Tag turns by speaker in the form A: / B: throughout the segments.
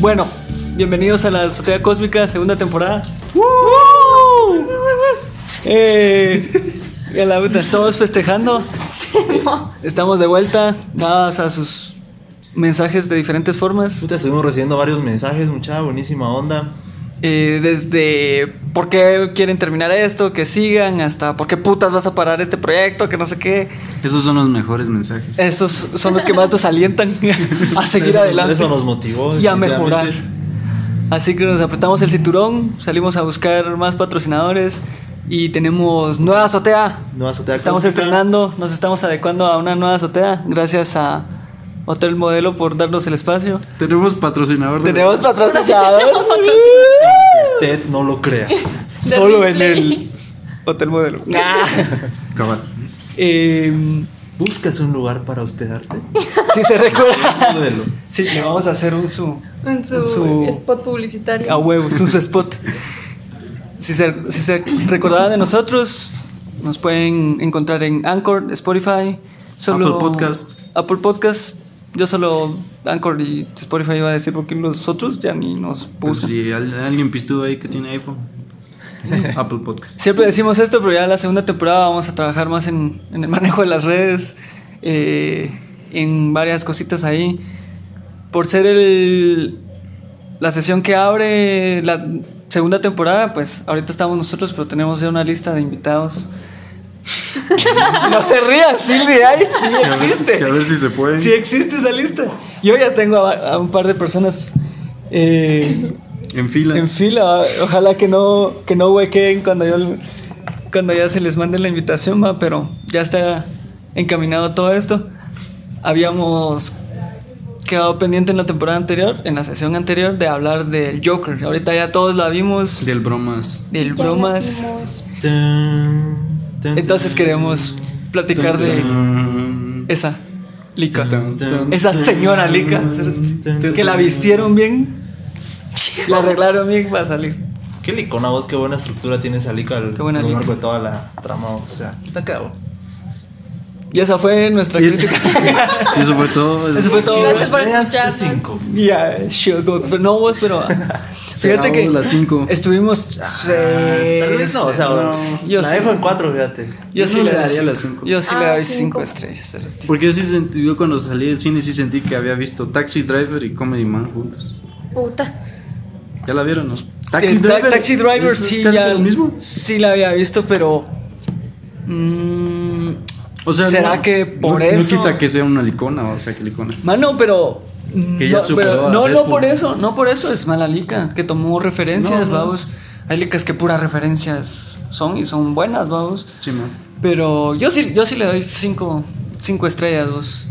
A: Bueno, bienvenidos a la Azotea Cósmica, segunda temporada. Eh, en la puta, todos festejando. Eh, Estamos de vuelta, dadas a sus mensajes de diferentes formas.
B: Puta, estuvimos recibiendo varios mensajes, mucha buenísima onda.
A: Eh, desde por qué quieren terminar esto, que sigan, hasta por qué putas vas a parar este proyecto, que no sé qué.
C: Esos son los mejores mensajes.
A: Esos son los que más nos alientan a seguir
B: Eso-
A: adelante.
B: Eso nos motivó.
A: y a mejorar.
B: definitivamente.
A: Así que nos apretamos el cinturón, salimos a buscar más patrocinadores y tenemos nueva azotea.
B: Nueva azotea
A: Estamos
B: acústica.
A: estrenando, nos estamos adecuando a una nueva azotea gracias a Hotel Modelo por darnos el espacio.
C: Tenemos patrocinador. de-
A: Tenemos patrocinador.
B: Usted no lo crea.
A: Solo en
D: Play.
A: el Hotel Modelo.
C: Cabal.
A: Eh,
B: Buscas un lugar para hospedarte.
A: si se recuerda.
B: Modelo.
A: Sí, le vamos a hacer un su
D: En su,
A: Su- Ah,
D: spot publicitario.
A: A huevo, sus spots. Si se, si se recordaban de nosotros, nos pueden encontrar en Anchor, Spotify, solo
C: Apple Podcast.
A: Apple Podcast. Yo solo Anchor y Spotify iba a decir porque los otros ya ni nos
C: Pues
A: puso.
C: si al- alguien pistudo ahí que tiene iPhone, Apple Podcast.
A: Siempre decimos esto, pero ya en la segunda temporada vamos a trabajar más en, en el manejo de las redes, eh, en varias cositas ahí. Por ser el, la sesión que abre la segunda temporada, pues ahorita estamos nosotros, pero tenemos ya una lista de invitados. no se rían, sí, hay, sí
C: Que a ver-
A: existe.
C: que a ver si se pueden.
A: Sí existe esa lista. Yo ya tengo a, a un par de personas. eh,
C: En fila.
A: en fila, ojalá que no, que no huequen cuando yo cuando ya se les mande la invitación, ma, pero ya está encaminado todo esto. Habíamos quedado pendiente en la temporada anterior, en la sesión anterior, de hablar del Joker. Ahorita ya todos la vimos,
C: Del bromas.
A: del
D: Ya
A: bromas.
D: metimos-
B: Tan, tan,
A: Entonces
B: tan.
A: queremos platicar de
C: Mm.
A: esa lica.
C: Tan, tan,
A: Esa señora lica, que la vistieron bien, la arreglaron bien para salir.
B: Qué licona vos, qué buena estructura tienes Alica al
A: Qué buena
B: a lo
A: lica.
B: largo de toda la trama. O sea, está cabo.
A: Y esa fue nuestra
C: Y es-
A: crítica.
C: Y eso fue todo.
A: Eso fue todo.
D: Gracias por
B: Estrellas,
D: escucharnos.
B: cinco.
A: Ya, sure, go. Pero no vos, pero. Fíjate que.
C: Cerramos las cinco.
A: Estuvimos.
B: Tal vez no, o sea,
A: Eh, yo
B: la
A: sí.
B: dejo en cuatro, fíjate.
A: Yo
C: Yo
A: sí
C: no
A: le
C: le
A: doy
C: daría
A: cinco.
C: las cinco.
A: Yo sí le
D: Ah,
A: doy
D: cinco.
A: 5 estrellas. cerote.
C: Porque yo sí sentí, yo cuando salí del cine sí sentí que había visto Taxi Driver y Comedy Man juntos.
D: Puta.
C: ¿Ya la vieron, no?
A: Eh, Ta- Taxi Driver
C: ¿Es- es
A: sí,
C: casi
A: ya.
C: lo mismo?
A: Sí la había visto, pero. mm,
C: O sea,
A: ¿Será que por eso?
C: No quita que sea una licona, o sea, que licona.
A: Mano, pero. mm,
C: Que ya
A: no,
C: superó
A: pero-
C: a
A: no, no
C: Deadpool.
A: por eso, no por eso, es mala lica, que tomó referencias,
C: No, no.
A: vamos. Hay licas que puras referencias son y son buenas, vamos.
C: Sí, man.
A: Pero yo sí, yo sí le doy cinco, cinco estrellas, dos.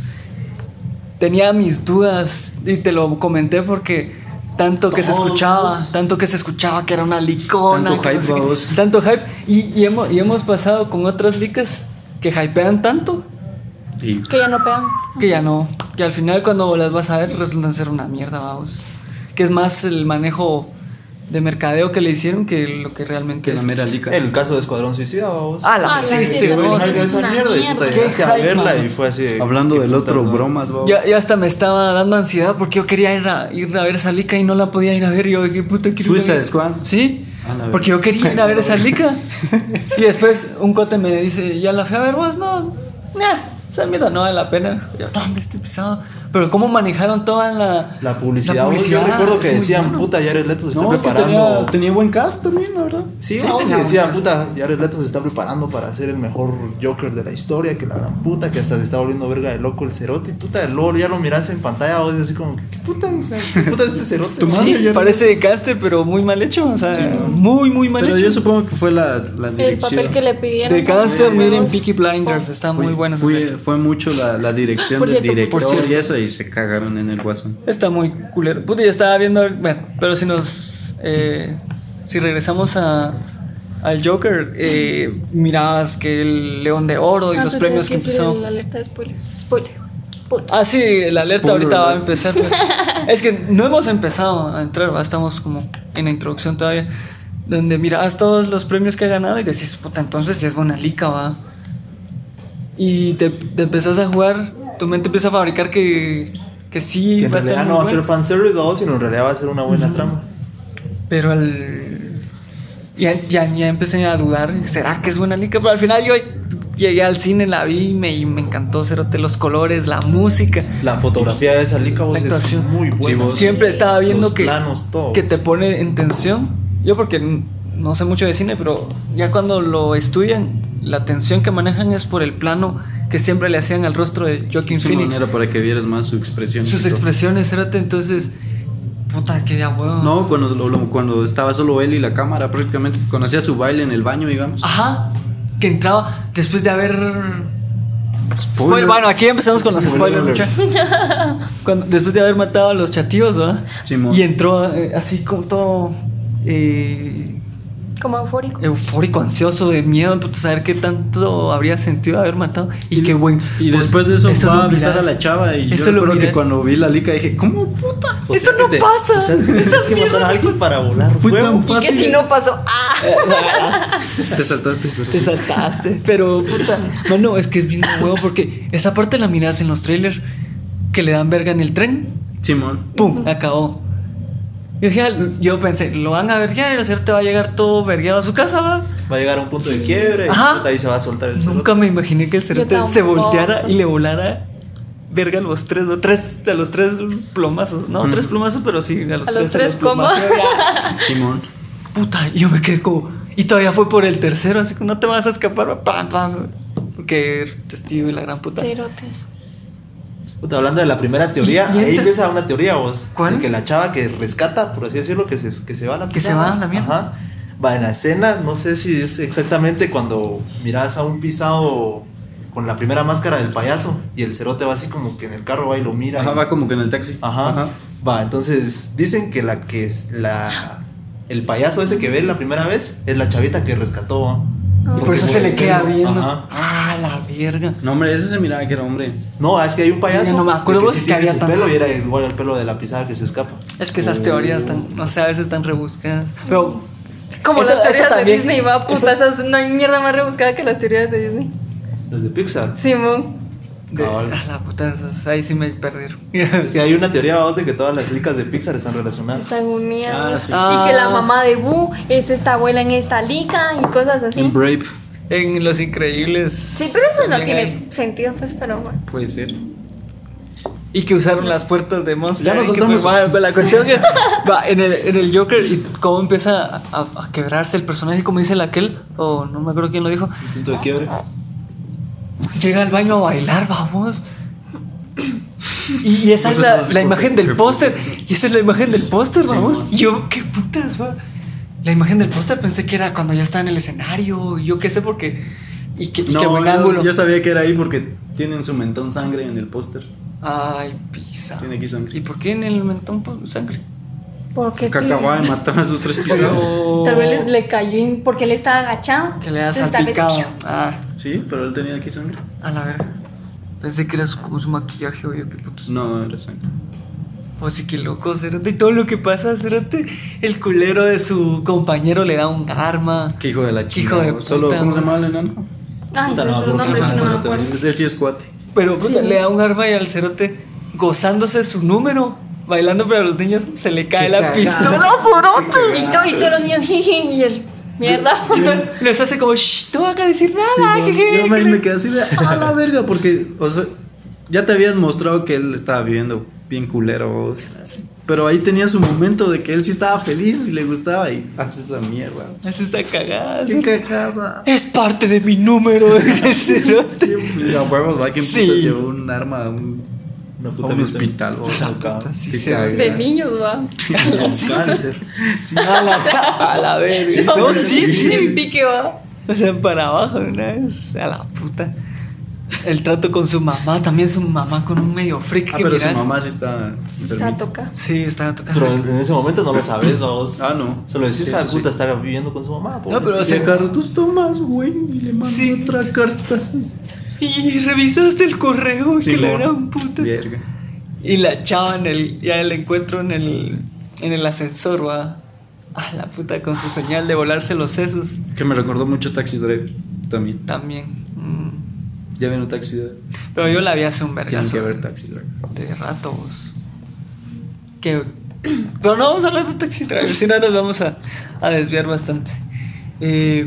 A: Tenía mis dudas y te lo comenté porque tanto que se
B: Todos.
A: escuchaba, tanto que se escuchaba que era una licona.
C: Tanto
A: que no
C: hype,
A: sé qué,
C: babos.
A: tanto hype. Y, y hemos, y hemos pasado con otras licas que hypean tanto
C: Y
D: Que ya no pegan.
A: que ya no. Que al final cuando las vas a ver resultan ser una mierda, vamos. Que es más el manejo de mercadeo que le hicieron que lo que realmente
C: que la
A: es.
C: mera lica.
B: El caso de Escuadrón Suicida, vos.
A: A la
D: Ah,
A: sí,
D: sí,
A: sí,
D: sí,
A: güey.
D: no.
B: Algo de
D: es
B: esa
D: una
B: mierda, y puta,
D: mierda.
B: llegaste
A: Qué
B: a
A: hype,
B: verla
A: mano.
B: y fue así. de,
C: Hablando
B: qué
C: del
B: putas,
C: otro,
B: ¿no?
C: bromas, babos.
A: Ya, ya hasta me estaba dando ansiedad porque yo quería ir a, ir a ver esa lica y no la podía ir a ver. Yo, qué puta quiero ir a ver
C: Suicide
A: esa-
C: Squad.
A: Sí,
C: A la
A: porque yo quería ir a ver esa lica. y después un cote me dice, ya la fui a ver vos, no. Nah, esa mierda no vale la pena. Yo, no, me estoy pesado. Pero cómo manejaron toda la,
B: La publicidad,
A: la
B: vos,
A: publicidad,
B: yo recuerdo que
A: es muy
B: decían,
A: bueno.
B: puta, Jared Leto se está
C: No, es que
B: preparando.
C: tenía, tenía buen cast también, la verdad.
B: Sí,
A: Sí,
B: vamos,
A: tenía
B: y decían,
A: un
B: puta, Jared Leto se está preparando para ser el mejor Joker de la historia, que la gran puta, que hasta se está volviendo verga de loco el cerote, y puta, el LOL, ya lo miras en pantalla, vos, y así como, que, ¿qué puta, o sea, qué puta es este cerote?
C: Tu
B: vos?
C: madre,
A: Sí,
C: ya no-
A: parece de caster, pero muy mal hecho. O sea, muy, muy mal
C: Pero
A: hecho.
C: yo supongo que fue la, la
D: El
C: dirección.
D: papel que le pidieron.
A: de caster,
D: Huevos.
A: miren Peaky Blinders, está muy bueno. esa
C: Fue,
A: serie.
C: fue mucho la, la dirección
D: Por
C: del
D: cierto,
C: director
D: por
C: y eso, y se cagaron en el guasón.
A: Está muy culero. Puta, ya estaba viendo. Bueno, pero si nos. eh, si regresamos a, al Joker, eh, mirabas que el León de Oro y
D: Ah,
A: los
D: pero
A: premios
D: tienes
A: que
D: decir
A: empezó.
D: el alerta de spoiler. Spoiler. Puta.
A: Ah, sí, la alerta
C: Spoiler
A: ahorita va a
C: alert.
A: empezar. pues. es que no hemos empezado a entrar, ¿va? estamos como en la introducción todavía. Donde mirabas todos los premios que ha ganado y decís, puta, entonces si es buena lica, va. Y te, te empezás a jugar, tu mente empieza a fabricar que, que que sí
B: que en
A: va a estar
B: realidad
A: muy
B: no va a
A: buena.
B: ser fanservice, ¿no? sino en realidad va a ser una buena trama.
A: Pero al. Ya, ya, ya empecé a dudar, ¿será que es buena lica? Pero al final yo llegué al cine, la vi y me, y me encantó Cerote, los colores, la música.
B: La fotografía de esa lica vos,
A: La
B: es
A: actuación.
B: muy buena.
C: vos-
A: Siempre estaba viendo
B: Los
A: que,
B: planos, todo.
A: que te pone en tensión. Yo porque n- no sé mucho de cine, pero ya cuando lo estudian, la tensión que manejan es por el plano que siempre le hacían al rostro de Joaquin
C: Es una
A: Phoenix.
C: manera para que vieras más su expresión.
A: Sus
C: y todo.
A: expresiones, Cerote, entonces... Puta, que ya huevo.
C: No, cuando, lo- lo- cuando estaba solo él y la cámara, prácticamente conocía su baile en el baño, digamos.
A: Ajá, que entraba después de haber. Spoiler. Bueno, aquí empezamos con los
B: Spoiler.
A: spoilers, mucha. Cuando- después de haber matado a los chatíos, ¿verdad?
C: Simón.
A: Y entró eh, así como todo eh,
D: Como eufórico.
A: eufórico, ansioso, de miedo, puta, saber qué tanto habría sentido haber matado. Y, qué buen.
C: Y después de eso
A: pues, Eso
C: va
A: lo
C: a besar a
A: mirás.
C: la chava y
A: Eso
C: yo
A: lo
C: creo que
A: mirás.
C: cuando vi la lica dije, ¿cómo puta?
B: O
A: Eso
B: sea,
A: no
B: que te-
A: pasa.
B: O sea, tienes
A: Esas
B: que matar a
A: mierdas.
B: alguien para volar.
C: Fue
B: huevo.
C: tan
D: Y que
C: fácil.
D: si no pasó. ¡Ah!
C: Te saltaste. pero
B: Pues
A: Te
C: sí.
A: saltaste. Pero, puta. No, no, es que es bien de huevo porque esa parte la miras en los trailers que le dan verga en el tren.
C: Simón.
A: ¡Pum! Acabó. Yo, dije, "Ah, yo pensé, lo van a verguear y el señor te va a llegar todo vergueado a su casa, ¿va?
B: Va a llegar a un punto de quiebre y
A: Ajá.
B: puta, ahí se va a soltar el cerote.
A: Nunca me imaginé que el cerote se
D: tampoco.
A: volteara y le volara verga a los tres, ¿no? tres a los tres plomazos.
B: Mm.
A: No, tres plomazos, pero sí, a los
D: A
A: tres.
D: los tres, ¿cómo?
A: plomazos, ya.
C: Simón.
A: Puta, y yo me quedé como. Y todavía fue por el tercero, así que no te vas a escapar, va, pam, pam. Porque testigo y la gran puta.
D: Cerotes.
B: Puta, hablando de la primera teoría,
A: Y- y
B: ahí
A: entra-
B: empieza una teoría vos.
A: ¿Cuál?
B: De que la chava que rescata, por así decirlo, que se, que se va a la
A: Que se
B: pisada.
A: va a la mierda.
B: Ajá. Va en la escena, no sé si es exactamente cuando miras a un pisado con la primera máscara del payaso y el cerote va así como que en el carro va y lo mira.
C: Ajá,
B: y-
C: va como que en el taxi.
B: Ajá. Va, entonces dicen que la que es la el payaso ese que ve la primera vez es la chavita que rescató. ¿va?
A: Y Ah. por
B: Porque
A: eso
B: fue
A: se le
B: el
A: queda
B: pelo.
A: viendo.
B: Ajá.
A: Ah, la verga.
C: No, hombre, ese se miraba que era hombre.
B: No, es que hay un payaso.
A: Ya no me acuerdo
B: que
A: vos,
B: sí
A: es que
B: tiene
A: había
B: su
A: tanto.
B: pelo y era igual al pelo de la pisada que se escapa.
A: Es que esas teorías están, no sé, a veces están rebuscadas. Pero
D: Como
A: Esa-
D: las teorías
A: esa
D: de
A: también.
D: Disney, va puta. Esas, no hay mierda más rebuscada que las teorías de Disney.
B: Los de Pixar.
D: Simón.
A: de-
B: Cabal.
A: a la puta, esas- ahí sí me perdieron.
B: Es que hay una teoría vos, de que todas las licas de Pixar están relacionadas.
D: están unidas.
C: Ah, sí.
D: Y que la
A: Ah.
D: mamá de Boo es esta abuela en esta lica y cosas así.
C: En Brave.
A: en Los Increíbles.
D: Sí, pero eso no
A: también
D: tiene
A: hay.
D: sentido, pues, pero bueno.
C: Puede ser.
A: Y que usaron las puertas de Monster.
B: Ya nos
A: Inc. que
B: soltamos.
A: fue- va, la cuestión es, va, en el, en el Joker y cómo empieza a, a quebrarse el personaje, como dice la Kel, o no me acuerdo quién lo dijo.
B: Punto de quiebre.
A: Llega al baño a bailar, vamos. Y, y
C: Pues
A: esa es la, la imagen del póster. Y esa es la imagen del póster, vamos. Y yo, qué putas, va. La imagen del póster pensé que era cuando ya está en el escenario. Yo qué sé, porque. Y que, y
C: No,
A: qué buen
C: yo-
A: ángulo.
C: Yo sabía que era ahí porque tienen su mentón sangre en el póster.
A: Ay, pisa.
C: Tiene aquí sangre.
A: ¿Y por qué en el mentón pues, sangre?
D: Porque
C: Que acababa de matar a sus tres pisados.
A: Pero-
D: Tal vez les- le cayó en- porque él estaba agachado.
A: Que le ha
D: Entonces, tal vez-
A: salpicado. Ah,
C: Sí, pero él tenía aquí sangre.
A: a la verga. Pensé que era su, como su maquillaje o yo qué putas.
C: No, era sangre.
A: Pues sí, qué loco, Cerote. Y todo lo que pasa, Cerote. El culero de su compañero le da un arma.
C: Qué hijo de la
A: Qué hijo
C: chica.
A: de
C: Solo,
A: puta,
C: ¿cómo se
A: vos.
C: llama el enano?
D: Ay,
B: Puta,
D: se me
B: no,
D: fue su
B: no,
D: nombre,
B: no,
D: si no
B: no,
D: me
B: no,
D: acuerdo.
C: Él sí es cuate.
A: Pero puta,
D: Sí.
A: le da un arma y al Cerote, gozándose su número, bailando para los niños, se le cae
C: Qué
A: la
C: cagada.
A: pistola, forote.
D: Y, to- y todos los niños, jiji, y él, mierda.
A: Y entonces les hace como, shh, no van a decir
C: Sí,
A: nada,
C: no,
A: jeje".
C: yo me, me quedé así de a la verga, porque, o sea, ya te habían mostrado que él estaba viviendo bien culero. vos. Pero ahí tenía su momento de que él sí estaba feliz y le gustaba y hace esa mierda.
A: Hace esa cagada.
C: Qué
A: Cerote.
C: cagada.
A: Es parte de mi número, dice Cerote.
C: Y a huevos, va, ¿quién
A: Sí.
C: putas llevó un arma a un,
B: Una
C: a un
B: mierda.
C: hospital? vos?
B: Una puta.
A: Sí,
C: Qué
A: se-
C: cagada.
D: De niños, va.
B: Un cáncer.
A: A la, a la verga. No, sí, sí.
D: En pique, va.
A: O sea, para abajo de una vez. A la puta. El trato con su mamá, también su mamá con un medio freak
C: Ah,
A: que
C: pero su
A: miras.
C: mamá sí está
D: Está
C: enfermita.
D: toca.
A: Sí, estaba tocando.
B: Pero en ese momento no lo sabes, vamos.
C: Ah, no.
B: Solo decís,
C: Eso
B: esa
C: sí.
B: puta está viviendo con su mamá.
A: No, pero
B: pobrecita.
A: se
C: agarró tus tomas, güey, y le mandó
A: Sí.
C: otra carta.
A: Y revisaste el correo, que la gran puta.
C: Verga.
A: Y la chava en el, ya el encuentro en el, en el ascensor, va. A la puta, con su señal de volarse los sesos.
C: Que me recordó mucho Taxi Driver también.
A: También. mm.
C: Ya vino Taxi Driver.
A: Pero yo la vi hace un
C: Tienen
A: vergazo.
C: que ver Taxi Driver.
A: De ratos. que... Pero no vamos a hablar de Taxi Driver, si no nos vamos a, a desviar bastante. Eh,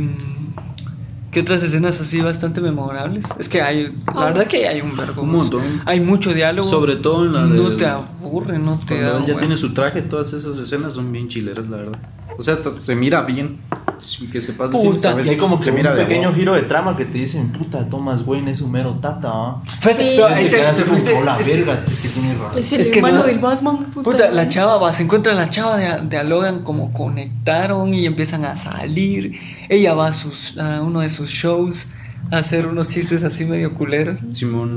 A: ¿Qué otras escenas así bastante memorables? Es que hay, la verdad que hay un verbo.
C: Un montón.
A: Hay mucho diálogo.
C: Sobre todo en la
A: No
C: del-
A: te aburre, no te
C: Cuando
A: da
C: él ya
A: hueva.
C: tiene su traje, todas esas escenas son bien chileras, la verdad. O sea, hasta se mira bien. Sin que sepas decir,
A: Puta,
C: sabes
B: Y Pues hay como que
C: se
B: un
C: mira de
B: pequeño
C: abajo.
B: giro de trama que te dicen, puta, Thomas Wayne es un mero tata, ¿ah?
A: Espérate,
D: Sí.
A: pero
D: Ahí
A: ahí
B: Entonces
C: Este
B: te
A: te,
B: quedas
A: te
B: así como,
A: fuiste-
B: "Oh, la
A: es que-
B: verga, es que tienes razón.
E: Es el
A: Es que
E: hermano
A: no-
E: del Batman. Puta,
A: Puta, la chava va, se encuentra la chava, dia- dialogan como conectaron y empiezan a salir. Ella va a, sus, a uno de sus shows a hacer unos chistes así medio culeros.
C: Simón,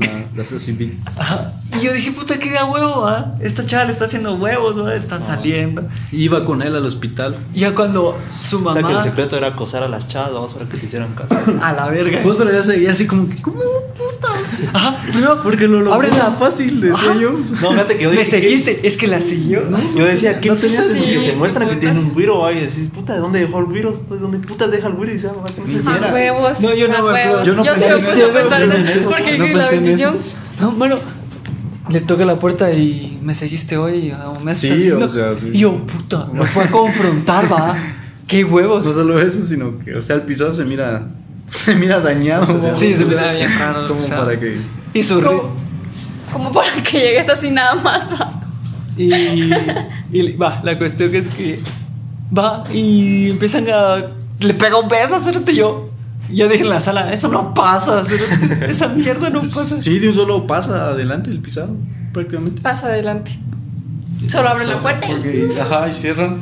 C: la, las así beats.
A: Ajá. Y yo dije, puta, que da huevo, ah? Esta chava le está haciendo huevos, ¿va? Está saliendo.
C: Iba con él al hospital.
A: Y ya cuando su
B: O sea que
A: mamá...
B: el secreto era acosar a las chavas, vamos para que te hicieran caso.
A: a la verga.
C: Vos, Pues, pero yo seguía así como que, ¿cómo putas?
A: Ajá, primero,
C: Porque lo logró.
A: Abre la
C: fácil, decía yo.
B: No, fíjate que yo
A: Me
B: dije, ¿qué?
A: seguiste, es que la siguió.
B: Yo decía, ¿qué
C: No tenía
B: putas?
C: sentido.
B: Porque te muestran que
E: Putas.
B: tiene un güiro, ¿va? y decís, puta, ¿de dónde dejó el güiro? Entonces, ¿Dónde putas deja el güiro? Y se va,
C: Ah,
B: ¿qué no se
E: A
B: hiciera?
E: huevos.
A: No, yo no
E: a
A: me acuerdo.
E: huevos.
A: Yo no
E: Yo sí me
A: pensé
E: puse
A: en
E: a pensar
B: eso.
E: en
B: Yo
E: eso.
B: no
E: Porque
C: pensé en
E: la
C: eso.
E: bendición.
A: No, bueno, le toca la puerta y me seguiste hoy, o me
C: Sí,
A: estás haciendo-
C: o sea, sí.
A: Y yo, puta, me fue a confrontar, va. Qué
C: No
A: huevos.
C: solo eso, sino que, o sea, el pisado se mira, se mira dañado.
A: Sí,
C: ¿no?
A: se mira bien raro el
C: Como
A: pisado.
C: para que.
A: y su
E: Como, como para que llegues así nada más. va.
A: Y, y va, la cuestión que es que va y empiezan a. Le pega un beso a Cerote, yo. Yo dije en la sala, eso no pasa, Cerote, esa mierda no pasa.
C: Sí, de un solo pasa adelante el pisado, prácticamente.
E: Pasa adelante. Solo abre la puerta y,
C: Porque, ajá, y cierran.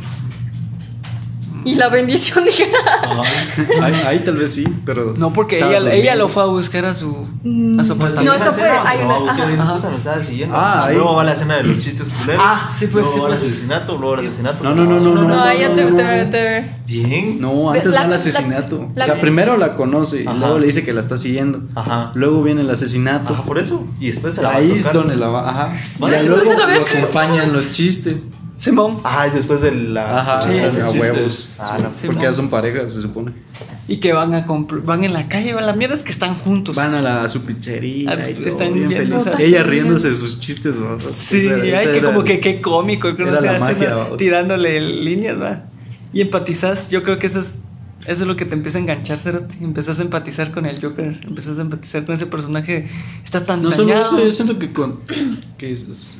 E: y la bendición "Ah, dijera.
B: Ah,
C: Ahí, ahí tal vez sí, pero.
A: No, porque
C: estaba
A: ella,
C: durmiendo.
A: ella lo fue a buscar a su. A su
E: Mm. No,
A: apartamento.
E: eso fue- hay
B: Hay
E: una-
A: ajá.
B: puta, me estaba siguiendo.
C: Ah,
B: Ah,
C: ahí.
B: luego va la escena de los chistes culeros.
A: Ah, sí, pues,
B: Luego
A: sí,
B: va el
A: pues.
B: asesinato, luego el asesinato.
C: No, no, no, no,
E: No,
C: no,
E: ella
C: no,
E: te,
C: no,
E: te
C: no.
E: ve, te ve.
B: Bien.
C: No, antes
E: La-
C: va el
E: la-
C: asesinato.
E: la-
C: o sea, primero la conoce y
B: Ajá.
C: luego le dice que la está siguiendo.
B: Ajá.
C: Luego viene el asesinato.
B: Ajá, por eso. Y después se la va a
C: Ahí es
B: tocar.
C: donde la va. Ajá. Y
B: Vale,
C: ya
B: entonces
C: luego
E: lo
C: lo
E: veo que-
C: acompañan los chistes.
A: Simón.
B: Ah, y después de la.
C: Ajá,
B: de los
C: a
B: chistes.
C: huevos.
B: Ah, la
A: Sí.
C: porque
A: no.
C: ya son parejas, se supone.
A: Y que van a compr- van en la calle, van- la mierda es que están juntos.
C: Van a, la, a su pizzería.
A: Ah,
C: y todo,
A: están
C: bien
A: viendo
C: feliz.
A: esa-
C: Ella riéndose de sus chistes. ¿no?
A: Sí,
C: Esa-
A: ay,
C: esa
A: que
C: era
A: como
C: el-
A: que qué cómico, que uno
C: era
A: se
C: la
A: hace,
C: magia,
A: ¿no?
C: ¿no?
A: tirándole líneas, ¿va? Y empatizas, yo creo que eso es, eso es lo que te empieza a enganchar, Cerote. Empezás a empatizar con el Joker, empezás a empatizar con ese personaje, está tan
C: No solo
A: dañado.
C: eso, yo siento que con. que es- es-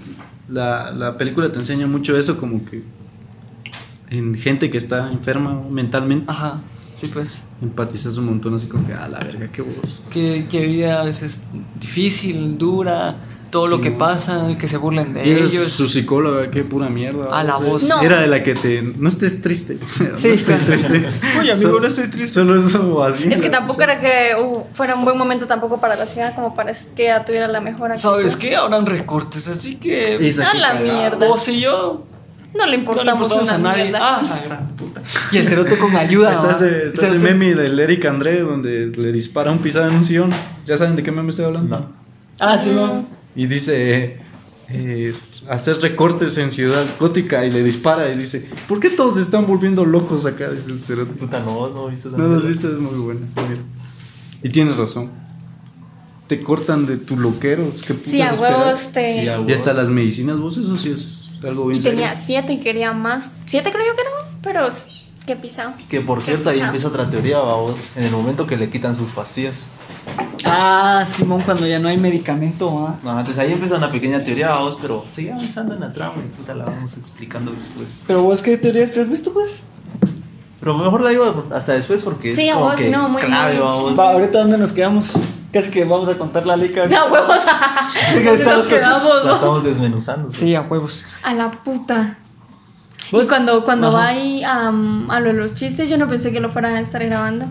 C: la, la película te enseña mucho eso, como que. En gente que está enferma mentalmente.
A: Ajá, sí pues.
C: empatizas un montón así como que, ah, la verga, qué vos.
A: Que, que vida a veces difícil, dura, todo
C: Sí,
A: lo que
C: ¿no?
A: pasa, que se burlen de
C: Y esa es
A: ellos.
C: su psicóloga, qué pura mierda.
A: A la
C: o sea,
A: voz.
E: No.
C: Era de la que te... No estés triste.
A: Sí,
C: no estés
A: claro.
C: triste.
A: Oye, amigo,
C: Solo-
A: no estoy triste.
C: Solo eso así.
E: Es que tampoco
C: O sea,
E: era que uh, fuera un buen momento tampoco para la ciudad, como para que ella tuviera la mejor actitud.
A: ¿Sabes qué? Habrán recortes, así que...
C: esa
E: A
C: que
E: la
C: cagada.
E: mierda.
A: Vos y yo
E: No le
A: no le
E: importamos,
A: importamos
E: una
A: a nadie.
E: mierda.
A: Ah, la gran puta. Y el Cerote con ayuda.
C: Está
A: ¿va?
C: ese,
A: El
C: está ese
A: Cerote-
C: meme del Eric André donde le dispara un pisado en un sillón. ¿Ya saben de qué meme estoy hablando?
B: No.
A: Ah, sí, no.
C: Y dice... eh, hacer recortes en Ciudad Gótica y le dispara y dice ¿Por qué todos se están volviendo locos acá? Dice el cerote.
B: Puta, no, no viste esa
C: No lo has
B: mierda.
C: visto, es muy buena. mira. Y tienes razón. Te cortan de tu loquero. ¿qué
E: Sí, a
C: putas
E: huevos
C: esperas?
E: te.
B: Sí, a
C: Y hasta las medicinas, vos, eso sí es algo bien
E: Y tenía
C: serio.
E: siete y quería más. Siete creo yo que no, pero s- qué pisado.
B: Que por
E: Qué
B: cierto, ahí
E: pisado.
B: empieza otra teoría, vamos. En el momento que le quitan sus pastillas.
A: Ah, Simón, cuando ya no hay medicamento, ah.
B: No, antes ahí empieza una pequeña teoría, vamos, pero sigue avanzando en la trama y puta, la vamos explicando después.
A: Pero vos, ¿qué teorías te has visto, pues?
B: Pero mejor la digo hasta después porque
E: Sí,
B: es como
E: vos,
B: que
E: no, muy
B: clave,
E: bien.
B: vamos.
A: Va, ahorita, ¿dónde nos quedamos? Casi que vamos a contar la lica.
E: No, huevos.
A: que
E: ¿Dónde
A: están
E: nos
A: los que-
E: quedamos?
B: La
E: no?
B: estamos desmenuzando.
A: Sí, a huevos.
E: A la puta.
A: ¿Vos?
E: Y cuando, cuando
A: Pues, Ajá.
E: va ahí am, a lo de los chistes, yo no pensé que lo fueran a estar grabando.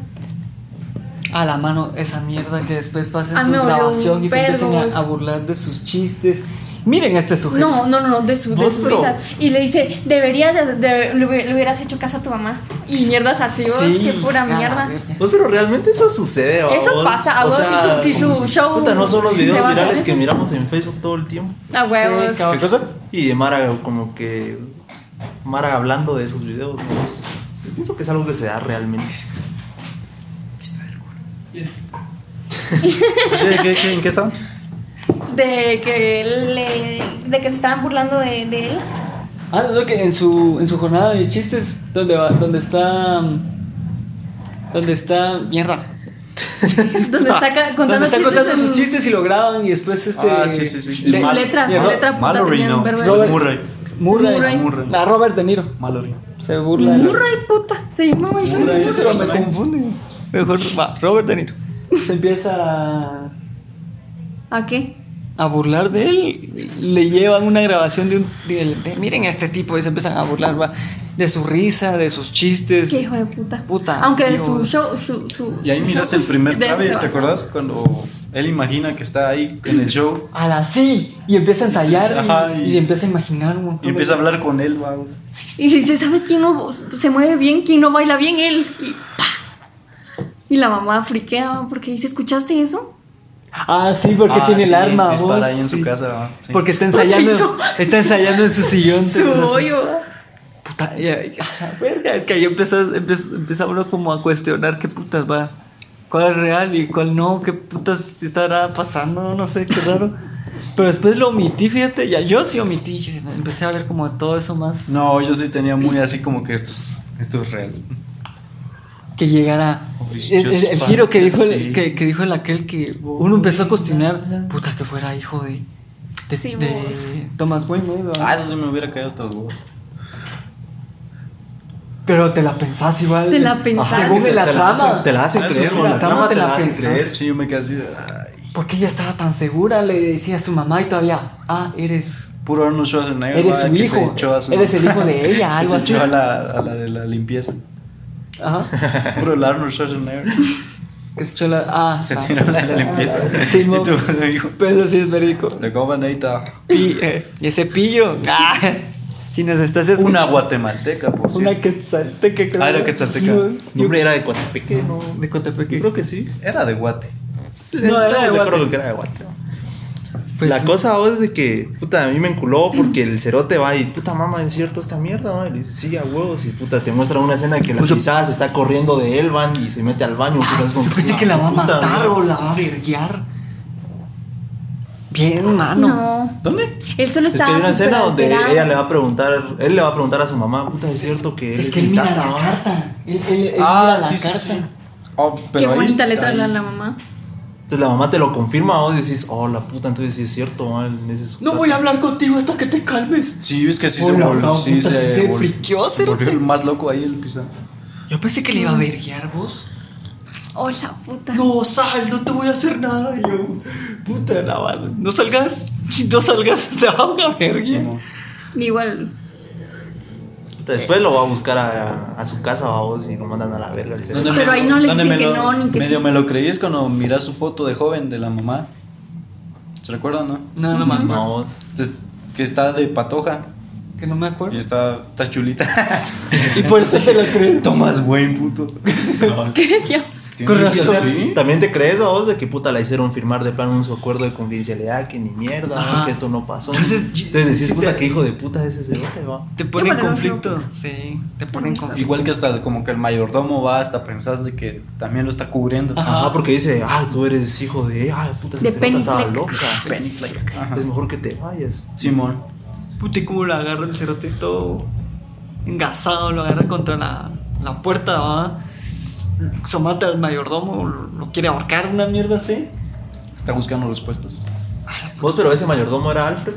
A: A la mano, esa mierda que después pasen
E: Ah,
A: su
E: me olió
A: grabación
E: un
A: y se empiecen
E: vergos.
A: a, a burlar de sus chistes. Miren a este sujeto.
E: No, no, no, no, de su, de
B: Vos,
E: su
B: pero-
E: risa. Y le dice, deberías, de, de- le hubie- le hubieras hecho caso a tu mamá. Y mierdas así, vos,
A: Sí, Ah,
E: qué pura
A: a la
E: mierda.
A: verga.
B: Vos, Pues, pero realmente eso sucede, vamos.
E: Eso pasa, a vos, si su- si su show
B: Puta, no son los
E: se
B: videos
E: va a hacer
B: virales
E: eso.
B: que miramos en Facebook todo el tiempo.
E: A huevos.
A: Sí, cabrón.
B: Y de Mara, como que. Mara hablando de esos videos, vamos. Sí, Pienso que es algo que se da realmente.
C: ¿Qué- qué- qué- en qué estaban?
E: de que le, de que se estaban burlando de, de él
A: Ah, no, que en su, en su jornada de chistes, donde, va, donde está. mm, Donde está. Mierda.
E: Donde está ca-
A: donde
E: contando,
A: está
E: chistes
A: contando
E: en-
A: sus chistes y lo graban y después este.
C: Ah, sí, sí, sí.
E: Y
A: le-
E: su letra, su
A: Ro-
E: letra puta
C: Mallory,
E: tenía
C: no.
E: un verbo de-
A: Robert-
C: Murray.
A: Murray.
E: Murray.
C: Murray.
A: Ah, Robert De Niro.
C: Mallory.
A: Se burla. de-
E: Murray, puta. Se llamaba yo.
A: Murray,
C: ese
A: pero me
C: personaje.
A: confunde. Mejor va, Robert De Niro. Se empieza a,
E: ¿A qué?
A: a burlar de él. Le llevan una grabación de un. de- de- miren a este tipo y se empiezan a burlar, va. De su risa, de sus chistes.
E: Qué hijo de puta.
A: Puta,
E: Aunque de
A: Dios.
E: su show. Su, su-
C: Y ahí miraste el primer
E: de eso
C: clave,
E: se
C: ¿te
E: basa.
C: acordás? Cuando él imagina que está ahí en el show
A: A la sí. Y empieza a
C: Sí,
A: ensayar y-
C: ajá,
A: y,
C: y-
A: empieza a imaginar un montón
C: y empieza a
A: de-
C: hablar con él, vamos.
E: Y dice, ¿sabes quién no se mueve bien? ¿Quién no baila bien? Él. Y pa. Y la mamá friquea porque dice, ¿escuchaste eso?
A: Ah, sí, porque
C: Ah,
A: tiene
C: sí,
A: el arma.
C: dispara
A: vos,
C: ahí en su
A: sí.
C: casa, va, sí.
A: Porque está
E: Puta,
A: ensayando,
E: hizo-
A: está ensayando en su sillón. te
E: Su
A: pones así,
E: hoyo.
A: Puta, ya, ya, la verga, es que ahí empieza, empieza, empieza uno como a cuestionar qué putas va, cuál es real y cuál no, qué putas si estará pasando, no sé, qué raro. Pero después lo omití, fíjate, ya yo sí omití, yo empecé a ver como todo eso más
C: No, yo sí tenía muy así como que esto es, esto es real.
A: que llegara
C: It's
A: el, el- el
C: just
A: giro que dijo el,
C: fantasy.
A: que, que dijo el aquel que uno empezó a cuestionar, puta que fuera hijo de, de,
E: Sí,
A: de
E: vos.
A: Thomas Wayne, ¿no?
C: Ah, eso se me hubiera caído hasta los huevos.
A: pero te la pensás igual.
E: Te la pensás.
A: Según
B: te,
A: la
B: te la
A: trama.
B: hacen, te la hacen
C: Eso
B: creer,
C: sí,
B: o
C: la
B: la
A: trama
B: trama
A: te
B: te
A: la
B: la hacen
A: pensás.
B: creer.
C: Sí, yo me quedé así de, ay,
A: Porque ella estaba tan segura, le decía a su mamá y todavía, ah, eres,
C: puro Arnold Schwarzenegger.
A: Eres
C: va,
A: su
C: que
A: hijo,
C: se echó a su-
A: eres el hijo de ella,
C: que
A: algo
C: se
A: así.
C: echó a la, a la de la limpieza.
A: ajá,
C: Puro el Arnold Schwarzenegger.
A: que se echó la, ah,
C: Se
A: ah.
C: tiró la de la limpieza.
A: Sí,
C: y
A: mo-
C: tú, hijo,
A: Pero sí es verídico.
C: te coman ahorita.
A: Pi- eh, y ese pillo, ah, si nos estás escuchando-
C: Una guatemalteca, por cierto.
A: una quetzalteca. creo.
C: Ah, era quetzalteca.
A: Sí,
B: No, hombre, era de Coatepeque, no.
A: de Coatepeque.
B: Creo que sí.
C: Era de guate.
A: No, era de
B: Yo
A: Guate.
B: creo que era de Guate.
A: Pues
B: la
A: sí.
B: cosa vos es de que, puta, a mí me enculó porque el cerote va y, puta mamá, es cierto esta mierda, ¿no? Y le dice, sí, a huevos, y puta, te muestra una escena que la
A: Pues yo-
B: pisada se está corriendo de él, van, y se mete al baño. puta, es como,
A: Yo pensé
B: "Una
A: Pues, que la va a
B: puta,
A: matar
B: ¿no?".
A: o la va a verguiar. Bien,
B: Ah,
A: humano.
E: No.
C: ¿Dónde?
E: Él solo
B: Es que hay
E: estaba
B: una
E: súper
B: escena donde
E: alterado.
B: ella le va a preguntar, él le va a preguntar a su mamá, puta, es cierto que él
A: Es que él mira la
B: gitano, ¿no?".
A: carta. Él, él, él
C: Ah,
A: mira la carta.
C: Oh,
E: Qué
C: pero ahí-
E: bonita letra
C: ahí-
E: la, la mamá.
B: Entonces la mamá te lo confirma, vos decís, oh, la puta, entonces sí es cierto, ¿no? Él es-
A: No voy a hablar contigo hasta que te calmes.
C: Sí, es que sí se
A: Hola,
C: volvió.
A: no,
C: Sí,
A: puta,
C: se,
A: se
C: vol-
A: friqueó,
C: se volvió
A: cerote.
C: el más loco ahí el pisado.
A: Yo pensé que le iba a verguiar vos.
E: Oh, la puta.
A: No, sal, no te voy a hacer nada. Y yo, puta, la madre. No salgas, no salgas, te van a verguiar.
C: Sí, mo.
E: Igual.
B: Después lo va a buscar a, a su casa, vos, y lo mandan a la verga el cerote.
E: Pero ahí no le
C: ¿Dónde me
E: dicen que
C: lo-
E: no, ni que
C: Medio
E: sí.
C: me lo creí es cuando miras su foto de joven de la mamá. ¿Se recuerdan, no?
A: No, no me
B: No, vos.
C: Entonces, que está de patoja
A: Que no me
C: y
A: acuerdo.
C: está, está chulita.
A: Y por eso te lo crees.
C: Tomás buen puto.
E: ¿Qué decía?
A: Con
B: Y, o
A: razón.
B: sea, También te crees, vos, de que puta la hicieron firmar de plano un su acuerdo de confidencialidad, que ni mierda, ¿no?
A: Ajá.
B: que esto no pasó.
A: Entonces,
B: Entonces,
A: yo-
B: decís,
A: sí
B: puta,
A: te-
B: qué hijo de puta es ese cerote, va.
A: Te pone
E: Yo
A: en
E: para no
A: conflicto. Sí, te pone en conflicto.
C: Igual que hasta como que el mayordomo va hasta pensás de que también lo está cubriendo.
A: Ajá.
B: Ajá. porque dice, ah, tú eres hijo de, ah, puta,
E: De
B: esa cerota
E: Penny
B: estaba
E: Fleck.
B: loca.
C: Penny Flake. Ajá.
B: Es mejor que te vayas.
C: Simón.
A: Puta, y cómo lo agarra el cerote todo engasado, lo agarra contra la, la puerta, va. Se mata al mayordomo, lo, lo quiere ahorcar, una mierda así.
C: Está buscando respuestas.
B: Vos, pero ese mayordomo era Alfred.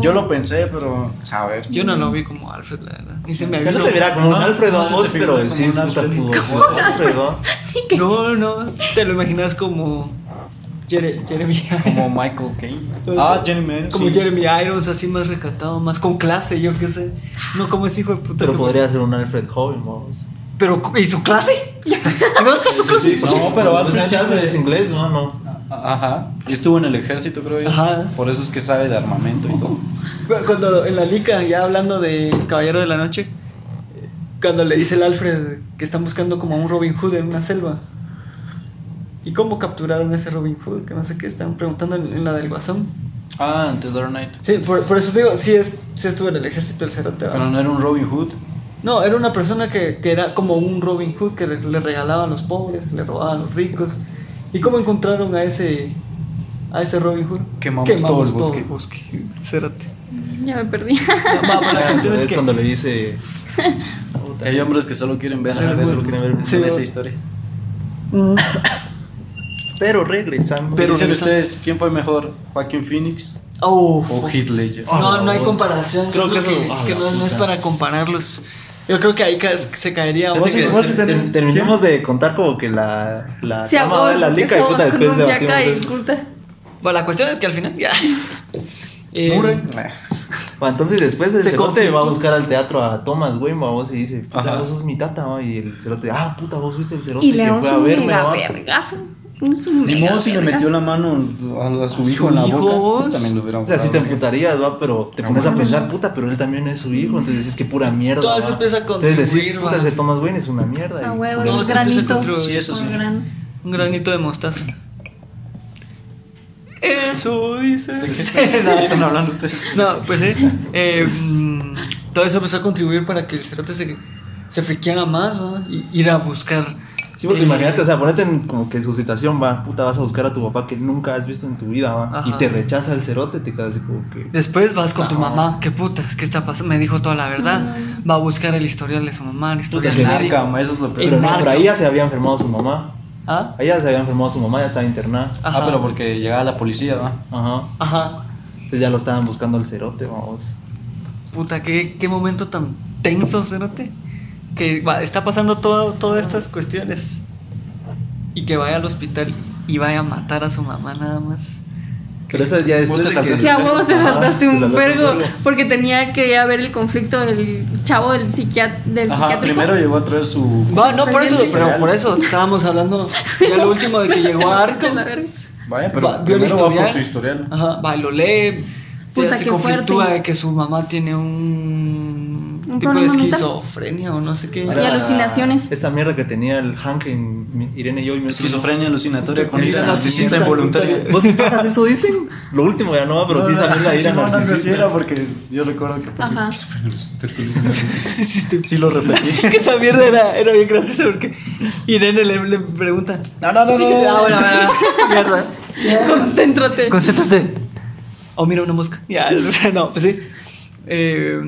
C: Yo lo pensé, pero. A ver.
A: Yo no lo vi como Alfred, la verdad. Ni se me
B: O sea,
A: avisó.
B: no te mira como un
C: No,
B: Alfred,
C: no
B: ¿va?
C: se te
B: vos,
C: figura
B: pero
C: como
B: decís,
C: un
B: puta,
C: Alfred.
B: pudo ser Alfred, ¿va?
A: No, no, te lo imaginas como Jere- Jeremy
C: Como Michael Caine. Ah, Jeremy Irons,
A: Pues, Como
C: sí.
A: Jeremy Irons, así más recatado, más con clase, yo qué sé. No como ese hijo de puta.
B: Pero
A: que-
B: podría ser un Alfred joven, vos.
A: Pero, ¿y su clase? ¿No está su clase?
C: No, pero Alfred
B: Pues,
C: siempre
B: Alfred es inglés, ¿no? No.
C: Ajá. Y estuvo en el ejército, creo yo.
A: Ajá.
C: Por eso es que sabe de armamento y todo.
A: Cuando en la lica, ya hablando de Caballero de la Noche, cuando le dice el Alfred que están buscando como a un Robin Hood en una selva. ¿Y cómo capturaron a ese Robin Hood? Que no sé qué, estaban preguntando en, en la del Guasón.
C: Ah, en The Dark Knight.
A: Sí, por, por eso te digo, sí, es, sí estuvo en el ejército del cerote. ¿va?
C: Pero no era un Robin Hood.
A: No, era una persona que, que era como un Robin Hood que le, le regalaba a los pobres, le robaba a los ricos. ¿Y cómo encontraron a ese a ese Robin Hood?
C: Quemamos todo el bosque.
A: Cérate.
E: Ya me perdí.
C: Va, pues, la cuestión es
B: es
C: que
B: cuando le dice.
C: hay hombres que solo quieren ver
B: Ajá, solo quieren ver-
C: en
B: Sí,
C: esa
B: va.
C: historia.
A: Mm.
B: Pero regresando.
A: Pero-
C: Dicen
A: regresando-
C: ustedes, ¿quién fue mejor? ¿Joaquín Phoenix
A: Oh,
C: o
A: fuck.
C: Heath Ledger?
B: Ah,
A: No, no hay
B: vos.
A: comparación.
B: Creo
A: Creo que,
B: que eso- ah,
A: que
B: la
A: no, no es
B: puta.
A: para compararlos. Yo creo que ahí ca- se caería.
C: Vos-
B: Fíjate que
C: vos
B: ter-
C: tenés-
B: ter- terminamos de contar como que la. Ah, La
E: Se
B: trama
E: ahogó,
B: de la
E: porque
B: lica y puta
E: estábamos con
B: después
E: un yaca y
B: debatimos eso.
E: puta.
A: Bueno, la cuestión es que al final ya. Eh,
C: Murray.
B: Bueno, entonces después el
A: Se
B: cerote
A: conflictó.
B: va a buscar al teatro a Thomas Wayne, va, vos y dice, puta,
C: Ajá.
B: vos sos mi tata, va, y el cerote, ah, puta, vos fuiste el cerote
E: Y
B: que
E: le damos
B: fue a
E: un
B: verme,
E: mega
B: va.
E: vergazo. Es un
C: Ni
E: mega
C: modo si le
E: vergazo.
C: metió la mano a, a su
A: ¿A
C: hijo
A: su
C: en la
A: hijo,
C: boca.
A: vos?
C: yo También lo hubiera
B: O sea, sí te
C: ahorrado.
B: emputarías, va, pero te
C: No
B: pones a
C: mames.
B: pensar, puta, pero él también es su hijo, entonces dices que pura mierda.
A: Todo
B: va.
A: eso empieza a
B: Entonces decís,
A: contribuir,
B: puta,
A: va.
B: ese Thomas Wayne es una mierda.
E: A
B: y-
E: huevo,
A: No,
E: es un
A: siempre se
E: granito.
A: controla.
C: Sí, eso sí.
E: Un gran-
A: Un granito de mostaza. Eso dice.
C: No, están hablando ustedes.
A: No, pues sí. Eh, mm, todo eso empezó a contribuir para que el cerote se, se friqueara más, ¿no? Y ir a buscar.
B: Sí, porque
A: eh,
B: imagínate, o sea, ponete en, como que en su situación, va, puta, vas a buscar a tu papá que nunca has visto en tu vida, va,
A: Ajá.
B: y te rechaza el cerote, te quedas así como que...
A: Después vas con tu
B: No.
A: mamá, qué putas, qué está pasando, me dijo toda la verdad. Va a buscar el historial de su mamá, el
C: Puta,
A: historial
C: es
A: de
C: narca, ma, eso es lo
A: El
B: Pero
C: peor.
B: no,
A: narco.
B: pero ahí ya se había enfermado su mamá,
A: ¿Ah?
B: ahí ya se había enfermado su mamá, ya estaba internada.
A: Ajá.
C: Ah, pero porque llegaba la policía, ¿va?
B: Ajá.
A: Ajá.
B: Entonces ya lo estaban buscando al cerote, vamos.
A: Puta, qué, qué momento tan tenso, cerote. Que va- está pasando todo, todas estas cuestiones. Y que vaya al hospital y vaya a matar a su mamá nada más.
B: Pero eso ya es...
C: Vos te saltaste.
E: Sí, a huevos te saltaste un vergo
B: pergo
E: porque tenía que haber el conflicto del chavo del, psiquiatra, del
C: Ajá,
E: psiquiátrico.
C: primero llegó a traer su.
A: Va, no, por eso,
E: pendientes.
A: pero por eso estábamos hablando ya lo último de que llegó a Arco.
E: La verga.
C: Vaya, pero
A: va, vio el
C: primero va
A: historial.
C: por su historial.
A: Ajá, va, lo lee. se-
E: Puta,
A: se
E: qué
A: conflictúa
E: fuerte.
A: de que su mamá tiene un,
E: Un
A: tipo de
E: problema mental.
A: esquizofrenia o no sé qué.
E: Ahora- Y alucinaciones.
B: Esta mierda que tenía el Hank en mi- Irene y yo y mi
C: Esquizofrenia alucinatoria con
A: Esa
C: ira narcisista
A: mierda,
C: involuntaria.
A: puta.
B: ¿Vos sí pajas eso dicen? Lo último ya no va, pero sí esa mierda de
C: Sí,
B: ira
C: no, no, no, sí
B: narcisista.
C: era porque yo recuerdo que pues,
E: Ajá.
C: esquizofrenia alucinatoria. Sí, lo repetí.
A: Es que esa mierda era, era bien graciosa porque Irene le, le pregunta.
C: No, no, no, no.
A: Ah, bueno, bueno, bueno, mierda.
E: Concéntrate.
A: Concéntrate. Oh, mira una mosca. Ya, no, pues sí. Eh,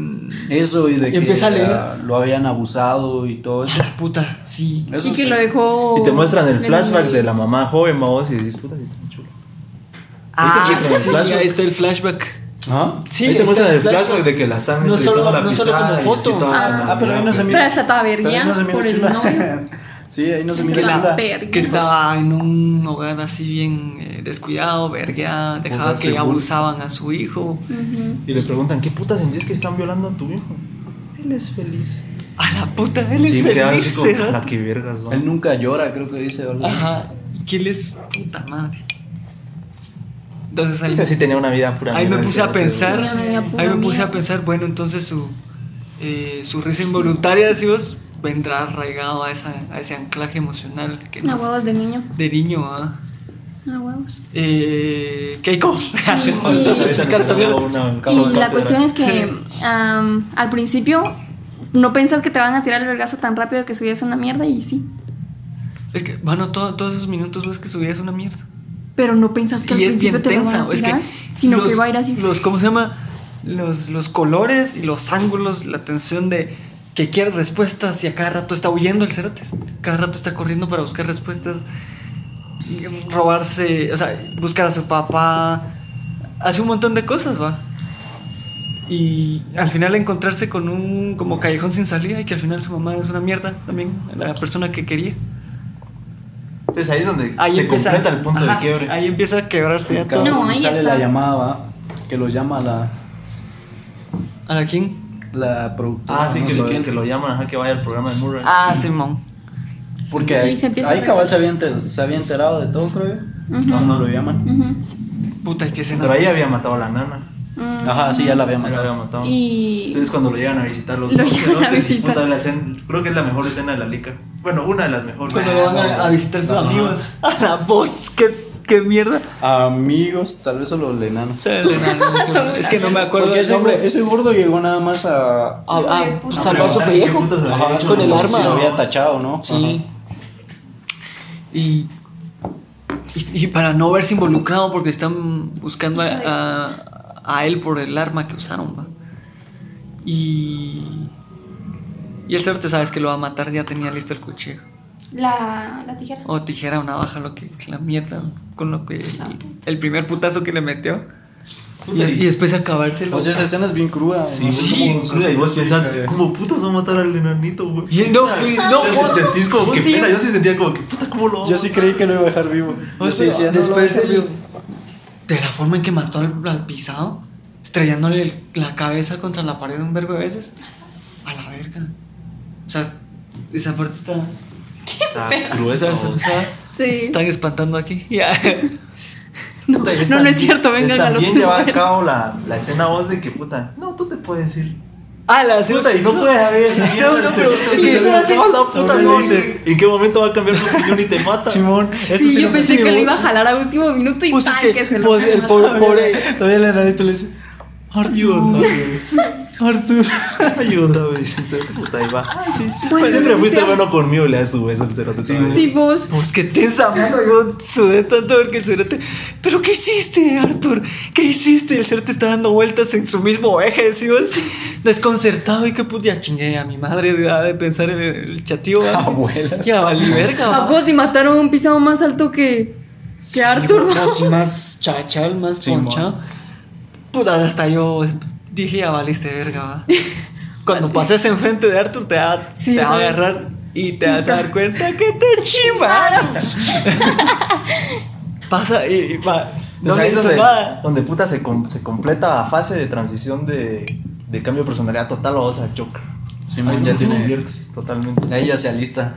C: Eso y de que
A: Empieza a leer.
C: ah, lo habían abusado y todo eso.
A: puta, sí.
C: Eso
E: y que
C: sí.
E: lo dejó.
B: Y te muestran el
E: en
B: flashback de la mamá joven, vos y dices, puta, sí, está chulo.
A: Ah,
B: Ahí te muestran el
A: sí,
B: flashback.
A: ahí está el flashback.
C: ¿Ah?
A: Sí,
B: Ahí te
A: está
B: muestran el flashback de que la están
A: No solo-
B: entrevistando a la
A: no solo
B: pisada
A: como
B: y así
A: foto.
B: toda
E: Ah.
B: la-
C: Ah, pero ahí no se mira.
E: Pero hasta estaba
C: pero ahí no se
E: vergueando
C: mira
E: por el
C: chula.
E: novio.
C: Sí, ahí no se
E: Es
C: mira
E: que la
C: chula.
E: verga.
A: que estaba en un hogar así bien eh, descuidado, vergueada, dejaba que
C: seguro.
A: abusaban a su hijo.
E: Ujú.
B: Y le preguntan, ¿qué puta sentís que están violando a tu hijo? Él es feliz.
A: A la puta, él es
B: Sí, me quedaba así
A: feliz.
B: como,
A: ¿verdad?
B: "Ala, qué vergas, va".
C: Él nunca llora, creo que dice algo.
A: Ajá, y que él es puta madre. Entonces ahí,
B: O sea, sí tenía una vida pura.
A: ahí me
B: mierda,
A: puse a
B: cerote,
A: pensar,
E: Sí.
A: ahí me puse a pensar, bueno, entonces su, eh, su risa involuntaria, decimos, vendrá arraigado a, esa, a ese anclaje emocional que
E: A
A: nos-
E: huevos de niño.
A: de niño, ¿ah?
E: A huevos.
A: Eh, Keiko, Así,
E: Y-
A: ¿cómo estás?
B: Ahorita
A: Explicar
B: nos
A: esta mierda.
B: daba una
E: Y la
B: cátedra.
E: cuestión es que
A: Sí.
E: am, al principio no pensas que te van a tirar el vergazo tan rápido que subías una mierda y sí.
A: Es que, bueno, todo- todos esos minutos ves que su vida es una mierda.
E: Pero no pensas que al
A: Y es bien
E: principio te lo van
A: tensa.
E: a
A: Es que
E: tirar, sino
A: los,
E: que va a ir así.
A: Los, ¿Cómo se llama? Los, los colores y los ángulos, la tensión de que quiere respuestas y a cada rato está huyendo el cerote. Cada rato está corriendo para buscar respuestas. y Robarse, o sea, buscar a su papá. Hace un montón de cosas, va. Y al final encontrarse con un como callejón sin salida y que al final su mamá es una mierda también, la persona que quería.
B: Entonces ahí es donde
A: Ahí
B: se
A: empieza,
B: completa el punto de
A: ajá,
B: quiebre.
A: Ahí empieza a quebrarse ya todo.
C: Cada
E: No,
C: uno
E: ahí
C: sale
E: está.
C: la llamada, ¿va? que lo llama la,
A: ¿A la quién?
C: la productora.
B: Ah, sí,
C: no
B: que,
C: sé
B: lo,
C: quién.
B: que lo llaman, ajá, que vaya al programa de Murray.
A: Ah, Simón.
C: Porque
E: Sí,
C: ahí,
E: se empieza
C: ahí
E: a
C: cabal se había, enter- se había enterado de todo, creo yo. Cuando lo llaman.
E: Ujú.
A: Puta, ¿y qué escena?
B: Pero ahí había matado a la nana.
E: Mm.
C: Ajá, sí, ya la había
B: Ya la
C: matado.
B: había matado.
E: Y
B: Entonces cuando lo llegan a visitar los
E: Lo
B: dos
E: llevan a
B: cerotes, y
E: visitar.
B: puta, la escena- creo que es la mejor escena de la lica. Bueno, una de las mejores.
A: Cuando lo van a, a visitar sus
B: Ajá.
A: amigos. A la voz, qué, qué mierda.
C: Amigos, tal vez solo el enano.
A: O sea, el enano, es que no me acuerdo
C: Porque
A: del
C: ese,
A: nombre.
C: gordo- ese gordo llegó nada más a.
A: A, a
B: A
A: salvar su
B: preguntar
A: pellejo
B: qué putas le había
A: Ajá,
B: hecho,
A: con el
B: ¿no?
A: arma.
C: Si lo había tachado, ¿no?
A: Sí. Y, y, y para no verse involucrado porque están buscando a, a- a él por el arma que usaron, va. Y. Y el cerote sabes que lo va a matar, ya tenía listo el cuchillo.
F: La, la tijera.
A: O tijera o navaja, lo que la mierda. Con lo que. El, el primer putazo que le metió. Y, y después acabárselo.
C: O sea, Pues esa escena es bien cruda.
B: Sí, sí, incluso, y vos pensás, ¿cómo putas va a matar al enanito, güey?
A: Y no, y no,
B: Te
A: vos-
B: sentís como que
E: sí.
B: pena, yo sí sentía como que puta, ¿cómo lo
C: Yo sí creí que lo iba a dejar vivo. Yo sí decía, no lo voy a
A: después
C: dejar
A: del-
C: vivo.
A: de la forma en que mató al, al pisado, estrellándole el- la cabeza contra la pared un vergo de veces, a la verga. O sea, esa parte está.
B: Está gruesa,
A: o
B: o sea,
A: sea,
E: Sí.
A: Están espantando aquí. Ya.
E: No,
B: puta, y es
E: no, no
B: tan-
E: es cierto, venga,
B: es tan
E: galope.
B: bien llevada a cabo la, la escena voz de que puta, no, tú te puedes ir.
A: Ah, la segunda.
B: Puta, y no puedes haber ese
A: No, no, pero-
E: Y eso hace-
B: puta,
C: Ahora
B: no,
C: le dice-
B: ¿En qué momento va a cambiar su opinión y te mata?
C: Simón, eso
E: Sí,
C: sí
E: yo
C: lo
E: pensé que
C: yo.
E: lo iba a jalar a último minuto y
A: Pues es
E: ¡pam!
A: que,
E: que se lo
A: pues, el
E: mata.
A: pobre- pobre-
C: Todavía el enanito le dice, Arthur, Arthur.
B: Ayuda, güey, sinceramente, puta, ahí va. Ay, sí.
E: Pues,
B: Pues siempre
E: no
B: fuiste
E: sea-
B: bueno conmigo, le das su beso al cerote.
C: Sí,
B: todavía.
E: Sí, vos.
A: Pues que tensa, mano. Yo sudé tanto porque el cerote. ¿Pero qué hiciste, Arthur? ¿Qué hiciste? El cerote está dando vueltas en su mismo eje, ¿sí? vos? Desconcertado y que puta, ya chingué a mi madre de, edad de pensar en el chatío. ¿va?
C: Abuelas.
A: Ya valí verga.
E: A
A: ¿va?
E: vos y mataron a un pisado más alto que, que Arthur.
A: Sí, vos, más chachal, más
C: Sí,
A: ponchado. Puta, hasta yo dije, ya valiste verga, va. Cuando pases enfrente de Arthur, te va,
E: Sí,
A: te va a
E: güey.
A: agarrar y te vas a dar cuenta que te chimaron. Pasa y, y va. No
B: Entonces,
A: le
B: ahí es
A: hizo
B: donde,
A: nada.
B: donde puta se, com- se completa la fase de transición de, de cambio de personalidad total o sea, Joker.
C: Simón,
B: Ahí es
C: ya
B: donde se
C: tiene-
B: convierte Totalmente.
C: Ahí ya se alista.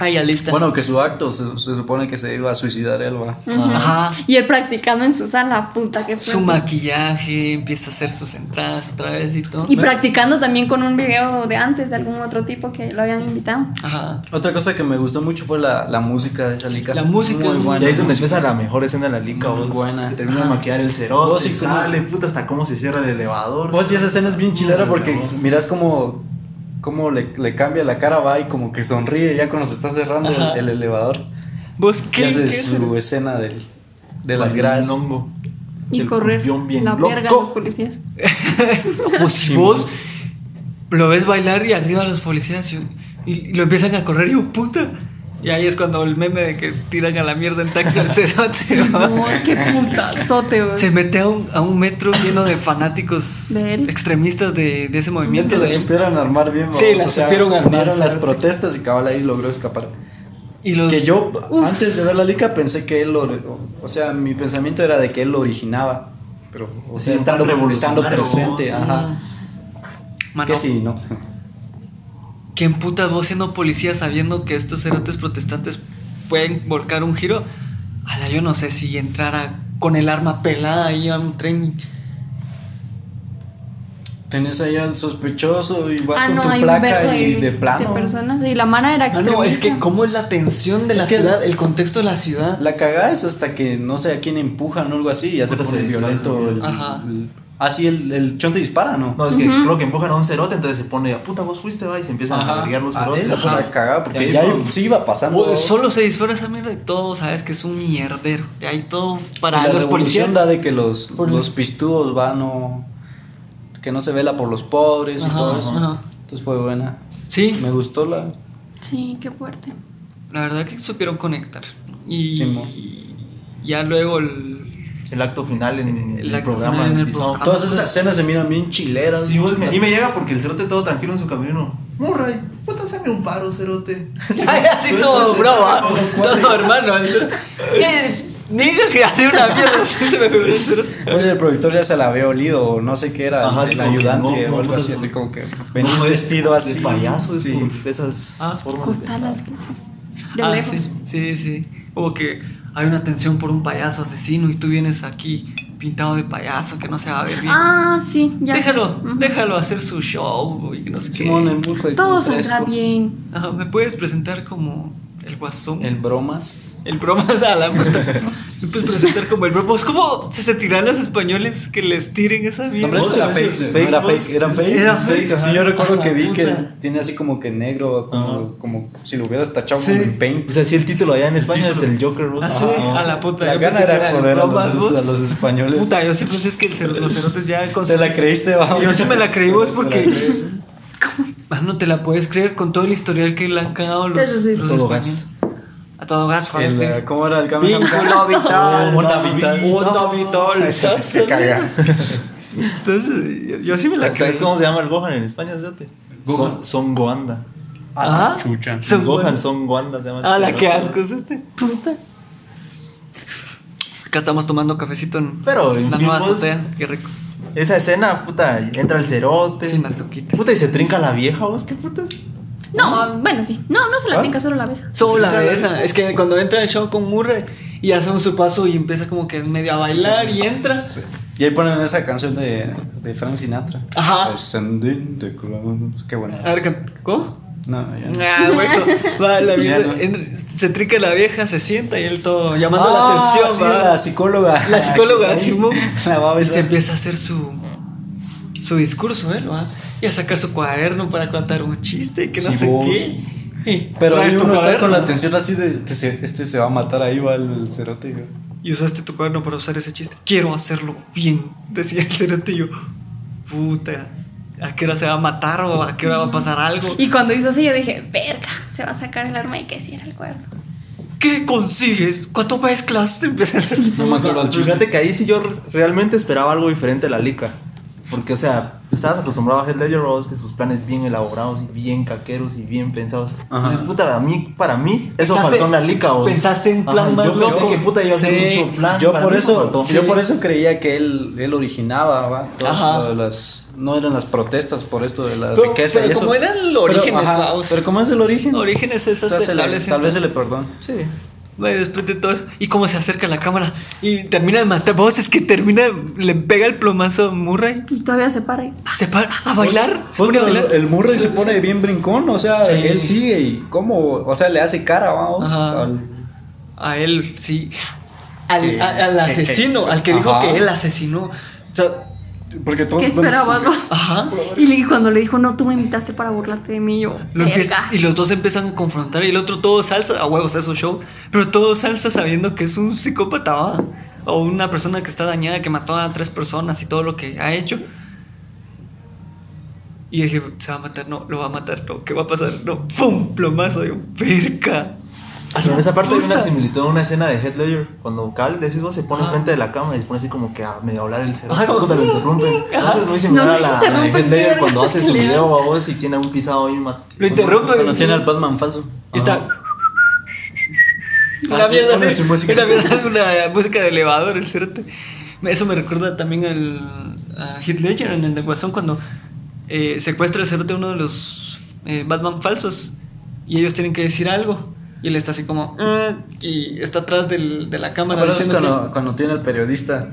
A: Ahí ya lista.
C: Bueno, que su acto se, se supone que se iba a suicidar él, va.
A: Ajá.
E: Y él practicando en su sala, puta, que
A: Su maquillaje, empieza a hacer sus entradas otra vez y todo.
E: Y practicando también con un video de antes de algún otro tipo que lo habían invitado.
A: Ajá.
C: Otra cosa que me gustó mucho fue la, la música de esa lica.
A: La música
C: muy
A: es muy-
C: buena.
B: Y ahí es donde empieza la mejor escena de la liga,
C: Muy
B: vos.
C: buena.
B: Que termina de
A: Ajá.
B: maquillar el cerote,
C: Vos y cómo-
B: sale, puta, hasta cómo se cierra el elevador.
C: Vos y esa escena es bien chilera porque
B: Elevador.
C: miras como, como le, le cambia la cara, va y como que sonríe ya cuando se está cerrando el,
A: Ajá.
C: el elevador.
A: ¿Vos
C: Y
A: qué?
C: hace
A: qué-
C: su escena del, de las
B: Con
C: gradas.
B: un hongo.
E: Y
B: El
E: correr
B: cumbión bien
E: la verga a
B: loco.
E: los policías.
A: Pues si vos lo ves bailar y arriba los policías y, y lo empiezan a correr y yo, puta. Y ahí es cuando el meme de que tiran a la mierda en taxi al cerote. ¿va?
E: No, qué putazote, güey.
A: Se mete a un, a un metro lleno de fanáticos
E: De él.
A: extremistas de, de ese
C: Que
A: movimiento.
C: la
A: Mm, de él.
C: supieron armar bien.
A: Sí,
C: vamos,
A: la
C: o sea,
A: supieron armar,
C: unieron las
A: ¿sabes?
C: protestas y cabal ahí logró escapar.
A: Y los,
C: Que yo,
E: Uf.
C: antes de ver la lica, pensé que él lo. O sea, mi pensamiento era de que él lo originaba. Pero, o
B: Sí,
C: sea,
B: un
C: estando,
B: plan
C: estando
B: revolucionario,
C: presente,
B: vamos.
C: ajá.
A: Ah, Mano,
C: Que sí, no.
A: ¿Quién putas vos siendo policía sabiendo que estos cerotes protestantes pueden volcar un giro? Ala, yo no sé si entrara con el arma pelada ahí a un tren.
C: Tenés ahí al sospechoso y vas
E: ah,
C: con
E: no,
C: tu
E: hay un vergo
C: placa
E: de,
C: y de plano.
E: de personas. Y la mara era
A: Ah,
E: extremista.
A: no, es que cómo es la tensión de la
C: Es que-
A: ciudad, el contexto de la ciudad.
C: La cagada es hasta que no sé a quién empujan o algo así y ya se
B: Puta,
C: pone
B: se dispara,
C: violento.
B: se
C: El,
A: Ajá.
C: el- ah, sí, el, el chonte dispara, ¿no?
B: No, es que creo que empujan a un cerote, entonces se pone, puta, vos fuiste, va, y se empiezan a
C: Ajá.
B: agregar los
C: Ah,
B: cerotes.
C: esa fue la cagada porque
B: Y ahí
C: ya
B: fue-
C: sí iba pasando.
A: O- Oh, solo se disfruta esa mierda y todo, sabes que es un mierdero. Y hay todo
C: para
A: para
C: la
A: los policías.
C: da de que los,
A: Por
C: los
A: los-
C: pistudos van o que no se vela por los pobres y
A: Ajá,
C: todo eso.
A: ajá.
C: Entonces fue buena.
A: Sí,
C: Me gustó la
E: Sí, qué fuerte.
A: la verdad que supieron conectar. Y,
C: Simón.
A: y ya luego el.
B: El acto final en
A: El
B: el,
A: acto
B: programa.
A: final en
B: en
A: el
B: el
A: programa.
B: episodio.
C: todas esas escenas se miran bien chileras.
B: Sí, vos me- y me llega porque el cerote todo tranquilo en su camino. Murray, puta, hazme un paro, cerote.
A: Ay, así
B: Pues,
A: todo,
B: pues,
A: bro.
B: se-
A: ah, Todo, hermano. el cero- Eh, Nigga que hace una mierda. así se me figuró el cero.
C: Oye, el productor ya se la había olido, o no sé qué era,
B: Ajá,
C: el,
B: así
C: el
B: como que
C: ayudante
B: no, no,
C: o algo
B: puta,
C: así,
B: es-
C: así como que ven
B: Venís
C: vestido así.
B: De payaso, es
C: sí.
B: por esas
A: Ah,
B: formas de
E: Total,
B: estar.
E: altísimo. De
A: Ah,
E: lejos.
A: sí, sí, sí. Como que hay una tensión por un payaso asesino y tú vienes aquí pintado de payaso que no se va a ver bien.
E: Ah, sí, ya.
A: déjalo,
E: Ujú.
A: déjalo hacer su show y que no sé qué.
C: Simón, el Murray, como
E: Todo saldrá
C: fresco.
E: bien.
A: Ajá, ¿Me puedes presentar como El guasón.
C: El bromas.
A: El bromas a la puta. Me puedes presentar como el bromas. ¿Cómo se sentirán los españoles que les tiren esa mierda?
C: Hombre, eso era
B: Vos,
C: fake.
B: ese es
C: no era
B: fake,
C: fake. Era
B: vos.
C: fake.
B: Era fake,
C: Sí,
B: ajá.
C: yo recuerdo
B: Ajá,
C: que vi que
B: puta.
C: tiene así como que negro, como, como si lo hubieras tachado
A: Sí.
C: con el paint.
B: O sea, si el título allá en España es el Joker, vos.
A: Ah, sí,
B: Ajá.
A: a la puta.
C: La
A: yo
C: gana
A: pensé que
C: era
A: eran
C: joder a los,
A: bromas, vos.
C: a los españoles.
A: Puta, yo sí pensé es que el cer- los cerotes ya con
C: ¿Te
A: sus-
C: la creíste, va?
A: Yo sí me la creí vos
C: ¿Te la
A: porque.
C: crees?
A: Ah, no te la puedes creer con todo el historial que le han cagado los,
E: Eso sí.
A: los
B: A todo
A: españoles. A todo gas,
C: El,
A: joder.
C: eh, ¿Cómo era el cambio?
A: Vínculo vital.
C: Onda vital.
A: Onda vital.
C: Ese sí
B: Que caga.
A: Entonces, yo, yo sí me la creí.
B: ¿Sabes cómo se llama el Gohan en España, cerote?
C: Gohan.
B: Son, son Goanda.
A: Ajá.
C: "Ah, Chucha.
A: Ah, Son
B: Gohan,
A: buenos.
B: son Goanda se llama. el
A: Ah, la
B: cerote.
A: que asco es este.
E: Puta.
A: Acá estamos tomando cafecito en
B: Pero,
A: la
B: ¿y
A: nueva
B: vos?
A: azotea. Qué rico.
B: Esa escena, puta, entra el cerote.
A: Sí, la suquita.
B: Puta, y se trinca la vieja, vos, qué putas.
E: No, bueno, sí. No, no se la
C: ¿Ah?
E: brinca, solo la besa.
A: Solo la besa. Es que cuando entra el show con Murray y hacen su paso y empieza como que medio a bailar y entra.
C: Y ahí ponen esa canción de, de Frank Sinatra.
A: Ajá.
C: Ascending the clouds. Qué bueno.
A: A ver, can- ¿cómo?
C: No, ya no.
A: Ah, bueno, va, la
C: Ya
A: mierda,
C: no.
A: entra- se trinca la vieja, se sienta y él todo llamando
C: Ah,
A: la atención.
C: sí,
A: va.
C: la psicóloga. Ah,
A: La psicóloga,
C: Que está ahí.
A: Simón.
C: La va a
A: Y se
C: besar.
A: empieza a hacer su su discurso, ¿eh? ¿va? Y a sacar su cuaderno para contar un chiste y que no
C: Sí,
A: sé
C: vos.
A: qué. Y
C: Pero ahí
A: traes tu
C: uno está
A: cuaderno.
C: con la atención así de este se, este se va a matar ahí, va el, el cerote. yo.
A: Y usaste tu cuaderno para usar ese chiste. Quiero hacerlo bien, decía el cerote y yo. Puta, ¿a qué hora se va a matar o a qué hora va a pasar algo?
E: Y cuando hizo así, yo dije, verga, se va a sacar el arma y que si era el cuerno.
A: ¿Qué consigues? ¿Cuánto mezclas? Empieza a hacer-
C: No me acuerdo el chiste.
B: Pues Fíjate que ahí sí yo realmente esperaba algo diferente de la lica. Porque, o sea, estabas acostumbrado a Heath Ledger, Rose, que sus planes bien elaborados y bien caqueros y bien pensados.
C: Ajá.
B: Entonces, puta, a mí, para mí, eso
A: Pensaste-
B: faltó en la lica, vos.
A: pensaste en plan
B: Ajá,
A: más
B: Yo pensé
A: loco.
B: que, puta, iba a hacer
A: Sí.
B: mucho plan.
C: Yo
B: para
C: por,
B: mí
C: eso,
B: faltó.
C: yo
A: Sí.
C: por eso creía que él, él originaba, ¿va? Todas
A: Ajá.
C: las, no eran las protestas por esto de la
A: Pero-
C: riqueza
A: pero
C: y eso.
A: como eran los
C: Pero,
A: orígenes,
C: ajá,
A: vamos.
C: Pero como es el origen.
A: Orígenes es
C: O sea, se le-
A: aceptable.
C: tal
A: siento.
C: vez se le perdón.
B: Sí.
A: Bueno, después de todo eso, y cómo se acerca a la cámara y termina de matar. Vos es que termina, le pega el plomazo a Murray,
E: Y todavía se para. y
A: se para a bailar, se
C: Vos,
A: pone a
C: pero
A: bailar.
C: El Murray se pone bien brincón, o sea,
A: Sí.
C: él sigue y cómo, o sea, le hace cara, vamos.
A: Ajá.
C: al-
A: A él, sí. Al,
C: Que-
A: a- al
C: que-
A: asesino,
C: que-
A: al que dijo
C: ajá.
A: que él asesinó. O sea,
C: porque todos
E: ¿Qué
C: están-
E: esperabas? no?
A: ajá.
E: Y le- cuando le dijo, no, tú me invitaste para burlarte de mí, yo,
A: Lo empieza-
E: verga.
A: y los dos empiezan a confrontar y el otro todo salsa, a huevos, es su show, pero todo salsa sabiendo que es un psicópata ¿va? o una persona que está dañada, que mató a tres personas y todo lo que ha hecho. Y dije, se va a matar, no, lo va a matar, no, ¿qué va a pasar? No, ¡pum! Plomazo, yo, ¡verga!
B: Pero en Ah, esa parte hay una
A: Puta.
B: similitud a una escena de Heath Ledger cuando Cal decís vos se pone
A: Ajá.
B: enfrente de la cámara y se pone así como que a medio hablar el cerebro.
A: Ajá.
B: Puta, lo interrumpen. Entonces es muy similar
E: No,
B: a la, la de
E: interrumpen,
B: Heath
E: qué
B: Ledger
E: verga
B: cuando
E: se
B: hace su
E: pelean.
B: video babos y tiene un pisado ahí mat-
A: Lo interrumpen.
C: Cuando tiene al Batman falso.
A: Y está.
C: Ah,
A: Una
C: sí,
A: mierda,
C: ponen
A: sí,
C: su música.
A: una mierda, una música de elevador, el cerote. Eso me recuerda también al a Heath Ledger en el de Guasón cuando eh, secuestra el cerote a uno de los eh, Batman falsos y ellos tienen que decir algo. Y él está así como. "Mm", y está atrás del- de la cámara.
C: Pero eso es
A: diciendo
C: cuando, cuando tiene al periodista,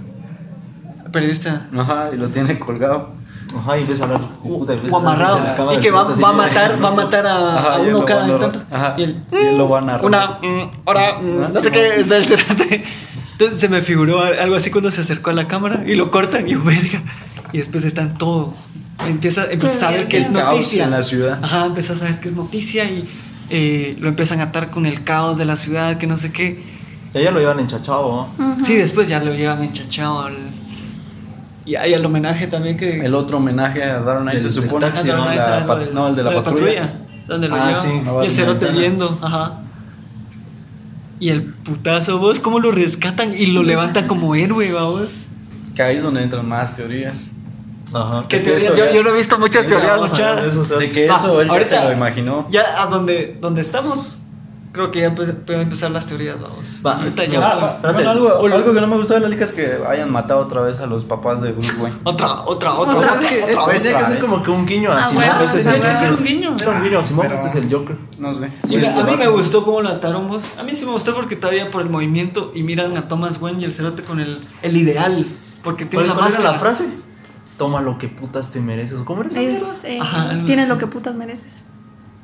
A: que- periodista.
C: ajá, y lo tiene colgado.
B: Ajá, y empieza a hablar.
A: O,
B: Puta, empieza
A: o
B: a hablar
A: Uh, amarrado.
B: de la cámara
A: Y
B: del
A: que va,
B: cerote,
A: va a
B: así.
A: matar, va a matar a,
C: Ajá,
A: a
C: y él
A: uno
C: lo
A: cada
C: van a-
A: tanto.
C: ajá,
A: y él,
C: y él lo va a narrar.
A: Una, mm, ahora, mm, no sé qué es del cerate. Entonces se me figuró a- algo así cuando se acercó a la cámara y lo cortan y yo, verga. Y después están todo. Empieza, empieza a saber que es
C: El caos
A: noticia.
C: en la ciudad.
A: Ajá, empieza a saber que es noticia y eh, lo empiezan a atar con el caos de la ciudad, que no sé qué.
B: Y allá lo llevan enchachado, ¿no?
A: Sí, después ya lo llevan enchachado al. Y hay el homenaje también que.
C: El otro homenaje a Darren Knight
B: Del-
C: se
B: del
C: supone
B: taxi,
A: Ah,
B: ¿no?
C: La
A: Night, ah,
C: pat-
A: lo de-
C: no, el de la
A: lo
C: patrulla.
A: Donde lo
B: Ah,
A: llevan.
B: sí,
A: y
C: la
A: el cerote
B: ventana.
A: viendo, ajá. Y el putazo, vos, cómo lo rescatan y lo levantan como héroe, vamos.
C: Que ahí es donde entran más teorías.
B: Ajá.
A: ¿Qué
C: Que
A: teorías?
C: eso,
A: Yo,
C: ya-
A: yo no he visto muchas
B: Ahorita
A: teorías,
B: vamos a hablar de
A: muchachos.
B: eso, o sea,
C: De que eso
A: Ah,
C: él ya
A: ahorita-
C: se lo imaginó.
A: Ya a donde, donde estamos, creo que ya empe- pueden empezar las teorías, vamos.
B: Va.
A: Ahorita ya.
C: Ah,
A: vamos.
B: espérate.
C: bueno, algo, algo que no me gustó de la liga es que hayan matado otra vez a los papás de Bruce Wayne.
A: Otra, otra, otra.
E: Otra
A: otra.
E: vez.
B: Es que esto
C: otra
B: tenía que
C: vez.
B: ser como que un guiño a
E: Ah,
B: Simón,
E: bueno,
B: este es
E: tenía
B: el
E: que
A: ser un
B: Joker.
A: guiño.
B: Era un guiño a Simón, este es el Joker.
C: No sé.
B: Sí,
A: Mira,
B: es de
A: a mí me
B: Batman.
A: gustó cómo lo ataron vos. A mí sí me gustó porque todavía por el movimiento y miran a Thomas Wayne y el cerote con el, el ideal. Porque tiene
B: ¿Cuál
A: la
B: cuál era
A: máscara.
B: la frase? Toma lo que putas te mereces. ¿Cómo eres?
E: Es, eh,
A: Ajá, algo
E: tienes
A: así.
E: lo que putas mereces.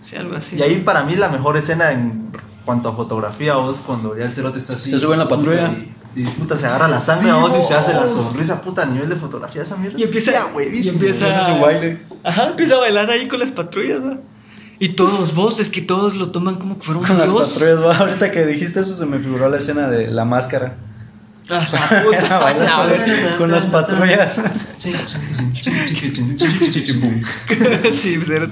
A: Sí, algo así.
B: Y ahí para mí la mejor escena en cuanto a fotografía, vos, cuando ya el cerote está así.
C: Se sube en la patrulla.
B: puta, Y, y, puta, se agarra la sangre
A: Sí,
B: a vos y se
A: vos.
B: hace la sonrisa, puta, a nivel de fotografía, esa mierda.
A: Y empieza,
B: Ya, huevísimo.
A: y empieza
C: Hace su baile.
A: Ajá, empieza a bailar ahí con las patrullas, ¿va? Y todos vos, es que todos lo toman como que fuera un
C: Con las
A: dios.
C: patrullas, va. Ahorita que dijiste eso se me figuró la escena de la máscara.
A: Ah, la puta.
C: Esa baila, güey, con las patrullas.
B: Chin, chin, chin, chin, chin, chin, chin, chin, pum.
A: sí, cierto.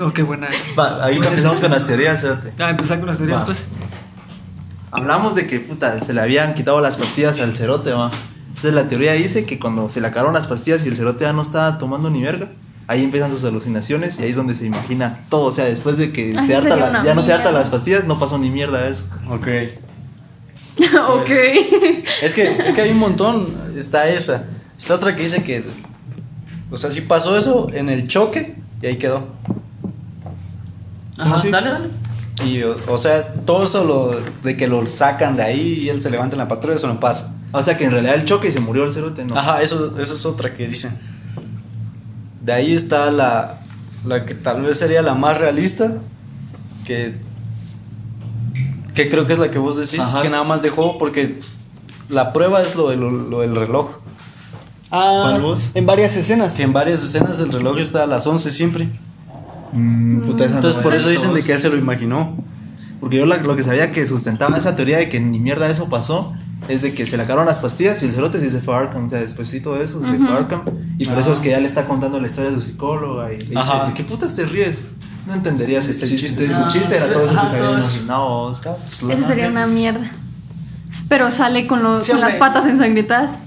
A: Oh, qué buena es.
B: Va, ahí empezamos con las teorías, cerote.
A: Ah, empezar con las teorías,
B: Va.
A: pues.
B: Hablamos de que, puta, se le habían quitado las pastillas al cerote, va. Entonces la teoría dice que cuando se le acabaron las pastillas y el cerote ya no estaba tomando ni verga, ahí empiezan sus alucinaciones y ahí es donde se imagina todo. O sea, después de que
E: Ay,
B: se harta
E: sería
B: la-
E: una
B: ya no se harta
E: mierda.
B: las pastillas, no pasó ni mierda de eso.
C: Ok. Pues,
E: ok.
C: Es que, es que hay un montón. Está esa. Está otra que dice que. O sea, sí pasó eso en el choque y ahí quedó.
B: ¿Cómo
A: Ajá,
B: así?
A: Dale, dale.
C: Y, o, o sea, todo eso lo, de que lo sacan de ahí y él se levanta en la patrulla, eso no pasa.
B: O sea, que en realidad el choque y se murió el cerote, no.
C: Ajá, eso, eso es otra que dicen. De ahí está la, la que tal vez sería la más realista, que, que creo que es la que vos decís,
B: Ajá.
C: que nada más dejó, porque la prueba es lo, del- lo del reloj.
A: Ah,
B: ¿Cuál vos?
A: En varias escenas.
C: Que en varias escenas el reloj está a las 11 siempre.
B: Mm, puta, esa
C: Entonces
B: no
C: por
B: la he
C: eso
B: visto,
C: dicen de
B: vos.
C: que él se lo imaginó.
B: Porque yo la- lo que sabía que sustentaba esa teoría de que ni mierda de eso pasó es de que se le acabaron las pastillas y el cerote sí se fue a Arkham. O sea, después sí todo eso, se fue a Arkham. Y por eso
A: Ah.
B: es que ya le está contando la historia de su psicóloga y le dice,
C: Ajá.
B: ¿de qué putas te ríes? No entenderías ese
C: el
B: chiste.
C: chiste.
B: Su
A: Ah,
B: chiste era todo eso que se
A: ajá,
B: había
A: todo eso.
B: imaginado. vos.
C: pues,
E: Eso sería una mierda. Pero sale con, los, con las
A: Siempre.
E: patas ensangrentadas.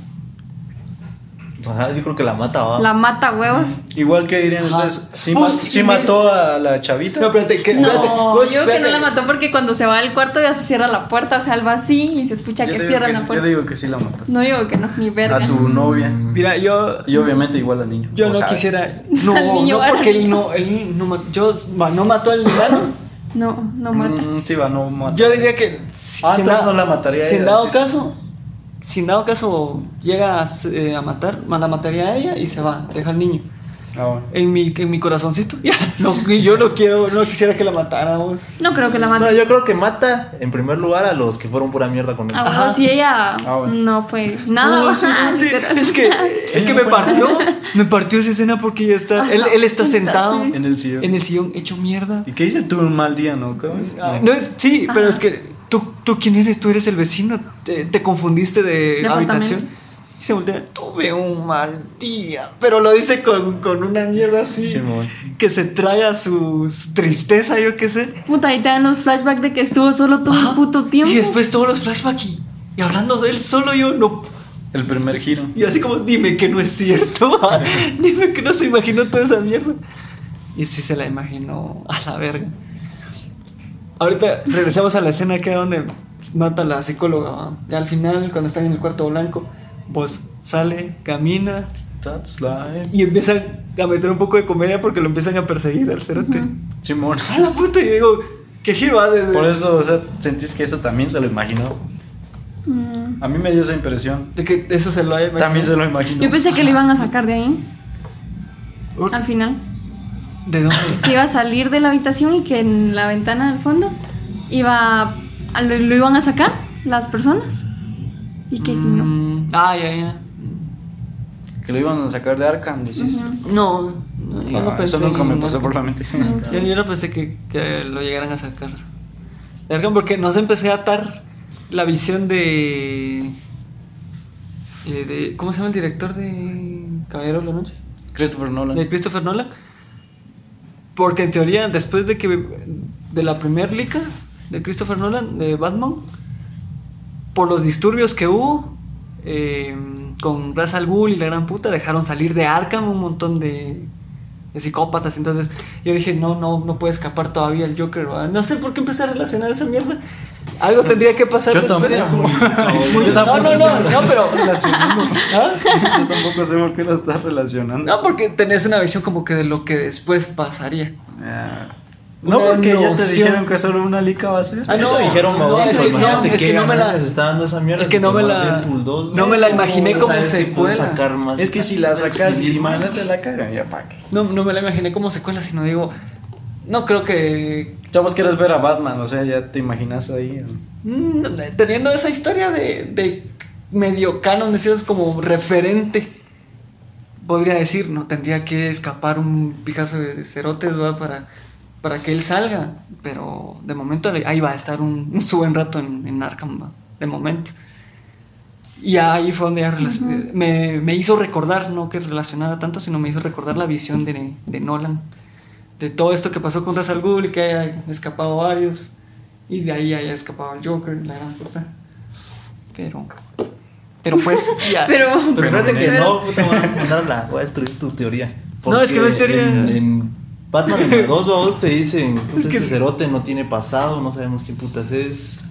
B: Ajá, yo creo que la mata,
C: Ah.
B: va.
E: La mata huevos.
C: Igual que dirían
A: Ajá.
C: ustedes, sí,
A: Pues,
C: ma- sí
A: y me-
C: mató a la chavita.
A: No, espérate, que,
E: No,
A: espérate.
E: yo
A: Vos,
E: digo que no
A: espérate.
E: la mató porque cuando se va al cuarto ya se cierra la puerta, o sea, algo así y se escucha
C: Yo
E: que
C: digo
E: cierran
C: que
E: la
C: sí-
E: puerta.
C: Yo digo que sí la mató.
E: No digo que no, ni verga.
C: A su novia.
A: Mira, yo
C: Y obviamente igual al niño.
A: Yo
C: O
A: no
C: sea,
A: quisiera. No,
E: Al niño
A: no, porque él
E: Barbie.
A: no, él no mató. Yo ma- no mató al milano.
E: No, no mata.
C: mm, sí, va, no mata.
A: Yo diría que. si-
C: Ah,
A: sin
C: entonces
A: da-
C: no la mataría
A: Sin
C: ella,
A: dado
C: sí, sí.
A: caso. Sin dado caso llega a, s- eh, a matar, ma- la mataría a ella y se va, deja al niño.
C: Ah, bueno.
A: En mi, en mi corazoncito. Ya, no, y yo no quiero, no quisiera que la matáramos.
E: No creo que la
B: No,
E: mate.
B: yo creo que mata en primer lugar a los que fueron pura mierda con él.
E: Ah, bueno, si ella
C: bueno.
E: no fue nada.
A: No,
E: ajá,
A: espérate,
E: literal.
A: es que, es que me partió, me partió esa escena porque ya está, él, él está sentado
C: En el sillón.
A: en el sillón hecho mierda.
C: ¿Y qué dice? Tuve un mal día, ¿no? ¿Cómo es?
A: Ah, No es, sí, pero es que ¿tú, tú quién eres, tú eres el vecino, te, te confundiste de
E: Departamento.
A: habitación. Y se voltea, tuve un mal día, pero lo dice con, con una mierda así,
C: Simón.
A: que se traga su su tristeza, yo qué sé.
E: Puta, ahí te dan los flashbacks de que estuvo solo todo el puto tiempo.
A: Y después todos los flashbacks y, y hablando de él solo yo no...
C: El primer giro.
A: Y así como, dime que no es cierto, va. dime que no se imaginó toda esa mierda. Y sí se la imaginó a la verga. Ahorita regresamos a la escena que donde mata a la psicóloga. ¿va? Ya al final, cuando están en el cuarto blanco, vos sale, camina
C: That's life.
A: y empiezan a meter un poco de comedia porque lo empiezan a perseguir al cerote.
C: Simón.
A: A la puta, y digo, qué giro, va? De- de-
C: Por eso, o sea, sentís que eso también se lo imaginó.
E: Mm.
C: A mí me dio esa impresión.
A: de que eso se lo haya imaginado.
C: También se lo imaginó.
E: Yo pensé que lo iban a sacar de ahí. Al final.
A: ¿De dónde?
E: Que iba a salir de la habitación y que en la ventana del fondo iba a- lo, lo iban a sacar las personas. Y que si no.
A: Mm, ah, ya, ya.
C: Que lo iban a sacar de Arkham, dices.
A: No, no, yo
C: Ah,
A: no pensé
C: eso nunca me
A: en
C: pasó
A: nada.
C: por la mente.
A: Yo, yo no pensé que, que lo llegaran a sacar. Verga, porque no se empecé a atar la visión de, eh, de- ¿Cómo se llama el director de Caballero de la Noche?
C: Christopher Nolan.
A: De Christopher Nolan. Porque en teoría, después de que. de la primer lica de Christopher Nolan, de Batman, por los disturbios que hubo eh, con Ra's al Ghul y la gran puta, dejaron salir de Arkham un montón de, de psicópatas. Entonces yo dije, no, no, no puede escapar todavía el Joker. ¿verdad? No sé por qué empecé a relacionar esa mierda. Algo tendría que pasar.
C: Yo
A: después.
C: tampoco.
A: Muy-
C: Yo
A: no,
C: tampoco
A: no, no, no, pero. ¿Ah?
C: Yo tampoco sé por qué lo estás relacionando.
A: No, porque tenés una visión como que de lo que después pasaría.
C: Ah.
A: Una
C: No, porque ya te
A: noción.
C: dijeron que solo una lica va a ser.
A: Ah,
B: Eso
A: no,
B: dijeron,
A: no,
B: no,
A: es que no,
B: imagínate
A: es
B: qué
A: que no me la-
B: ganancias está dando esa mierda.
A: es que no me la-
B: Deadpool 2,
A: no me la
B: ¿cómo
A: imaginé
B: no
A: como
B: sabes que
A: secuela?
B: puedes sacar más?
C: Es que si la
B: Puedes
C: sacas,
B: exprimir más.
C: imagínate la cagan, ya pa' qué.
A: No, no me la imaginé como secuela, sino digo,
C: No creo que. Chavos, quieres ver a Batman, o sea, ya te imaginas ahí. ¿no?
A: Mm, teniendo esa historia de, de medio canon, decidos como referente, podría decir, no tendría que escapar un Picasso de cerotes ¿va? Para, para que él salga, pero de momento le- ahí va a estar un, un su buen rato en, en Arkham, ¿va? de momento. Y ahí fue donde ya relac- me, me hizo recordar, no que relacionara tanto, sino me hizo recordar la visión de, de Nolan, de todo esto que pasó con Ra's al Ghul, que haya escapado varios, y de ahí haya escapado el Joker, la gran cosa. Pero, pero pues, ya.
E: Pero,
B: Pero fíjate que
E: pero-
B: no, puta, voy a mandarla, voy a destruir tu teoría.
A: No, es que no es
B: Porque
A: teoría.
B: En, en Batman en la 2 vos te dicen, "Puta, este
A: que-
B: cerote no tiene pasado, no sabemos quién putas es,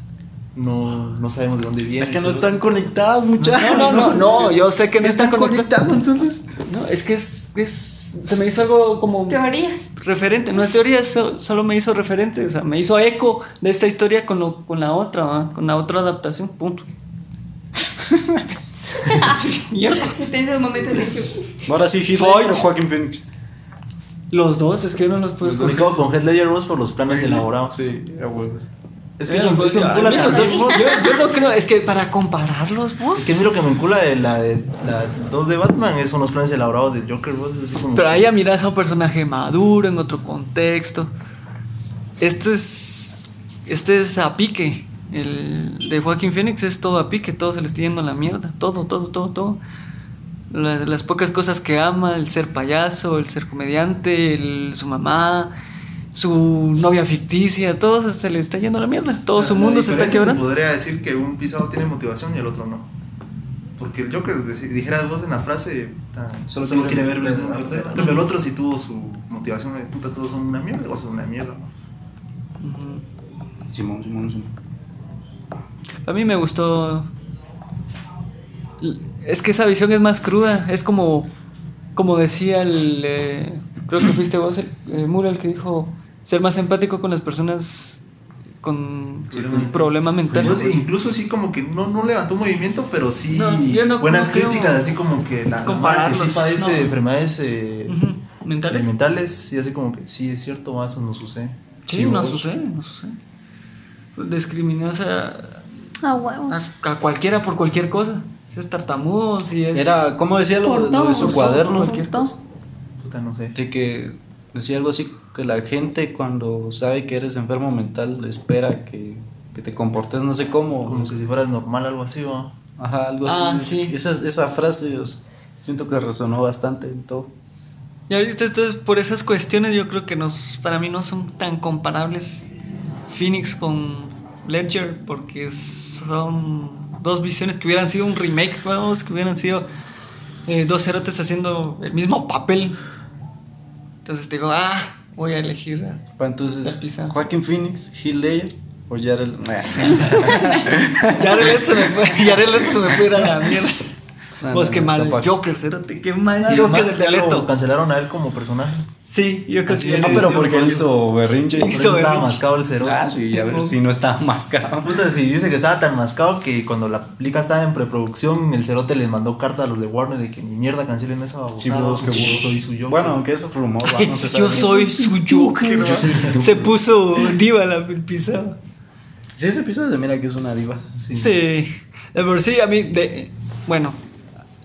B: no, no sabemos de dónde viene.
C: Es que
B: el
C: no
B: cerote".
C: están conectadas, muchachos.
A: No, no, no, no, yo sé que no
C: están
A: están
C: conectando,
A: conectando.
C: entonces.
A: No, es que es, es- se me hizo algo como
G: Teorías.
A: referente, no es teoría, so- solo me hizo referente, o sea, me hizo eco de esta historia con, lo, con la otra, ¿va? con la otra adaptación, punto. Mierda.
G: Que te esos momentos de chup.
C: Ahora sí, Heath
A: Fight.
C: Ledger o Joaquin Phoenix.
A: Los dos, es que yo no los puedo
B: Pues me
A: escoger.
B: quedo con Head Ledger Ross por los planes elaborados.
C: Sí, a huevos.
B: Es que
A: Eh,
B: eso me
A: pues,
B: eso
A: a
B: me encula
A: mí los
B: también.
A: dos, vos, yo, yo no creo, es que para compararlos vos.
B: Es que a mí lo que me encula de la de las dos de Batman es- son los planes elaborados del Joker vos, es así como-
A: Pero ahí ya miras a un personaje maduro, en otro contexto. Este es. Este es a pique. El de Joaquín Phoenix es todo a pique, todo se le está yendo a la mierda. Todo, todo, todo, todo. La- las pocas cosas que ama, el ser payaso, el ser comediante, el- su mamá, su novia ficticia, todo se, se le está yendo a la mierda. Todo su
B: La- la
A: mundo se está
B: diferencia
A: quebrando.
B: Podría decir que un pisado tiene motivación y el otro no. Porque el Joker, deci- dijeras vos en la frase, puta,
C: Solo
B: solo,
C: quiere
B: quiere
C: ver-
B: ver
C: ver-
B: ver- ver-
C: ver-
B: En cambio, el otro sí tuvo su motivación de puta, todos son una mierda o son una mierda. ¿no?
A: Ujú.
C: Simón, Simón, Simón.
A: A mí me gustó. Es que esa visión es más cruda. Es como. Como decía el. eh, creo que fuiste vos, el, el Mural, que dijo. Ser más empático con las personas con
B: Sí,
A: un
B: fui-
A: problema mental.
B: Entonces, incluso sí como que no, no levantó movimiento, pero sí
A: No, yo no-
B: buenas
A: no creo
B: críticas, así como que la, la mara que
A: compararlos,
B: sí padece
A: no.
B: de enfermedades eh,
A: Ujú, Mentales.
B: mentales, y así como que sí, es cierto, más eso no sucede.
A: Sí,
C: Sí,
A: no
C: vos.
A: sucede, no sucede. Discriminas a,
E: A Ah, huevos.
A: a- a cualquiera por cualquier cosa. Si es tartamudo, si es.
C: Era, ¿cómo decía lo,
E: Por
C: lo
E: todo,
C: de su
E: por
C: cuaderno?
E: todo, por todo.
B: Puta, no sé.
C: De que decía algo así, que la gente cuando sabe que eres enfermo mental espera que, que te comportes no sé cómo.
B: Como que si fueras normal, algo así, ¿no?
C: Ajá, algo
A: Ah,
C: así.
A: sí.
C: Esa, esa frase yo s- siento que resonó bastante en todo.
A: Ya viste, entonces por esas cuestiones yo creo que nos, para mí no son tan comparables Phoenix con Ledger porque son dos visiones que hubieran sido un remake, vamos, que hubieran sido eh, dos cerotes haciendo el mismo papel. Entonces digo, ah, voy a elegir. a-
C: Pa, Entonces,
A: La pizza.
C: Joaquin Phoenix, Heath Ledger o Jared... Ah, Nah, sí.
A: Jared Leto se me fue, Jared Leto se me fue a ir a la mierda.
C: No,
A: Pues
C: no,
A: qué
C: no,
A: mal
C: zapatos.
A: Joker, cerote, qué mal
B: Y
A: Joker
B: además
A: de
B: ya lo
A: Leto.
B: cancelaron a él como personaje.
A: Sí, yo creo
B: Así
A: que
B: es.
C: Ah, pero porque él hizo berrinche.
B: Por
A: Hizo
B: eso estaba
A: berrinche.
B: mascado el cerote.
C: Ah, sí, a ver si no estaba mascado.
B: Puta, si dice que estaba tan mascado que cuando la plica estaba en preproducción, el cerote les mandó carta a los de Warner de que ni mierda cancelen esa babosada.
C: Sí, vos, que
B: yo
C: vos.
B: soy su yo.
C: Bueno, aunque eso es rumor, va, no se sabe.
A: Yo soy su Joker.
C: Yo soy su Joker.
A: Se puso diva la pizarra.
C: Sí, ese episodio, mira que es una diva.
B: Sí.
A: Sí. De por sí, a mí, de, bueno,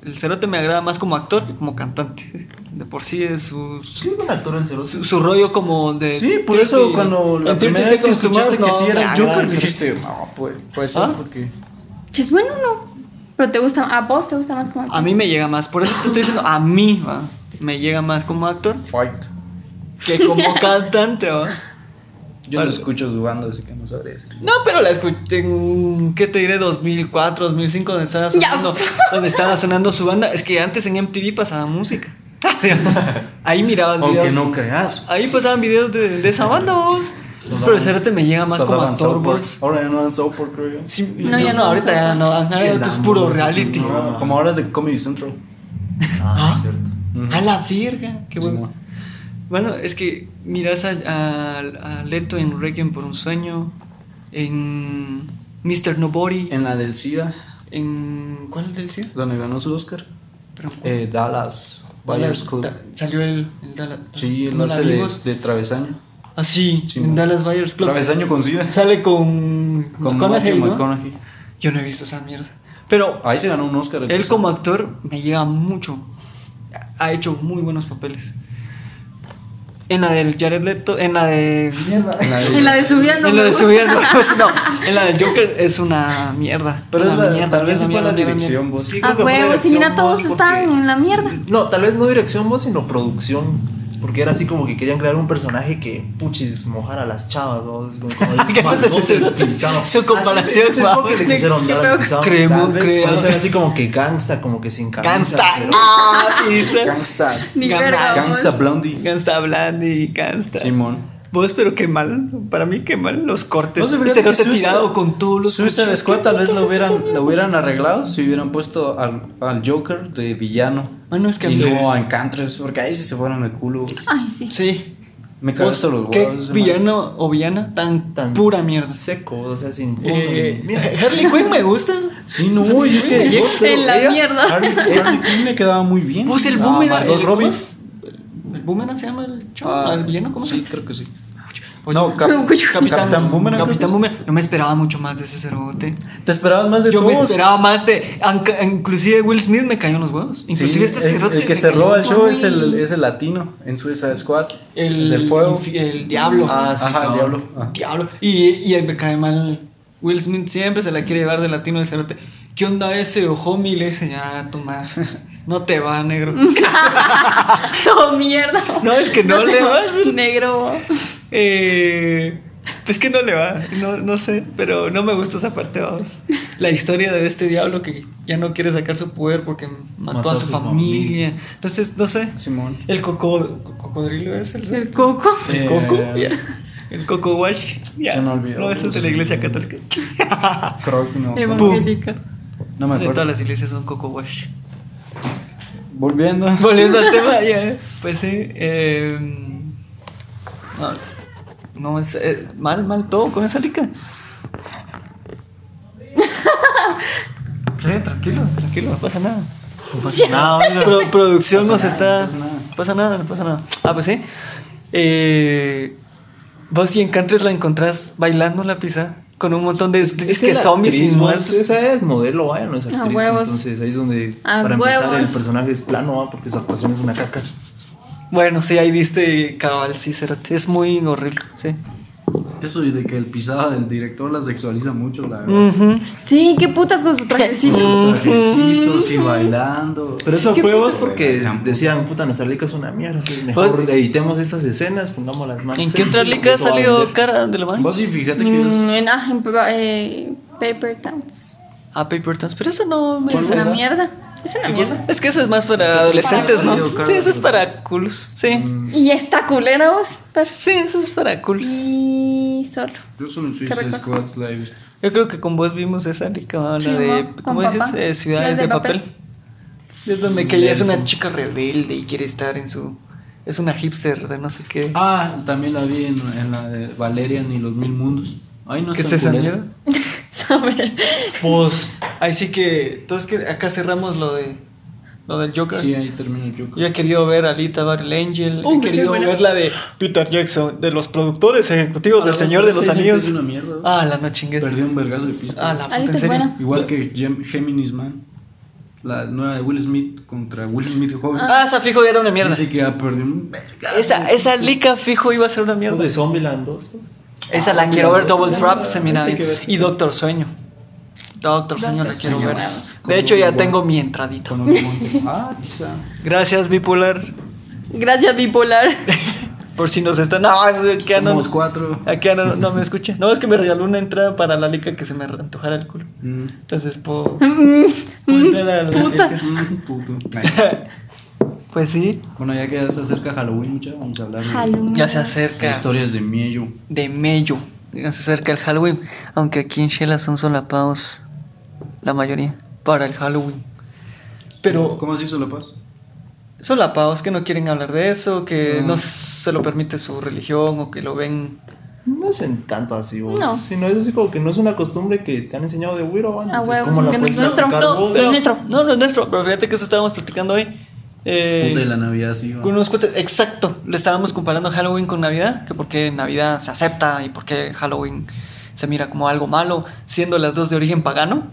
A: el cerote me agrada más como actor que como cantante. De por sí es su,
B: Sí, es Pues, buen actor el cerote.
A: su, su rollo como de.
C: Sí, por eso cuando la primera vez que escuchaste que sí era el Joker,
A: dijiste.
C: dijiste, no, pues, puede ser
A: ¿Ah?
C: porque...
E: Es Pues bueno no. Pero te gusta, a vos te gusta más como
A: A mí me llega más, por eso te estoy diciendo, a mí, va, me llega más como actor
C: Fight.
A: que como cantante, va.
C: Yo lo escucho dudando, así que no sabré decir.
A: No, pero la escuché en, ¿qué te diré? 2004, 2005, donde estaba
E: Ya.
A: sonando, donde estaba sonando su banda. Es que antes en MTV pasaba música. Ahí mirabas
C: Aunque
A: videos.
C: no creas.
A: Ahí pasaban videos de, de esa banda, vos. Pero el cerote me llega más como actor, vos.
C: Ahora ya no dan soap, creo yo.
A: Sí,
E: No, ya no
A: ahorita ya
E: dan
A: no. Ahora
B: Ya
A: esto es
B: dan
A: puro
B: música,
A: reality.
B: sí, no.
C: Ah, Como ahora es de Comedy Central.
B: Ah, es cierto.
A: A la verga, qué
C: Sí,
A: bueno.
C: no.
A: Bueno, es que miras a, a- a Leto en Requiem por un sueño, en Mr. Nobody, en,
C: En la del SIDA,
A: ¿cuál del cielo?
C: donde ganó su Oscar,
A: Perdón.
C: eh, Dallas, Buyers Club.
A: Da- Salió el, el Dallas.
C: Sí, el
A: los
C: lance de, de travesaño.
A: Así,
H: Sí,
A: Ah, en
H: man.
A: Dallas Buyers Club.
H: Travesaño con sida.
A: Sale con,
H: Con
A: McConaughey,
H: Matthew
A: ¿no?
H: McConaughey.
A: Yo no he visto esa mierda. Pero
H: Ahí se ganó un Oscar. el
A: él
H: pasado.
A: como actor me llega mucho. Ha hecho muy buenos papeles. En la del Jared Leto, en la de...
C: Ah,
H: La de-
E: En la de subida no
A: en la de
E: me gusta.
A: subir, no, pues, no, en la del Joker es una mierda.
H: Pero
A: una
H: es la-
A: mierda,
H: tal vez sí
A: mierda,
H: fue
A: mierda,
H: la
A: mierda,
H: dirección,
A: mierda.
H: vos.
B: Sí,
E: A
B: creo que fue
E: huevos, y
B: dirección
E: mira, todos
B: vos,
E: están
B: porque-
E: en la mierda.
B: No, tal vez no dirección vos, sino producción. Porque era así como que querían crear un personaje que puchis mojara a las chavas. vos, Como, como
A: ¿Qué putas es
B: el
A: el-
B: utilizado.
A: su comparación,
B: Así, ese
A: guau.
B: enfoque le quisieron dar al pisado.
A: Creemos-
B: Tal vez,
A: creemos.
B: por eso era así como que gangsta, como que sin camisa.
A: Cansta.
B: pero-
A: Ah, dice.
H: Gangsta.
E: Ni
A: Gana-
E: verga. vos.
H: Gangsta Blondie.
A: Cansta Blandi, Cansta.
H: Simón.
A: Vos, pero qué mal. Para mí, qué mal los cortes.
H: No se
A: se
H: hubiera
A: te tirado con todos los.
H: Suicide
A: cuchillos.
H: Squad
A: ¿Qué
H: tal vez
A: putas
H: lo
A: es esa
H: hubieran,
A: mierda?
H: lo hubieran arreglado si hubieran puesto al, al Joker de villano.
A: Bueno, es que
H: y
A: a mí-
H: no a Encantres, porque ahí sí se fueron de culo.
E: Ay, sí.
A: Sí.
H: Me cago hasta los
A: Pues, Qué
H: huevos. ese
A: villano o villana tan,
B: Tan
A: pura mierda.
B: Seco, o sea, sin fondo,
A: Eh,
B: ni- mira.
A: Harley Quinn me gusta.
H: man. Sí, no, y es que. yo- pero
E: En la
H: ella-
E: mierda.
H: Harley, Harley Quinn le quedaba muy bien.
A: Puse Pues, el
H: Ah,
A: boomerang.
H: Margot
A: el-
H: Robbie.
A: ¿cómo es? El, el boomerang se llama el chavo.
H: Ah,
A: ¿El villano? ¿Cómo se
H: Sí,
A: llama?
H: creo que sí.
A: Pues,
H: no, Cap-
A: Capitán,
H: Capitán Boomerang, creo que
A: Capitán
H: es.
A: Boomerang. No me esperaba mucho más de ese cerote.
H: Te esperabas más de
A: Yo me
H: todos.
A: esperaba más de. anca- Inclusive Will Smith me cayó en los huevos.
H: Sí,
A: Inclusive este
H: el-
A: cerote.
H: el, que
A: me
H: se
A: cayó
H: roba
A: en
H: el
A: los
H: show
A: huevos.
H: es el, es el latino en Suicide Squad.
A: El,
H: del fuego.
A: infi- El diablo.
B: Ah, sí,
H: Ajá, el
B: cabrón.
H: diablo. Ajá.
A: Diablo. Y, y me cae mal. Will Smith siempre se la quiere llevar de latino del cerote. ¿Qué onda ese homie? Le dice, ya, tu madre. No te va, negro.
E: Todo mierda.
A: No, es que no le va.
E: Negro.
A: Eh, pues que no le va. No, no sé, pero no me gusta esa parte, vamos. La historia de este diablo que ya no quiere sacar su poder porque mató, a su, familia. Entonces, no sé.
H: Simón.
A: El coco, co- cocodrilo es el.
E: El coco.
A: El
H: Eh,
A: coco, ya. El coco wash. ya.
H: Se me olvidó.
A: No, eso es de la iglesia católica.
C: Ah.
H: Creo que no.
E: Evangélica.
H: No me
A: De todas
H: acuerdo.
A: las iglesias son coco wash.
H: Volviendo.
A: Volviendo al tema, ya. Pues sí. eh, no, no, es eh, mal, mal todo con esa lica. Sí, tranquilo, tranquilo, no pasa nada.
B: No pasa nada, oiga.
A: Pro- producción
H: Pasa
A: nos
H: nada,
A: está.
H: no pasa nada.
A: No pasa nada, no pasa nada. Ah, pues sí. Eh, vos y Encantres la encontrás bailando la pizza con un montón de es que,
B: la
A: zombies y
B: actriz, vos,
A: muertos.
B: Esa es modelo, vaya, no es actriz.
E: Ah, huevos.
B: Entonces ahí es donde,
E: A
B: para empezar, el
E: huevos.
B: personaje es plano, va, porque su actuación es una caca.
A: Bueno, sí, ahí diste cabal, sí, cerote. Es muy horrible, sí.
C: Eso y de que el pisada del director la sexualiza mucho, la verdad.
A: Ujú.
E: Sí, qué putas con su trajecito.
C: Trajecitos y bailando.
B: Pero eso
E: ¿Qué
B: fue vos
C: putas?
B: porque
C: Gran puta.
B: decían, puta, nuestra lica es una mierda. así, Mejor
A: Pues-
B: editemos estas escenas, pongámoslas más.
A: ¿En qué
B: sexys,
A: otra liga ha
B: eso va a
A: salido
B: vender".
A: cara de la mano?
C: Vos y fíjate que ellos-
E: Mm, en, ah, en pa- eh, Paper Towns.
A: A Ah, Paper Towns, pero eso no me
E: Es una
A: interesa.
E: mierda. Es una mierda.
A: Es que eso es más para adolescentes, ¿no?
C: salido cara
A: Sí, eso
C: de
A: es
C: la
A: para culos. Sí,
E: Y está culera vos. Pero-
A: sí, eso es para culos.
E: Y solo.
C: Yo solo en Suicide
E: rico.
C: Squad la he visto.
A: Yo creo que con vos vimos esa liga, la
E: Sí,
A: de,
E: ma, con
A: ¿cómo dices?
E: papá.
A: Eh, ciudades de papel. Es donde que ella es una chica rebelde y quiere estar en su... Es una hipster de no sé qué.
C: Ah, también la vi en, en la de Valerian y los Mil Mundos. Ay, no
A: ¿Qué es
C: está
A: esa
C: culera.
A: mierda?
E: Saber.
A: Pues, ahí sí que... Entonces que acá cerramos lo de... Lo del Joker.
C: Sí, ahí termina el Joker.
A: Yo he querido ver a Lita Battle Angel,
E: Uh,
A: he
E: que sí,
A: querido
E: buena.
A: ver la de Peter Jackson, de los productores ejecutivos
C: Ah,
A: del
C: la
A: Señor de los
C: Batman Seymour
A: Anillos.
C: es una mierda, ¿no?
A: Ah, la no chingues.
C: Perdió un vergazo de pista.
A: Ah, la puta,
E: Ahorita
A: en
E: es
A: serio.
E: buena.
C: Igual que Gem- Géminis Man. La nueva de Will Smith contra Will Smith joven.
A: Ah, esa fijo era una mierda.
C: Dice que ha perdido un...
A: Esa, esa lica fijo iba a ser una
B: Los
A: mierda.
B: de Zombieland pues, 2.
A: Esa
C: sí,
A: la quiero ver,
C: la-
A: Double
C: la-
A: Trap,
C: la-
A: se mira
C: esa hay
A: bien.
C: que ver.
A: Y Doctor Sueño. Doctor Sueño la
E: Doctor
A: quiero
E: Sueño,
A: ver.
E: vamos.
A: De hecho, ya tengo mi entradita.
C: Con otro monte. Ah, pizza.
A: Gracias, Bipolar,
E: Gracias, bipolar.
A: por si nos están. No, es que andan.
C: Somos cuatro.
A: Aquí no, no me escuché. No, es que me regaló una entrada para la lica que se me antojara el culo.
C: Mm,
A: Entonces pues, puedo. puedo entrar a la
E: puta.
A: lica.
C: mm, puto. Ay.
A: Pues sí,
C: Bueno, ya que se acerca Halloween, mucha, vamos a hablar de-
E: Halloween.
A: ya se
C: de
A: acerca
C: historias de miedo.
A: de mayo, ya se acerca el Halloween, aunque aquí en Shela son solapados la mayoría para el Halloween. Pero
C: ¿Cómo se hizo la paz?
A: solapados que no quieren hablar de eso, que
C: Ah.
A: no se lo permite su religión o que lo ven.
B: No hacen tanto así, vos.
E: No.
B: Sino es así como que no es una costumbre que te han enseñado de Wiro,
E: Ah, huevo,
B: ¿Cómo la
E: que no es
B: puedes
E: nuestro.
B: platicar
E: No,
B: vos?
E: pero- Es nuestro.
A: No, no es nuestro, pero fíjate que eso estábamos platicando hoy. Eh,
C: Puta de la Navidad, sí. va.
A: con unos cuates- exacto, le estábamos comparando Halloween con Navidad, que porque Navidad se acepta y porque Halloween se mira como algo malo, siendo las dos de origen pagano,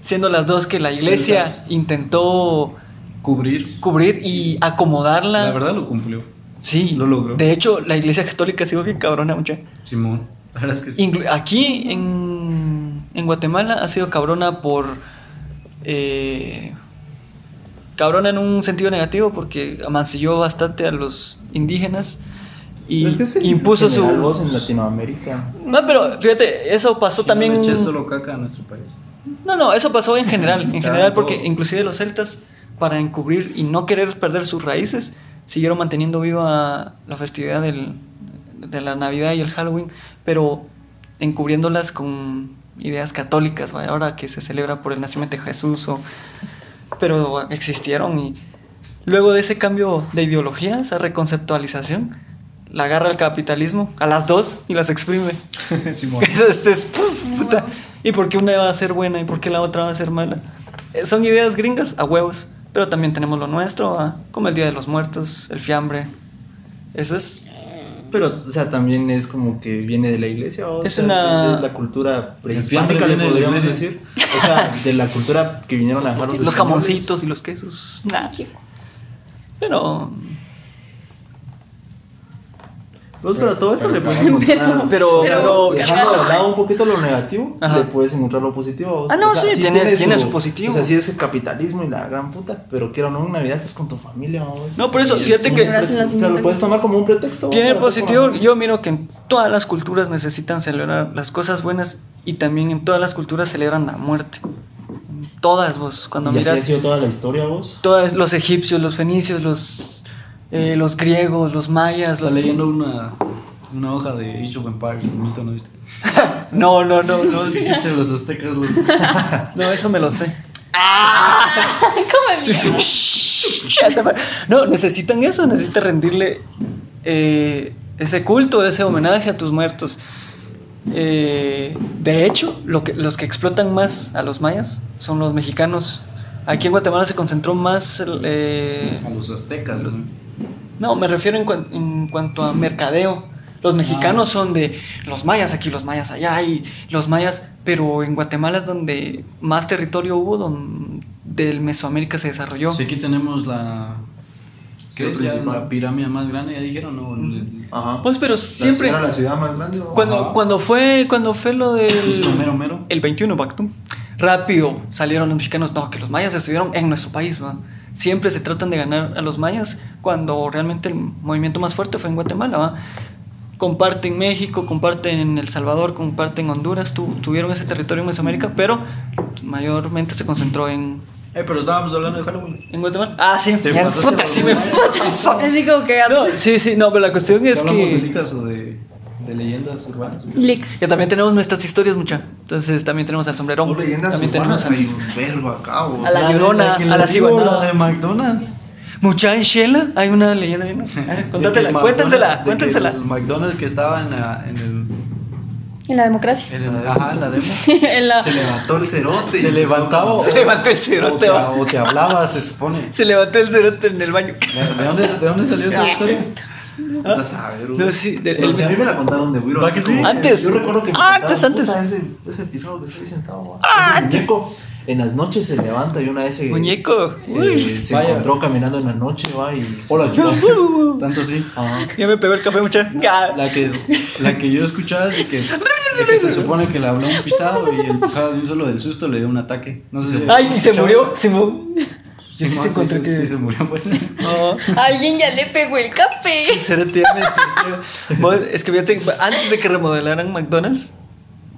A: siendo las dos que la iglesia
H: Celtas.
A: intentó
C: Cubrir.
A: cubrir y acomodarla.
C: La verdad lo cumplió.
A: sí,
C: lo logró.
A: De hecho, la iglesia católica sigue bien cabrona, mucha.
C: Simón. La verdad es que sí.
A: Inclu- aquí en, en Guatemala ha sido cabrona por. eh, cabrona en un sentido negativo porque amancilló bastante a los indígenas y
B: Es que es el
A: impuso su.
B: general voz en Latinoamérica.
A: No, pero fíjate, eso pasó
C: Si
A: también.
C: No le eches solo caca a nuestro país.
A: No, no, eso pasó en general. En
C: Claro,
A: general, porque
C: todos.
A: inclusive los celtas, para encubrir y no querer perder sus raíces, siguieron manteniendo viva la festividad del- de la Navidad y el Halloween, pero encubriéndolas con ideas católicas, vaya, ahora que se celebra por el nacimiento de Jesús, o- pero existieron y luego de ese cambio de ideología, esa reconceptualización, la agarra el capitalismo a las dos y las exprime.
H: Simón.
A: Eso es- es- puf, puta. ¿Y por qué una va a ser buena y por qué la otra va a ser mala? Eh, Son ideas gringas a huevos, pero también tenemos lo nuestro, ¿va? como el Día de los Muertos, el fiambre. Eso es...
B: Pero, o sea, también es como que viene de la iglesia. ¿o? O
A: Es
B: sea,
A: una-
B: es la cultura
C: fiambre
B: prehispánica, le
C: viene de la
B: podríamos
C: iglesia.
B: decir. O sea, de la cultura que vinieron a dejar los
A: Los
B: españoles.
A: jamoncitos y los quesos. Nah. Pero...
B: Pues, pero todo esto le puedes encontrar.
A: Pero-
B: o sea,
A: pero-
B: dejando de lado un poquito lo negativo,
A: Ajá.
B: le puedes encontrar lo positivo.
A: Ah, no, sí, tiene- tiene su positivo.
B: O sea, sí es el capitalismo y la gran puta. Pero quiero o no, en Navidad estás con tu familia. vamos.
A: No, por eso, fíjate
E: sí.
A: que...
E: Abrazo.
B: O sea, lo puedes tomar como un pretexto.
A: Tiene
B: para estar
A: positivo,
B: con-
A: yo miro que en todas las culturas necesitan celebrar las cosas buenas y también en todas las culturas celebran la muerte. En Todas vos, cuando
B: y así
A: miras...
B: ha sido toda la historia, vos.
A: Todos los egipcios, los fenicios, los, eh, los griegos, los mayas,
C: Está
A: los...
C: leyendo una, una hoja de Age of Empires, un mito, ¿no viste?
A: No, no, no, no,
C: Los
A: sí.
C: egipcios, los aztecas, los...
A: no, eso me lo sé. Shut the fuck. No, necesitan eso, necesitas rendirle eh, ese culto, ese homenaje a tus muertos. Eh, de hecho, lo que, los que explotan más a los mayas son los mexicanos. Aquí en Guatemala se concentró más el, eh,
C: A los aztecas, ¿no?
A: No, me refiero en, cuan- en cuanto a mercadeo. Los mexicanos son de los mayas aquí, los mayas allá y los mayas, pero en Guatemala es donde más territorio hubo, donde del Mesoamérica se desarrolló.
C: Sí, aquí tenemos la... ¿Qué
B: Lo
C: es ya
B: principal. Ah.
C: la pirámide más grande? Ya dijeron, ¿no? El- el-
B: Ajá.
A: Pues, pero siempre
B: Era la ciudad más grande. ¿no?
A: cuando
C: Ajá.
A: cuando fue cuando fue lo
C: Justo,
A: del
C: mero, mero.
A: el 21 Bactum, rápido salieron los mexicanos, no, que los mayas estuvieron en nuestro país, ¿va? Siempre se tratan de ganar a los mayas cuando realmente el movimiento más fuerte fue en Guatemala, ¿va? Comparten México, comparten El Salvador, comparten Honduras, tu- tuvieron ese territorio en Mesoamérica, pero mayormente se concentró en,
C: Eh, pero estábamos hablando de Halloween.
A: en Guatemala. Ah, sí,
C: Te
A: mierda,
C: pasaste
A: puta,
C: por
A: sí
C: un
A: me
C: lado.
E: Es así como que.
A: No, sí, sí, no, pero la cuestión es
C: ¿Hablamos de
A: que,
C: licas o de, de leyendas urbanas?
E: Licks.
A: que también tenemos nuestras historias, mucha. Entonces también tenemos al sombrerón.
B: Por leyendas
A: también tenemos
B: urbanas hay
A: al-
B: un verbo acá, vos.
A: A la llorona,
C: que le
A: a la
C: digo,
A: cigüeñada.
C: la de McDonald's.
A: Mucha en Shela hay una leyenda bien. A ver,
C: De que
A: Contátela,
C: el
A: Ah, cuéntensela,
C: McDonald's- de que
A: cuéntensela.
C: El McDonald's que estaba en, la- en el.
E: En la democracia.
C: en el- ajá, en la demo.
E: En la-
B: Se levantó el cerote. y
C: Se
B: empezó
C: levantaba.
A: Se levantó el
C: O te,
A: cerote, va.
C: o te hablaba, se supone.
A: Se levantó el cerote en el baño.
C: ¿De dónde, de dónde salió
A: Ah,
C: esa historia?
B: Puta, saber, güey.
A: No, sí, de-
B: Pero
A: el-
B: si a mí me la contaron de Wiro. eh,
C: ¿Va que sí?
A: Antes.
B: Yo recuerdo que me
A: Ah, antes,
B: contaron,
A: antes. Ah,
B: puta, Ese, ese episodio que estoy sentado, güey. Ese muñeco en las noches se levanta y una vez se,
A: Muñeco.
B: eh,
A: Uy.
B: se
C: Vaya.
B: encontró caminando en la noche, va, y...
C: Hola,
B: chulo.
C: Tanto sí.
A: Ya me pegó el café, mucha. Ah,
C: La que, la que yo escuchaba es de que, de que se supone que le habló un pisado y el pisado de un solo del susto le dio un ataque. No sé si.
A: Ay, y se murió. Se murió.
C: Sí,
A: sí,
C: sí,
A: se encontró
C: sí,
A: que-
C: sí se murió, pues.
A: No.
D: Alguien ya le pegó el café.
A: Sí, cerote, ya me desperté. Vos, Es que fíjate, antes de que remodelaran McDonald's.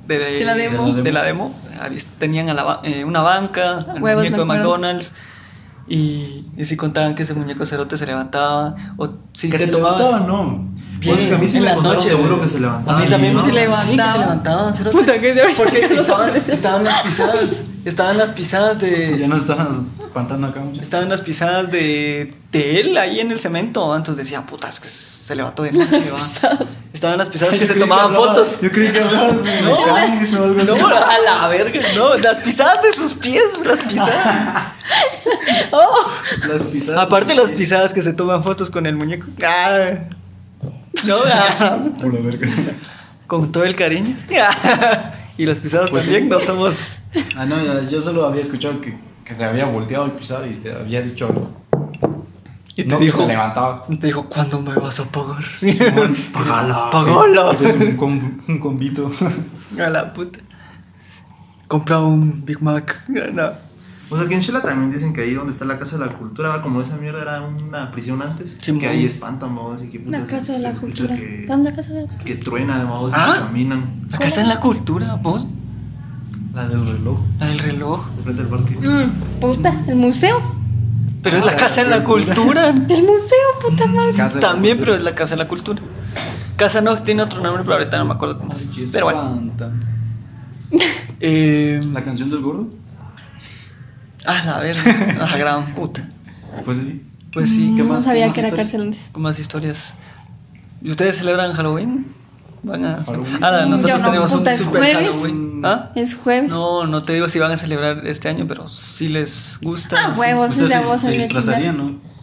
A: De,
E: De la demo.
A: de la demo, había- tenían a la ba- eh, una banca, al
E: Huevos,
A: muñeco de
E: me acuerdo.
A: McDonald's. Y, y si contaban que ese muñeco cerote se levantaba, o si
C: ¿Que
A: te
C: se
A: tomabas.
C: levantaba o no?
B: Pues es que a mí sí
A: en
B: me
A: las
B: contaron de
A: noches.
B: Wiro que se levantaba.
A: A mí también
B: ¿no?
A: sí,
E: Se levantaban.
A: Sí, que se levantaban. cerote.
E: Puta, que se ahorita
A: Porque
E: que los
A: estaban,
E: adolescentes.
A: estaban las pisadas. Estaban las pisadas
C: Ya
A: de.
C: no están espantando acá mucho.
A: Estaban las pisadas de, de él ahí en el cemento. Entonces decía, puta, es que se levantó de noche. va". Estaban las pisadas que se tomaban fotos.
C: Yo creí que hablabas de
A: No,
C: mecánicos o algo así.
A: No, a la verga, no. Las pisadas de sus pies, las pisadas.
I: Oh,
J: Las pisadas.
A: Aparte las pisadas que se toman fotos con el muñeco. Ah. No, ah.
B: Pula verga.
A: con todo el cariño. Ah. Y las pisadas también, no somos...
C: Ah, no, no, yo solo había escuchado que, que se había volteado el pisado y te había dicho algo.
A: Y te
C: No, que
A: dijo...
C: se levantaba.
A: Te dijo, ¿cuándo me vas a pagar?
C: Pagala.
A: Pagala.
C: Eres Pues un, com- un convito.
A: A la puta. Compra un Big Mac. No.
B: O sea, que en Shela también dicen que ahí donde está la Casa de la Cultura, va, como esa mierda era una prisión antes,
A: Simón.
B: que ahí espantan, vamos, y que putas
E: La casa
B: se-
E: de la
B: se escucha
E: cultura.
B: Que,
E: ¿Dónde la casa de la
B: que truena, vamos, y
A: ¿Ah?
B: que caminan
A: Acá está en la cultura, vos.
C: La del reloj.
A: La del reloj.
B: de frente al parque.
E: Mm, puta, el museo.
A: Pero es la casa de la cultura.
E: Del museo, puta madre.
C: Ah, Casa de la
A: También,
C: cultura.
A: pero es la casa de la cultura. Casa no, tiene otro nombre, pero ahorita no me acuerdo cómo
C: Ay,
A: es.
C: Dios
A: Pero bueno.
C: santa.
A: Eh,
C: ¿La canción del gordo?
A: ah, la verga. La gran puta.
C: Pues sí.
A: Pues sí.
E: no sabía
C: más
E: que era
C: historias?
E: cárcel antes.
A: Con más historias. ¿Y ustedes celebran Halloween? Van a.
C: Halloween.
A: Ahora, nosotros
E: Yo no,
A: tenemos
E: puta,
A: un
E: es
A: super
E: jueves.
A: Halloween. ¿Ah?
E: Es jueves.
A: No, no te digo si van a celebrar este año, pero si les gusta.
E: Ah,
A: sí.
E: huevos, es
C: Usted
E: de
C: se,
E: a vos
C: Pues se
E: en el
C: disfrazaría, ¿no?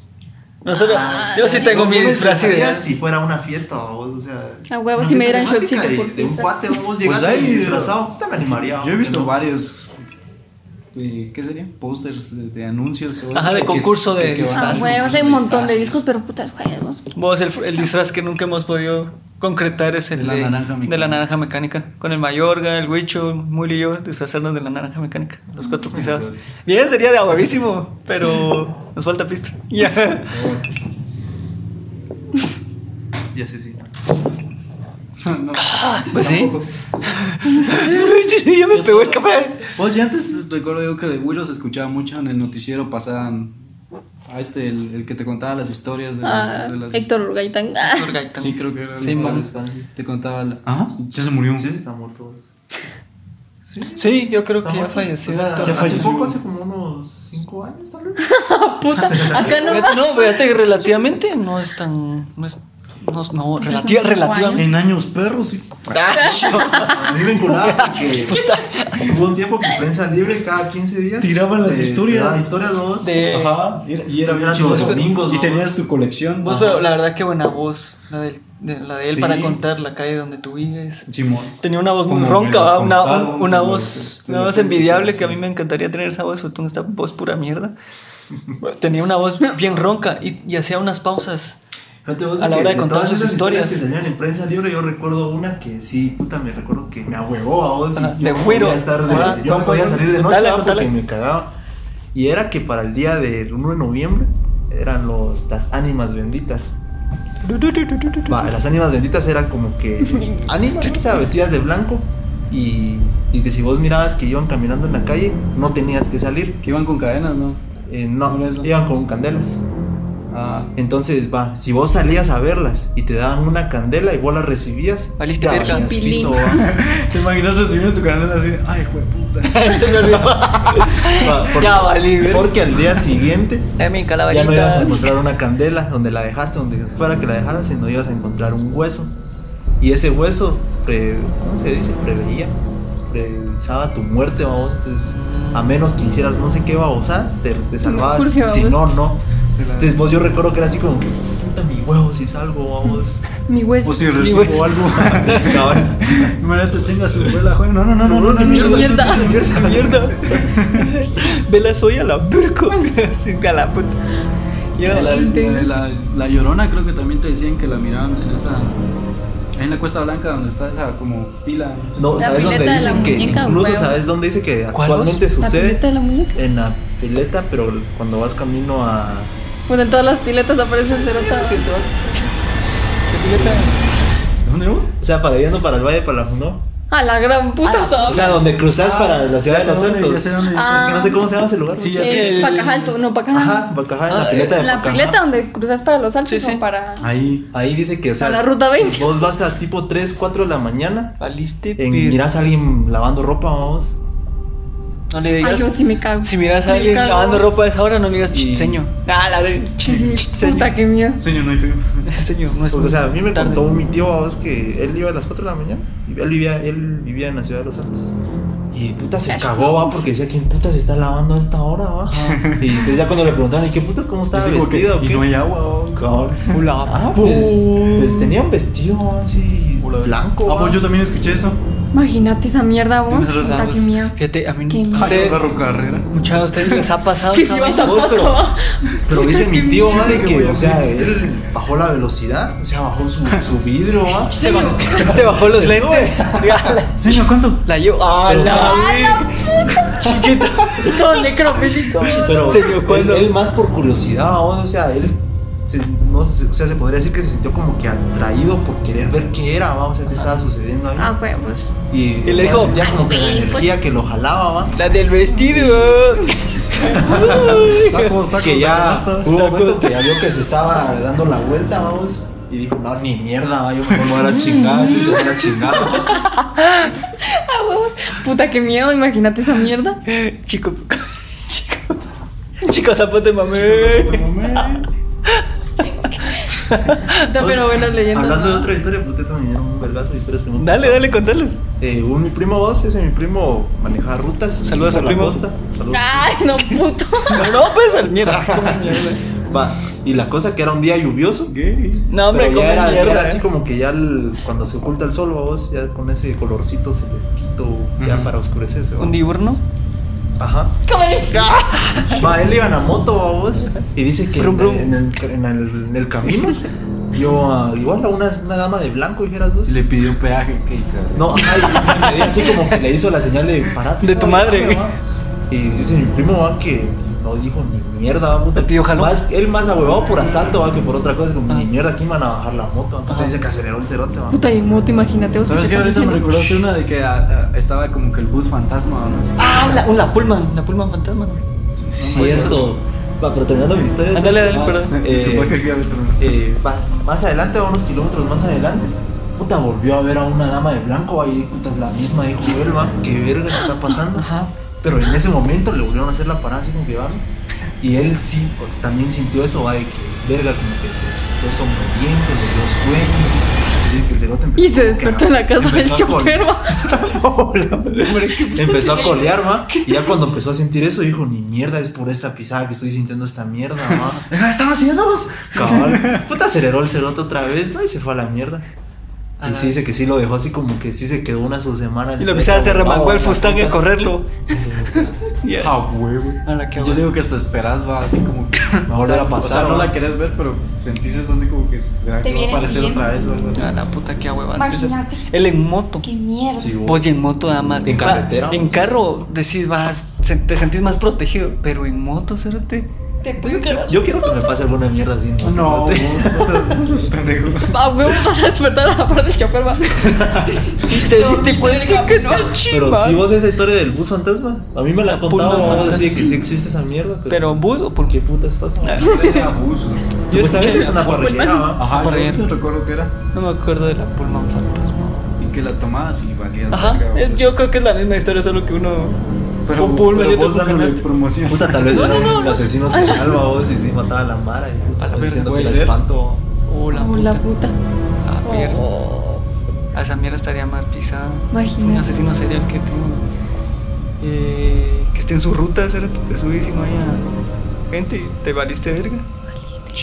A: Nosotros,
B: Ah,
A: yo sí tengo mi
B: Yo me
A: disfraz
B: disfrazaría
A: ideal.
B: Si fuera una fiesta, vamos, o sea.
E: A huevo,
B: una
E: si me
B: fiesta
E: dieran
B: temática
E: shotcito
B: y
E: por
B: De un
E: disfraz.
B: cuate, vamos, llegando
C: Pues ahí,
B: y Pues disfrazado, puta, me animaría.
C: Yo he visto
B: ¿no?
C: varios. eh, ¿Qué serían? Pósters de, de anuncios. o
A: Ajá,
C: eso,
A: de
C: que-
A: concurso de
C: que van
E: Ah,
A: disfraces.
C: a-
E: huevos, hay un montón de
C: disfraces.
E: discos, pero puta, es jueves. vos.
A: Vos, el, el disfraz que nunca hemos podido concretar es el
C: De la
A: de,
C: naranja
A: de la
C: mecánica.
A: naranja mecánica. Con el Mayorga, el Huicho, Muli y yo, disfrazarnos de la naranja mecánica.
C: Mm,
A: Los cuatro pisados. Bien, sería de huevísimo, pero nos falta pista. Ya.
B: Y así sí.
C: no,
A: Pues sí.
C: tampoco.
A: Sí, ya me pegó el café.
C: Pues ya antes recuerdo yo que de Willow se escuchaba mucho en el noticiero pasaban a este, el, el que te contaba las historias de las...
E: Ah,
C: de las-
E: Héctor Gaitán. Ah,
C: Sí, creo que era el-
A: Sí,
B: Paz
A: man.
B: descanse.
C: Te contaba la... Ajá, ya se murió.
B: Sí, sí, está muerto.
A: Sí, yo creo
B: Está
A: que ya
B: muerto.
A: falleció.
B: O sea,
A: Héctor.
C: Ya
B: Hace
C: falleció.
B: poco, hace como unos 5 años, tal vez.
E: puta, acá no va.
A: No, fíjate que relativamente no es tan. No, es, no, no, relati-
E: cinco
A: relativamente.
C: En años perros, sí.
B: A mí me enculaba porque hubo un tiempo que prensa libre cada 15 días.
C: Tiraban las
B: te- te
C: historias.
B: daban historias dos.
A: De-
C: Ajá, y era- y era
B: Entonces
C: bien
B: eran
C: chido.
B: los domingos,
C: Y
B: ¿no?
C: tenías tu colección.
A: Vos,
C: Ajá.
A: pero la verdad que buena voz, la, del- de, la de él
C: Sí.
A: para contar la calle donde tú vives.
C: Simón.
A: Tenía una voz muy
C: Como me
A: ronca,
C: lo
A: ¿va? una,
C: contaron,
A: un- una
C: como
A: voz,
C: lo que-
A: una
C: lo
A: voz
C: que-
A: envidiable que a
C: sí.
A: mí me encantaría tener esa voz, pero tengo esta voz pura mierda. Bueno, Tenía una voz bien ronca y, y hacía unas pausas.
B: Fíjate vos
A: A la
B: que
A: hora de contar
B: todas
A: sus
B: esas
A: historias.
B: que salían en prensa libre, yo recuerdo una que sí, puta, me recuerdo que me ahuevó a vos. y
A: Ajá,
B: yo
A: de
B: no
A: güiro.
B: podía estar de-
A: Ajá,
B: yo no
A: ¿cómo?
B: podía salir de noche
A: Contale,
B: ah,
A: contale.
B: porque me cagaba. Y era que para el día del 1 de noviembre eran los, las ánimas benditas. Va, las ánimas benditas eran como que ánimas, ¿no? o sea, vestidas de blanco y, y que si vos mirabas que iban caminando en la calle, no tenías que salir.
C: Que iban con cadenas, ¿no?
B: Eh, no,
C: Por eso.
B: iban con candelas.
C: Ah,
B: Entonces, va, si vos salías a verlas y te daban una candela y vos la recibías,
A: Valiste
B: ya
A: verga.
B: valías
E: Chipilín.
B: pito, va.
C: Te imaginas recibiendo tu canal así, ay, hijo de puta.
A: Se me olvidó.
B: Va, porque-
A: Ya valí, verga.
B: Porque al día siguiente
A: Ay, mi
B: ya no ibas a
A: calaverita.
B: encontrar una candela donde la dejaste, donde fuera que la dejaras, sino ibas a encontrar un hueso. Y ese hueso, pre- ¿cómo se dice? Preveía, previsaba tu muerte, vamos. Entonces,
A: Mm.
B: a menos que hicieras no sé qué babosadas, te, te salvabas.
E: Jorge,
B: si no,
E: babos.
B: no.
C: Se la-
B: Entonces, vos yo recuerdo que era así como que, puta, mi huevo, si salgo, vamos.
E: Mi hueso.
C: O si
A: Sí,
C: recibo
A: güey.
C: algo.
B: Cabrón.
C: Imagínate, tenga su abuela, joven. No, no, no, no, no, no,
E: Mierda.
A: Mierda, mierda. Vela soy a la verga. Sí, a la puta. Ya,
C: La, la, la, la llorona creo que también te decían que la miraban en esa. ahí en la Cuesta Blanca donde está esa como pila.
B: No,
E: La
B: ¿sabes dónde
E: pileta de la
B: dicen que
E: muñeca,
B: incluso
E: huevos.
B: sabes dónde dice que
A: ¿Cuál
B: actualmente
E: La pileta de
B: sucede
E: la muñeca.
B: en la pileta, pero cuando vas camino a
E: Bueno, Pues en todas las piletas aparece el cerota.
B: que te vas-
C: ¿Dónde vos?
B: o sea, para yendo para el valle para la no,
E: A la gran puta
B: o
E: ¿sabes?
B: sea, donde cruzas para la ciudad de los
C: Ah, Ya
B: santos.
C: sé dónde.
E: Ah.
B: Es que no sé cómo se llama ese lugar.
C: Sí,
B: ¿no?
C: ya sé.
E: Es
A: el-
E: Pacajalto, no, Pacajalto.
B: Ajá, Pacajá, en la pileta de
E: Eh, Ah, La
B: Pacajá.
E: pileta donde cruzas para los altos
A: Sí, sí.
E: o para.
C: Ahí.
B: Ahí dice que, o sea,
E: A la ruta 20.
B: si vos vas a tipo 3, 4 de la mañana,
A: Valiste,
B: en,
A: pir-
B: mirás a alguien lavando ropa, vamos.
A: No le
E: Ay,
A: digas.
E: yo sí me cago.
A: Si miras a
E: Me
A: alguien
E: cago.
A: lavando ropa a esa hora, no le digas
B: Y-
A: chitseño. Ah, la verdad.
E: Sí, sí, puta, qué miedo.
C: Señor, no hay frío.
A: Señor, no es
B: Porque, o sea, a mí me
A: tarde.
B: contó mi tío, vos, que él iba a las 4 de la mañana. y Él vivía, él vivía en la ciudad de los santos. Y puta se cagó, va, porque decía, ¿quién puta se está lavando a esta hora, va? Y entonces ya cuando le preguntaron, ¿y qué putas cómo estaba
C: Así como que,
B: vestido? o
C: y
B: qué?"
C: no hay agua. oh.
B: Cabrón.
A: Hola,
B: Ah, pues, pues tenía un vestido así blanco.
C: Ah, pues yo también escuché eso.
E: Imagínate esa mierda vos.
C: Tienes razón,
E: Puta, qué
C: es-
E: miedo.
A: ah, Fíjate, a mí
E: Qué miedo.
C: Ay,
A: usted,
C: Barro Carrera.
A: mucha, ¿a ustedes les ha pasado
D: Que
A: esa
D: si vas
A: vaina?
D: a
B: Vos, pero-
D: poco.
B: Pero dice mi
C: que
B: tío,
C: mira
B: madre,
C: que
B: que,
C: voy a
B: o sea, él bajó la velocidad, o sea, bajó su, su vidrio, ¿va?
A: se, bajó, se bajó los lentes.
C: Señor, ¿cuánto?
A: La llevo. ¡Ah, la Chiquita.
D: Todo necrofílico.
B: Pero
A: Se dio cuenta.
B: Él, él más por curiosidad, vamos, o sea, él se, no sé, o sea, se podría decir que se sintió como que atraído por querer ver qué era, vamos, o sea, qué estaba sucediendo ahí.
E: Ah, pues". huevos.
B: y
A: Y
B: o
A: le
B: sea,
A: dijo,
B: sentía como que la energía que lo jalaba, va.
A: La del vestido.
C: Tacos, tacos.
B: que ya
C: basta.
B: hubo un momento que ya vio que se estaba dando la vuelta, vamos. Y dijo, no, ni mierda, va, yo mejor me voy a la chingada, y se va a la chingada.
E: Ah, huevos. Puta, qué miedo. Imagínate esa mierda.
A: Chico. Chico. Chico zapote mami.
E: Puta, pero buenas leyendas.
B: Pues, Hablando de
E: ¿no?
B: otra historia, puta, también era un vergazo de historias que no
A: Dale, dale, contales.
B: Eh, un, mi primo vos, ese mi primo manejaba rutas.
A: Saludos
B: por
A: al
B: la
A: primo.
B: costa. Saludos.
E: Ay, no, puto.
A: No, no, pues al
B: Ah,
A: mierda. come mierda.
B: Va. Y la cosa que era un día lluvioso.
A: No, hombre,
B: pero
A: come
B: ya era, ya
A: mierda.
B: era así
A: eh.
B: como que ya el- cuando se oculta el sol, vos, ya con ese colorcito celestito, ya
C: Ujú.
B: para oscurecerse. ¿va?
A: Un diurno.
B: Ajá. Va, él iba en la moto, vos, y dice que
A: Brum, brum.
B: En, el, en el- en el camino, yo ah, igual a una, una dama de blanco, dijeras vos.
C: Le pidió un peaje, qué hija. de-
B: No, ajá, y le di así como que le hizo la señal de parar.
A: De tu madre, güey.
B: Y dice mi primo, va, que no dijo ni mierda, va, puta.
A: El tío jaló.
B: Más- él más ahuevado por asalto, va, que por otra cosa.
A: Ah.
B: Como, ni mierda, aquí me van a bajar la moto.
A: Ajá.
B: Entonces dice que aceleró el cerote, va.
E: Puta, y en moto, imagínate vos.
C: ¿Sabes
E: ¿Qué
C: qué?
E: te estás
C: Ahorita me recordaste
E: haciendo?
C: una de que ah, ah, estaba como que el bus fantasma o no sé.
A: Ah, la, una Pullman. La Pullman fantasma, ¿no?
B: Cierto. Va, pero terminando mi historia.
A: Ándale,
B: eso-
C: Ah,
A: dale, perdón.
B: Eh,
C: Disculpa que aquí había otro.
B: eh, va, más adelante, va, unos kilómetros más adelante. Puta, volvió a ver a una dama de blanco ahí, puta, es la misma, dijo él, va, qué verga se está pasando.
A: Ajá.
B: Pero en ese momento le volvieron a hacer la parada así como que va. Y él sí, o- también sintió eso, va, de que, verga, como que se sintió somnoliento, le dio sueño. así que el cerote empezó
E: Y
B: como
E: se
B: que
E: despertó
B: a-
E: en la casa del
B: empezó a col-
E: chofer, va.
B: Empezó a colear, va. Y ya cuando empezó a sentir eso, dijo, ni mierda, es por esta pisada que estoy sintiendo esta mierda, va.
A: Ah,
C: Deja de estar haciendo los.
B: Cabal. Puta aceleró el cerote otra vez, va, y se fue a la mierda. Y sí dice que sí lo dejó así como que sí se quedó una su semana.
A: Y la pisada se remangó el Fustang
B: y
A: a correrlo.
C: A ah, huevo.
A: A la que
C: Yo
A: huevo.
C: digo que hasta esperas, va, así como que.
B: Mejor
C: o sea,
B: la pasar,
C: O sea, no
B: va.
C: la querés ver, pero sentís eso así como que será
D: Te
C: que va a
D: viene
C: aparecer
D: siguiendo.
C: otra vez o algo así.
A: A Ah, la puta que hueva.
D: Imagínate.
A: Él en moto.
D: Qué mierda.
B: Sí, vos.
A: Vos y en moto nada más.
B: En
A: Va,
B: carretera,
A: En
B: vos.
A: carro decís, vas, se- te sentís más protegido. Pero en moto, cerote.
D: Te puedo quedar.
B: Yo quiero que me pase alguna mierda así. ¿no?
C: No, no seas- no seas pendejo.
E: Va, huevo, vas a despertar a la parte del chofer, va.
A: Y te diste cuenta que no
B: Pero
A: chimba.
B: si vos esa historia del bus fantasma, a mí me la han
A: Pullman
B: contado, vamos a
A: fantasma.
B: decir que sí existe esa mierda. Pero,
A: Pero bus o por
B: ¿qué putas pasa?
A: Ah,
C: de abuso.
A: Yo
B: Supuestamente
A: escuché
B: es una
A: la Pullman.
B: parrillera, ¿va?
C: Ajá,
A: Por
C: yo
A: ahí.
C: no recuerdo que era.
A: No me acuerdo de la Pullman fantasma.
C: Y que la tomabas y valía. la
A: Ajá.
C: verga,
A: eh,
C: vos.
A: Yo creo que es la misma historia, solo que uno.
C: Pero,
A: con Pullman y
C: pero
A: otro
C: vos
A: con
C: dándole
A: canasta.
C: promoción.
B: Puta, tal vez
A: No,
B: era
A: no, no,
B: un
A: no.
B: asesino serial, ¿va? vos, y sí mataba a la mara. Y
A: A la
B: puta,
A: verga,
B: diciendo que
C: puede
B: la
C: ser.
B: espanto.
A: Oh, la
E: Oh,
A: puta.
E: la puta. Oh,
A: Ah, mierda.
D: Oh.
A: A esa mierda estaría más pisada.
E: Imagínate.
A: Un asesino serial que tengo. eh, que esté en su ruta, cerote, te subís y no haya gente y te valiste verga.
E: Imagínate.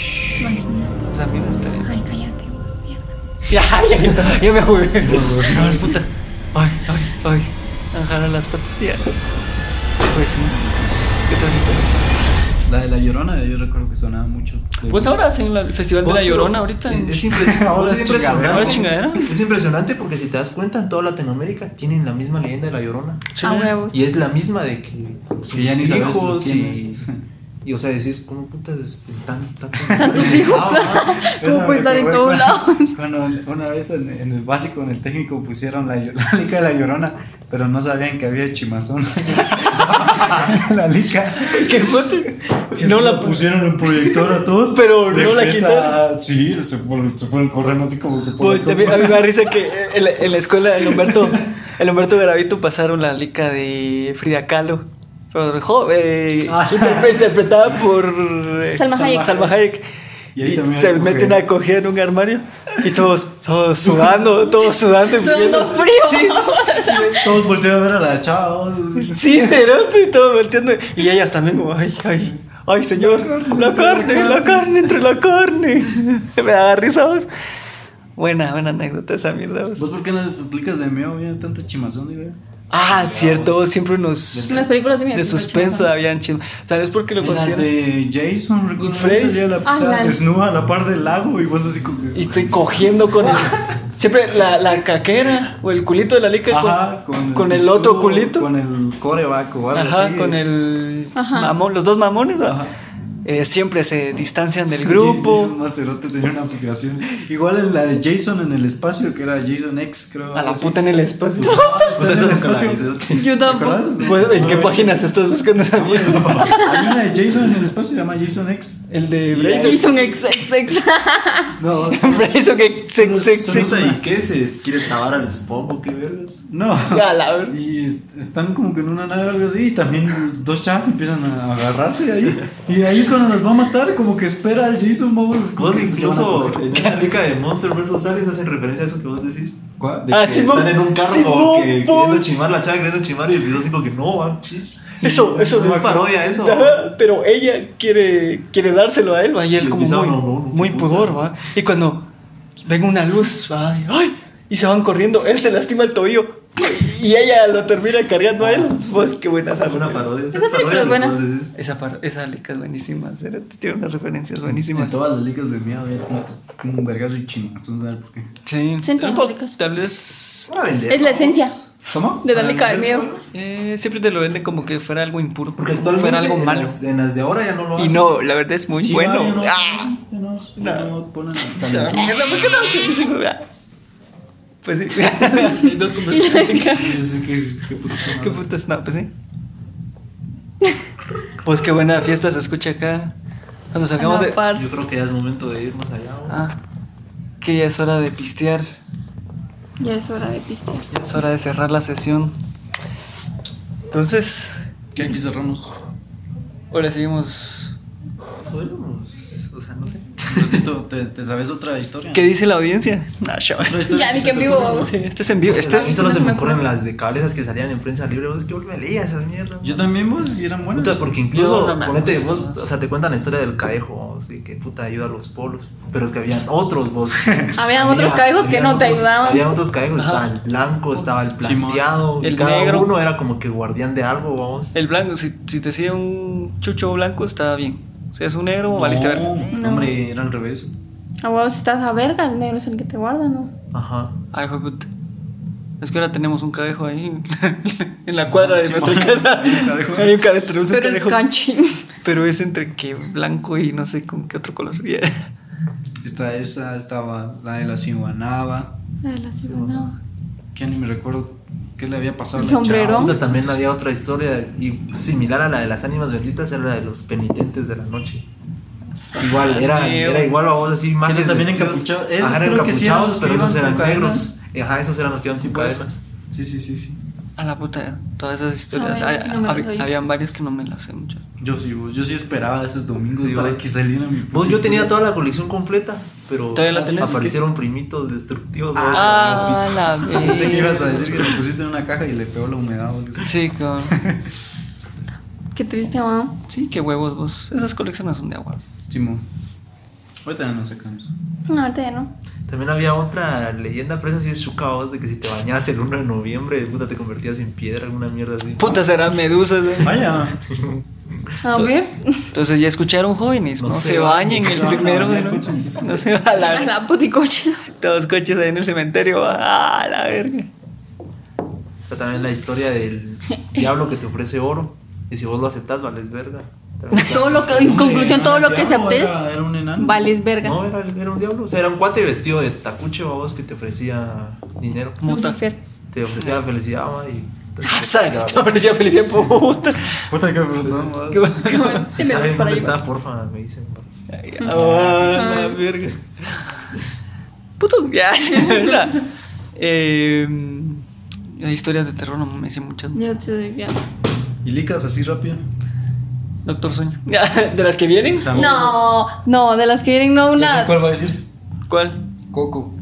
A: Esa mierda estaría.
E: Ay, cállate vos, mierda.
A: Ya, ya, ya, ya me jugué. Ay, puta. Ay, ay, ay. Ajá, las patas. Ya. Pues sí. ¿Qué tal historia?
C: La de la llorona, yo recuerdo que sonaba mucho.
A: Pues ahora hacen la- el Festival de
B: Vos,
A: la
B: pero
A: Llorona ahorita. en-
B: Es, es impresionante.
C: Ahora
B: es
C: es chingadera.
A: Ahora es
B: impresionante.
A: chingadera.
B: Es impresionante porque si te das cuenta, en toda Latinoamérica tienen la misma leyenda de la llorona.
A: Sí.
E: A huevos.
B: Y es la misma de que sus
C: ya ni sabes
B: hijos
C: quién
B: y,
C: es.
B: y, o sea, decís, ¿cómo putas este, tan, tan
E: Tantos hijos.
B: Ah,
E: ¿Cómo puede estar en todos lados?
C: Cuando una vez en, en el básico, en el técnico, pusieron la, llo- la lica de la llorona, pero no sabían que había chimazón. la lica.
A: ¿Qué bote? No la puse.
C: pusieron en proyector a todos,
A: Pero
C: de
A: no la
C: fresa-
A: quitaron.
C: Sí, se, fueron- se fueron corriendo así como que por
A: Pues,
C: la
A: a, mí, a mí me
C: copa.
A: da risa que eh, en la, en la escuela el Humberto, el Humberto Garavito pasaron la lica de Frida Kahlo. Pero joven,
C: Ah.
A: interpretada por eh,
E: Salma Hayek.
A: Salma Hayek.
C: Y ahí
A: Y
C: también
A: se
C: hay
A: mete
C: mujeres.
A: una cogida en un armario y todos, todos sudando, todos sudando. y
D: Sudando
A: viendo-
D: frío.
A: Sí,
C: Todos voltean a ver a la chava. vamos.
A: sí, cerote, y todos volteando. Y ellas también como, ay, ay, ay, señor, la carne, la carne, entre la carne. Me da risa. vos. Buena, buena anécdota esa mierda. vos.
C: ¿Vos por qué no les explicas de mí? Había tanta chimazón, digo. yo?
A: Ah, cierto, siempre nos...
E: En las películas de mi
A: De suspenso habían chido. ¿Sabes por qué lo
C: En la
A: consideran?
C: de Jason, recuerdo.
A: Freddy.
C: Freddy. La
E: Ah,
C: pisada
E: la-
C: desnuda a la par del lago y vos así como.
A: Y estoy cogiendo con el. Siempre la, la caquera o el culito de la lica con-
C: Ajá,
A: con,
C: con,
A: el, otro
C: pistudo,
A: culito.
C: Con el coreback o algo
A: Ajá,
C: así. eh.
A: con el
E: Ajá.
A: mamón, los dos mamones. ¿va? Eh, siempre se distancian del
C: Jason
A: grupo.
C: Macerote tenía una aplicación. Igual en la de Jason en el espacio, que era Jason X, creo.
A: A la
C: así.
A: puta en el espacio.
C: Puta, esa es la-
E: Yo
C: ¿Te
E: tampoco.
C: acuerdas?
A: Pues, ¿En qué
C: No,
A: páginas estás buscando esa mierda?
C: Hay una de Jason en el espacio, se llama Jason X.
A: El de
E: Sí,
A: Brazen.
E: son ex, ex, ex.
C: No,
A: Brazen que se, se, se-
B: ¿Se dediqué? ¿Se quiere tabar al spawn o qué vergas?
C: no.
A: A la ver-
C: Y est- están como que en una nave o algo así. Y también dos chavas empiezan a agarrarse ahí. Y ahí es cuando nos va a matar. Como que espera al Jason. Vamos, como
B: Vos
C: que se van a
B: incluso
C: coger.
B: en esta liga de Monster vs. Aliens hacen referencia a eso que vos decís.
C: ¿Cuál?
B: De
A: Ah,
B: que
A: Simón,
B: están en un carro
A: Simón,
B: que
A: vos.
B: queriendo chimar la chava, queriendo chimar y el video así como que no, va, chis.
A: Eso, eso.
B: es parodia eso.
A: Ajá, pero ella quiere, quiere dárselo a él, ¿va? Y él
B: Le
A: como
B: pisa,
A: muy,
B: no, no, no,
A: muy
B: qué
A: pudor, ¿va? Y cuando ven una luz, ¿va? Y, ¡ay! Y se van corriendo, él se lastima el tobillo y ella lo termina cargando a él. Pues qué buena
B: Esa
A: esa
B: fue Ah, una parodia.
E: Esa película es buena.
A: Esa, par- esa lica es buenísima, cero, tiene unas referencias
C: En
A: buenísimas.
C: todas las ligas de miedo había como, como un vergazo y chingazón, ¿sabes por qué?
A: Sí,
E: Sí, en todas
A: po-
E: las licas.
A: tal vez
E: Es la esencia
C: ¿Cómo?
E: de la lica de miedo.
A: eh, siempre te lo venden como que fuera algo impuro,
B: Porque
A: como que
B: actualmente
A: fuera algo
B: en
A: malo.
B: las- En las de ahora ya no lo
A: Y
B: hacen.
A: no, la verdad es muy
C: Sí,
A: bueno.
C: va, ya no-
A: ¡Ah!
C: ya no- ya no ponen tan-
A: Mierda, ¿por qué no se dice nada? Pues sí. Hay dos conversaciones.
C: Es que- es que puta madre.
A: Qué putas, no, pues sí. Pues qué buena fiesta se escucha acá. Cuando salgamos
E: a
A: de.
E: la par.
B: Yo creo que ya es momento de ir más allá. ¿no?
A: Ah, que ya es hora de pistear.
E: Ya es hora de pistear.
A: Ya es hora de cerrar la sesión. Entonces,
C: ¿Qué aquí cerramos?
A: o le seguimos.
B: Podríamos, o sea, no sé.
C: Tito, ¿Te, ¿Te sabes otra historia?
A: ¿Qué dice la audiencia? No, chaval.
C: Otra historia
E: Ya, ni
C: se
E: que
C: te
E: en vivo,
C: ocurra.
E: vamos.
A: Sí, este es en vivo. Este
B: a mí
A: es.
B: solo se me
E: me
B: ocurren las de cabezas que salían en prensa libre. Es que vos me leía esas mierdas.
C: Yo también, vos, si eran buenas.
B: Puta, porque incluso,
A: no me
B: ponete,
A: acuerdo.
B: vos, o sea, te cuentan la historia del cadejo, así que puta ayuda a los polos, pero es que habían otros, vos.
E: Habían otros cadejos que
B: habían
E: no te
B: otros-
E: ayudaban.
B: Habían otros cadejos,
A: Ajá.
B: estaba el blanco, estaba el
C: Simón.
B: planteado, y
A: El
B: cada
A: negro.
B: uno era como que guardián de algo, vamos.
A: El blanco, si, si te sigue un chucho blanco, está bien. Si es un negro, valiste
C: no,
A: verga.
E: No.
C: Hombre, era al revés.
E: A vos Ah, si estás a verga, el negro es el que te guarda, ¿no?
B: Ajá.
A: Ay, hijo de puta. Es que ahora tenemos un cadejo ahí en la cuadra de
C: Sí,
A: nuestra
C: ma.
A: casa.
C: Hay un cadejo.
A: Hay un cadejo, tenemos un
E: Pero es
A: cadejo.
E: canchín.
A: Pero es entre que blanco y no sé con qué otro color. Ya.
C: Esta, esa, estaba la de la Siwanaba.
E: La de la cibanaba.
C: Que ni me recuerdo qué le había pasado. a
E: El
C: la chava.
E: sombrero.
B: Puta, también había otra historia y similar a la de las ánimas benditas era la de los penitentes de la noche. Igual, era,
A: Dios.
B: era igual a vos así, imágenes
C: Ah, también
B: vestidos.
C: encapuchados. Esos
B: Ajá, eran
C: creo que sí eran los
B: encapuchados,
C: que
B: pero esos
C: iban
B: eran
C: con
B: negros. Ajá, esos eran los que iban sin
C: pues.
B: cadenas.
C: Sí, sí, sí, sí.
A: A la puta, todas esas historias.
E: A ver,
A: Hay-
E: si no me las
A: hab-
E: oí.
A: habían varios que no me las sé mucho.
C: Yo sí, vos. Yo sí esperaba esos domingos
B: Sí,
C: para
B: vos.
C: que saliera mi puta
B: Vos, Pues yo tenía
C: historia.
B: toda la colección completa, pero pues,
A: ¿Todavía la tenés?
B: aparecieron primitos destructivos. vos.
A: Ah, la
C: Pensé que
B: Eh.
C: ibas a
A: verga.
C: decir que lo
B: pues,
C: pusiste en una caja y le pegó la humedad. boludo.
A: Sí, con-
E: Qué triste, mamá.
A: sí, qué huevos vos. Esas colecciones son de agua.
C: Simón. Ahorita ya no sacamos.
E: No, ahorita ya no.
B: También había otra leyenda, pero esa sí es chuca, vos, de que si te bañabas el 1 de noviembre, puta, te convertías en piedra, alguna mierda así.
A: Puta, serán medusas. eh.
C: Vaya.
E: A ver.
A: Entonces ya escucharon jóvenes, no,
B: No
A: se,
B: se
A: bañen
C: bañen,
A: el
C: no se van a
A: primero de
C: bañar,
A: noche.
C: escuchen.
A: No se va a la
E: A la puticoche.
A: Todos coches ahí en el cementerio. ¡Ah, la verga!
B: Está también la historia del diablo que te ofrece oro. Y si vos lo aceptás, vales verga.
E: Todo lo que, en conclusión, todo lo que
C: se
E: aceptes,
C: Era un enano.
E: vales verga.
B: No, era, era un diablo. O sea, era un cuate vestido de tacuche, vos, que te ofrecía dinero.
A: Muta.
E: Lucifer.
B: Te ofrecía felicidad, ma, y...
A: Esa- esa parecía felicidad puta.
C: Puta que perdón,
A: Qué
C: vos.
A: va-
B: Si
E: Sí, me das
B: saben
E: para
B: dónde
E: allá.
B: está, porfa, me dicen. ma.
A: Ay, ah, la verga. Puto, ya, ¿verdad? Eh, historias de terror no me hice muchas.
E: Ya, sí, ya.
C: ¿Y licas así rápido?
A: Doctor Sueño. ¿De las que vienen?
C: También.
E: No, no, de las que vienen no
C: Ya sé
E: una
C: cuál va a decir.
A: ¿Cuál?
C: Coco.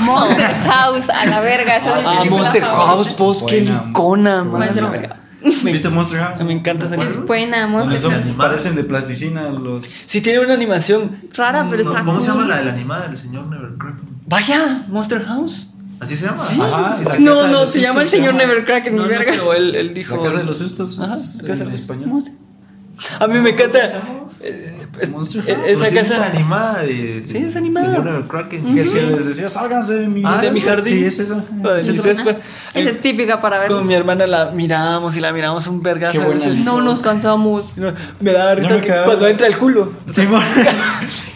E: Monster House a la verga. Esa es mi
A: Ah,
E: película
A: Monster
E: favorita.
A: House, vos, qué
C: Buena.
A: licona,
E: Monster
A: mano.
E: House.
C: ¿Viste Monster House?
A: Me encanta esa
E: Es buena, Monster
C: Son-
E: House.
C: parecen de plasticina los.
A: Sí, tiene una animación.
E: Rara, pero
B: No,
E: está
B: ¿Cómo se llama
E: cool.
B: la de la animada del señor Nevercrack?
A: Vaya, Monster House.
B: ¿Así se llama?
C: Ajá.
B: Sí, la casa
E: No,
B: de
E: no,
B: los
E: se llama el
B: sustos,
E: señor
B: llama-
E: Nevercrack en mi
A: No, no,
E: verga.
A: pero él, él dijo.
C: La casa de los sustos.
A: Ajá, la casa de
C: en
A: los-
C: español.
A: A mí me encanta. Es-
C: Monster
A: es-
C: House.
B: Pero
A: Esa
B: sí, esa
A: casa.
B: animada de.
A: Sí, es animada.
B: Señor Nevercrack.
C: Que si les decía, sálganse de mi,
B: Ah,
A: de
B: sí,
A: mi jardín.
C: Sí, es esa.
A: La de pues, eh,
E: Esa es
A: Liz
E: buena.
A: Espa.
E: Esa es típica para ver.
A: Con mi hermana la miramos y la miramos un vergazo. a
C: Qué buena
A: veces.
C: Liz.
E: No nos cansamos.
A: Me da
C: Yo
A: risa
C: me
A: que
C: quedaba-
A: cuando entra el culo.
C: Simón.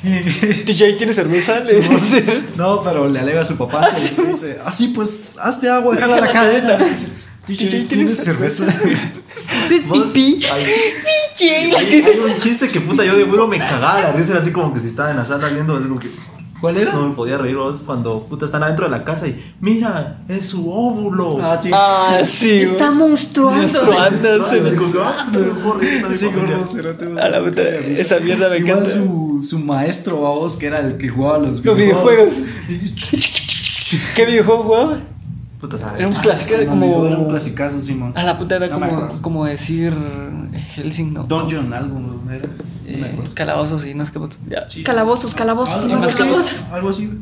A: DJ tiene cerveza. Le dice. Ah,
C: no, pero le alega a su papá. que le dice, así pues, hazte agua, déjala la cadena. DJ, ¿tienes cerveza?
E: Esto es
B: Vos-
E: pipí.
B: Ay,
E: Jay, las
B: hay, hay un chiste que puta, yo de puro me cagaba la risa, era así como que si estaba en la sala viendo, así como que.
C: ¿Cuál era?
B: No me podía reír vos cuando puta están adentro de la casa y mira, es su óvulo.
C: Ah, sí.
A: Ah, sí.
E: Está
A: güey.
E: monstruando.
A: Menstruando, se
B: Así
A: le-
B: como que, ah, me puedo reír, también
C: Sí,
B: familiar.
C: gordo, cerote, vos.
A: A la puta, esa mierda me
C: Igual
A: encanta.
C: su, su maestro, babos, que era el que jugaba los
A: Los
C: videojuegos.
A: videojuegos. ¿Qué videojuego jugaba?
B: Puta,
A: Era un
B: ¿sabes?
A: clásico
C: Se
A: de
C: me olvidó, Era un
A: como.
C: clasicazo, Simón.
A: A la puta era
C: No me
A: como,
C: acuerdo.
A: como decir eh, Helsing, ¿no?
C: Dungeon algo, ¿no? Era. No me
A: Eh, Ah,
C: acuerdo.
A: calabozos y no sé qué putas. Ya.
C: Sí.
E: Calabozos, calabozos y
C: Algo
E: más
C: así,
E: calabozos.
C: Algo así.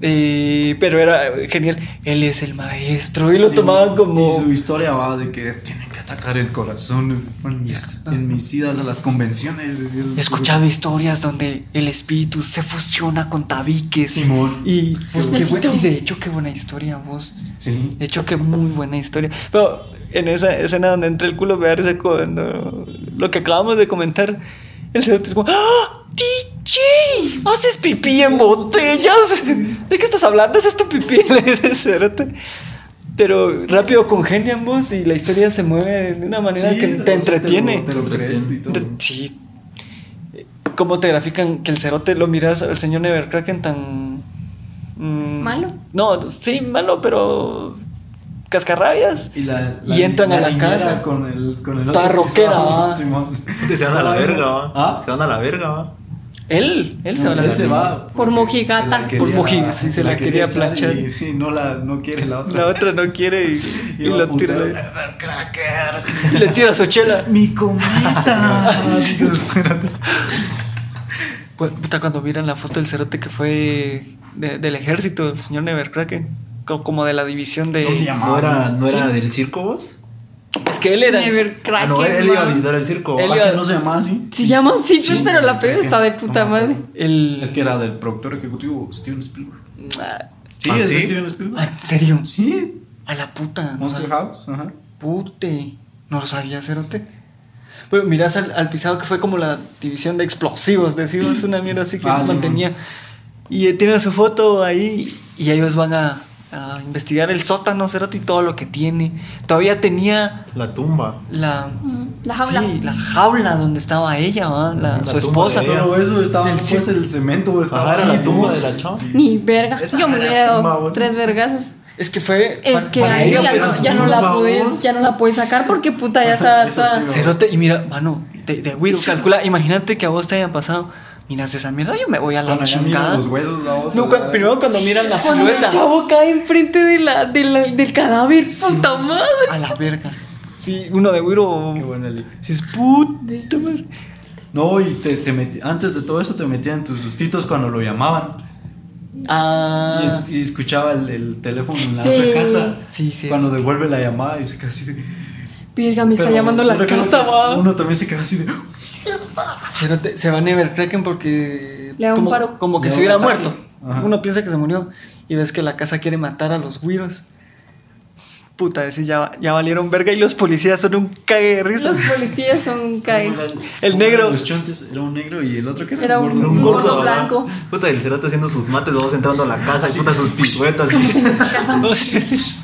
A: Eh, pero era eh, genial. Él es el maestro. Y lo
C: Sí,
A: tomaban como.
C: Y su historia va de que tienen que atacar el corazón en mis, en mis idas a las convenciones. decía el-
A: He escuchado historias donde el espíritu se fusiona con tabiques.
C: Simón.
A: Y, pues,
C: Qué
A: qué
C: bonito.
A: buen- y de hecho, qué buena historia, vos.
C: Sí.
A: De hecho, qué muy buena historia. Pero en esa escena donde entra el culo, me da risa cuando- lo que acabamos de comentar. El cerote es como, ¡Ah! ¡DJ! ¡Haces pipí en botellas! ¿De qué estás hablando? ¿Es tu pipí? Le dice el cerote. Pero rápido congenian vos y la historia se mueve de una manera
C: Sí,
A: que te
C: o sea,
A: entretiene.
C: Te lo, te lo crees y todo.
A: Te- Sí. ¿Cómo te grafican que el cerote lo miras al señor Neverkraken tan. mm,
E: ¿Malo?
A: No, sí, malo, pero. Cascarrabias.
C: Y, la,
A: Y entran a la
C: niñera
A: casa.
C: con el, con el
A: Toda
C: otro
A: rockera,
C: pisado,
A: va.
C: Simón.
B: Puta, Se van a la verga, va.
C: ¿Ah?
B: Se van a la verga, va.
A: Él, él se va a la
C: Él se va.
E: Por
C: porque
E: mojigata.
C: se la
E: Por
C: quería-
A: moji- sí, se la quería
C: echar
A: planchar.
C: Y, sí, no, la, no quiere la otra.
A: La otra no quiere y, y
C: va a
A: lo
C: apuntar,
A: tira.
C: "Nevercracker".
A: y le tira su chela.
C: Mi cometa.
A: Cu- Pues, Puta, cuando miran la foto del cerote que fue de- del ejército, el señor Neverkraken. co- Como de la división de.
C: Sí, sí,
B: ¿No era, no era del circo vos?
A: Es que él era.
B: Ah, no, él, él
E: Nevercracker.
B: iba a
E: man.
B: visitar el circo.
A: Él
B: va.
A: iba-
C: que no se llamaba así.
E: Se llama así, pues,
C: Sí,
E: pero la peor
C: Nevercracker.
E: está de puta
C: No,
E: madre.
A: El.
C: Es que era del productor ejecutivo Steven Spielberg.
A: Ah,
C: Sí,
B: ¿Ah,
C: es de
B: sí?
C: Steven Spielberg.
A: ¿En serio?
C: Sí,
A: A la puta. Ah, no
C: Monster
A: sabía.
C: House. Ajá.
A: Pute, no lo sabía, Cerote. Pero mirás al, al pisado que fue como la división de explosivos, decimos una mierda así que
C: Ah,
A: no
C: sí,
A: mantenía. Y eh, tiene su foto ahí y ellos van a, a investigar el sótano, Cerote, y todo lo que tiene. Todavía tenía
B: La tumba.
A: la,
E: Mm. La jaula.
A: sí, la jaula donde estaba ella, ¿va? La-
B: La
A: su
B: tumba de
A: esposa.
B: ella.
C: Todo eso estaba
A: Del
C: pues el cemento. Estaba
B: Ajá, era la
C: así,
B: tumba
C: ¿no?
B: de la chava.
E: Ni verga.
C: Esa
E: Yo me
C: era
E: hubiera
C: tumba,
E: dado
C: vos.
E: tres vergazos.
A: Es que fue.
E: Es que
A: para
E: a
A: ella
E: ella
A: fue
E: no-
A: la
E: ya no la
B: tumba,
E: puedes,
B: vos.
E: ya no la puedes sacar porque puta ya está.
C: Eso
E: está-
C: sí, vos.
A: Cerote, y mira, mano, de, de Will, calcula, imagínate que a vos te haya pasado. Miras esa mierda, yo me voy a la
C: Bueno, ya mira
A: chingada.
C: los huesos. la voz,
A: No,
C: o
A: cu-
C: sea,
A: primero cuando miran la
E: Cuando el
A: silueta.
E: chavo cae enfrente de la, de la- del cadáver, puta madre.
A: A la verga. Sí, uno de güiro.
C: Qué buena liga.
A: Si es puta madre.
C: No, y te, te metí- antes de todo eso te metían tus sustitos cuando lo llamaban.
A: Ah.
C: Y, es- y escuchaba el, el teléfono en la
E: Sí.
C: otra casa.
A: Sí, sí.
C: Cuando devuelve la llamada y se queda así de.
E: Verga, me está
C: Pero
E: llamando la
C: yo creo
E: casa,
C: que
E: va.
C: Uno también se queda así de.
A: Pero te- se va a Neverkraken porque.
E: Le da un
A: como,
E: paro.
A: como que
C: Le
A: se
C: da un
A: hubiera
C: ataque.
A: muerto.
C: Ajá.
A: Uno piensa que se murió. Y ves que la casa quiere matar a los güiros. Puta, ese ya, ya valieron verga. Y los policías son un cague de risa.
E: Los policías son cae.
C: ¿cómo era
A: El
C: cómo
A: negro.
C: eran Los chontes era un negro y el otro que era,
E: Era
C: un
E: un-
C: gordo.
B: Un gordo,
E: gordo
B: ¿verdad?
E: blanco.
B: Puta, el cerote haciendo sus mates, vamos entrando a la casa y puta sus piruetas.
A: No sé, sí.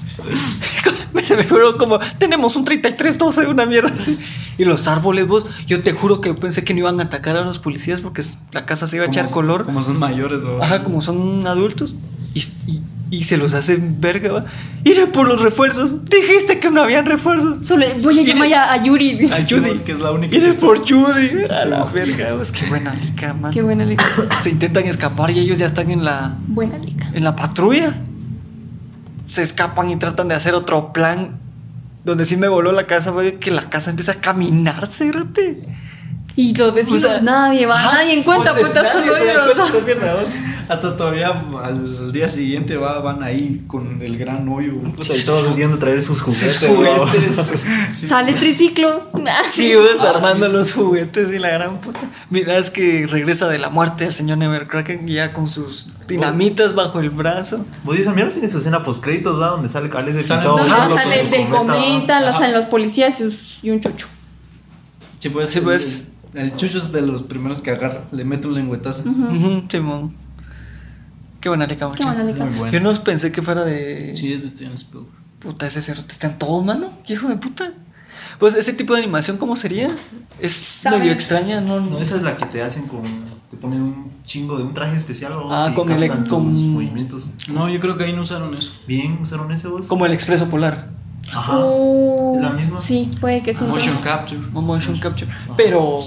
A: Se me juró como, tenemos un 33-12, una mierda así. Y los árboles, vos, yo te juro que pensé que no iban a atacar a los policías porque la casa se iba a
C: Como-
A: echar color.
C: Como son mayores, ¿no?
A: Ajá, como son adultos. Y, y- y se los hace verga, va. Iré por los refuerzos. Dijiste que no habían refuerzos.
E: Solo voy a
A: Iré-
E: llamar ya a Yuri.
A: A Judy.
C: que es la única.
A: Iré por Judy. A la verga, pues, qué buena lica, man.
E: Qué buena lica.
A: Se intentan escapar y ellos ya están en la,
E: Buena lica.
A: en la patrulla. Se escapan y tratan de hacer otro plan. Donde sí me voló la casa fue que la casa empieza a caminar, cerote.
E: Y los vecinos,
A: O sea,
E: Pues nadie va,
A: ajá,
E: nadie encuentra,
C: Pues,
E: pues está
C: nadie
E: solo
C: se da
E: ellos.
C: cuenta,
E: ¿no?
C: son mierdados. Hasta todavía al día siguiente va- van ahí con el gran hoyo.
B: Puta, y todos pudiendo traer sus
C: Pues
B: juguetes.
C: este,
A: Sus juguetes.
E: Sale triciclo.
A: Sí, pues, armando los juguetes y la gran puta. Mira, es que regresa de la muerte el señor Nevercracken ya con sus dinamitas bajo el brazo.
B: Vos dices, mira, Pues, tiene su escena post créditos, ¿va? Donde sale Alex de
C: Sale-
B: Pizarro.
C: No,
B: con
E: Ajá,
B: los-
E: sale
B: con su
E: del
B: cometa,
E: cometa, los, salen los policías y us- y un chucho.
C: Sí, pues,
A: Sí, pues.
C: El, el chucho es de los primeros que agarra. Le mete un lengüetazo.
A: Ujú, Simón. Qué buena le
E: Qué buena lica.
C: Muy bueno.
A: Yo no pensé que fuera de.
C: Sí, es de Steven Spielberg.
A: Puta, ese cerro está en todo, mano. Qué hijo de puta. Pues ese tipo de animación, ¿cómo sería? Es
E: ¿Saben?
A: medio extraña, ¿no?
B: No, esa es la que te hacen con. Te ponen un chingo de un traje especial o
A: Ah,
B: y
A: con el-
B: captan
A: con-
B: tus movimientos.
C: No, yo creo que ahí no usaron eso.
B: Bien, usaron ese vos.
A: Como el expreso polar.
B: Ajá.
E: Uh,
B: ¿La misma?
E: Sí, puede que sí.
C: Motion
E: entonces.
C: capture.
A: o Motion capture. Pero.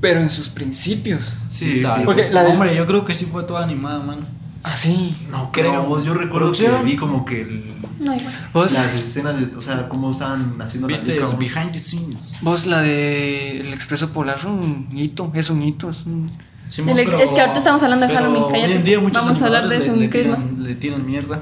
A: Pero en sus principios.
B: Sí,
C: Tal
B: sí,
A: Porque
C: vez.
A: la de-
C: Hombre, yo creo que sí fue toda animada, mano.
A: Así.
B: No creo, vos. Yo recuerdo
C: ¿Producción?
B: que vi como que el-
E: No, igual.
A: Vos,
B: las escenas, de, o sea, cómo estaban haciendo
C: ¿Viste
B: la
C: el
B: liga, vos.
C: behind the scenes?
A: vos la de El expreso polar es un hito. Es un hito. Es un-
C: Sí,
E: El-
C: pero-
E: es que ahorita estamos hablando de
C: pero
E: Halloween, cállate.
C: Hoy en día muchos
E: Vamos a hablar de
C: animadores
E: eso
C: le-
E: en
C: le tiran-
E: Christmas.
C: Le tiran mierda.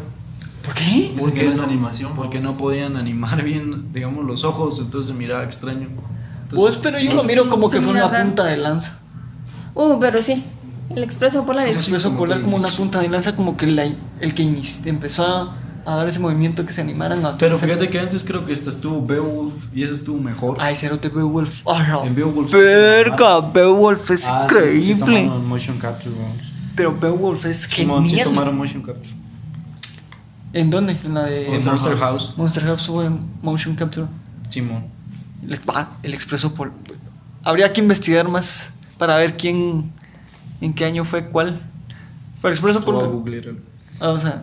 A: ¿Por qué?
B: Dicen que no es animación.
C: Porque
B: vos.
C: no podían animar bien, digamos, los ojos, entonces se miraba extraño. Entonces,
A: Vos, Pues, pero yo lo
E: eso
A: miro
E: sí,
A: como
E: se
A: que fue
E: mira
A: una
E: raro.
A: punta de lanza.
E: Uh, pero sí. El expreso polar
A: El
E: es.
C: Ah, Sí,
A: expreso
C: como
A: polar
C: que
A: como una
C: inicio.
A: punta de lanza, como que la- el que inici- empezó a, a dar ese movimiento que se animaran a
C: Pero
A: hacer-
C: fíjate que antes creo que esta estuvo Beowulf y esa estuvo mejor.
A: Ay, Cerote Beowulf. ¡A la
C: En Beowulf sí se
A: Ah, verga! Beowulf es
C: Ah, sí, sí
A: increíble.
C: tomaron motion capture. vamos.
A: Pero Beowulf es
C: Simón, sí
A: genial.
C: tomaron motion capture.
A: ¿En dónde? En la de
C: En Monster House.
A: Monster House fue en motion capture.
C: Simón.
A: El, pa, el expreso Pol- Habría que investigar más para ver quién. En qué año fue cuál. Pero expreso
C: Voy a
A: polar.
C: googlear algo.
A: Ah, o sea,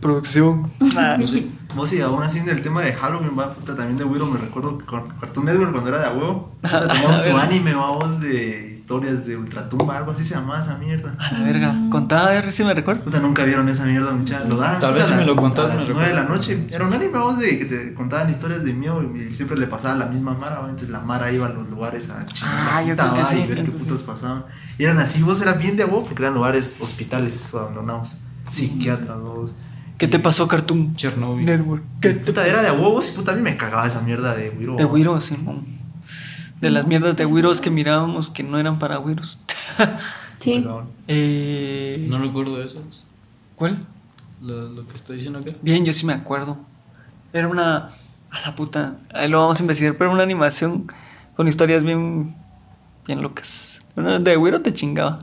A: producción. Ah,
C: No sé.
B: Vos y aún así en el tema de Halloween, va, puta, también de Willow me recuerdo que con Cartoon Network cuando era de a huevo. puta, Tenían su anime, va, vos de historias de Ultratumba, algo así se llamaba esa mierda.
A: A la verga. Contaba a ver si me recuerdo.
B: Puta, nunca vieron esa mierda, muchachos. Lo daban. puta,
C: Tal vez si
B: a
C: me
B: las-
C: lo contás,
B: a
C: me
B: las
C: recuerdo.
B: 9 de la noche. Era un anime, vos, de que te contaban historias de miedo y siempre le pasaba a la misma Mara, va, entonces la Mara iba a los lugares a chingar
A: Ah, yo
B: puta,
A: creo que
B: va,
A: sí,
B: y ver qué
A: entonces
B: putas pasaban. Y eran así, vos eran bien de a huevo porque eran lugares hospitales abandonados, psiquiatras, vos.
A: ¿Qué te pasó, Cartoon
C: Chernobyl.
A: Network? ¿Qué te
B: Puta, era de a huevos y puta, a mí me cagaba esa mierda de Willow.
A: De
B: va.
A: Wiros, Simón. De las mierdas de Wiros que mirábamos que no eran para Wiros.
E: Sí.
B: Pero-
A: Eh,
C: No recuerdo eso.
A: ¿Cuál?
C: Lo, lo que estoy diciendo acá.
A: Bien, yo sí me acuerdo. Era una. A la puta. Ahí lo vamos a investigar, pero era una animación con historias bien. Bien locas. Una De Wiro te chingaba.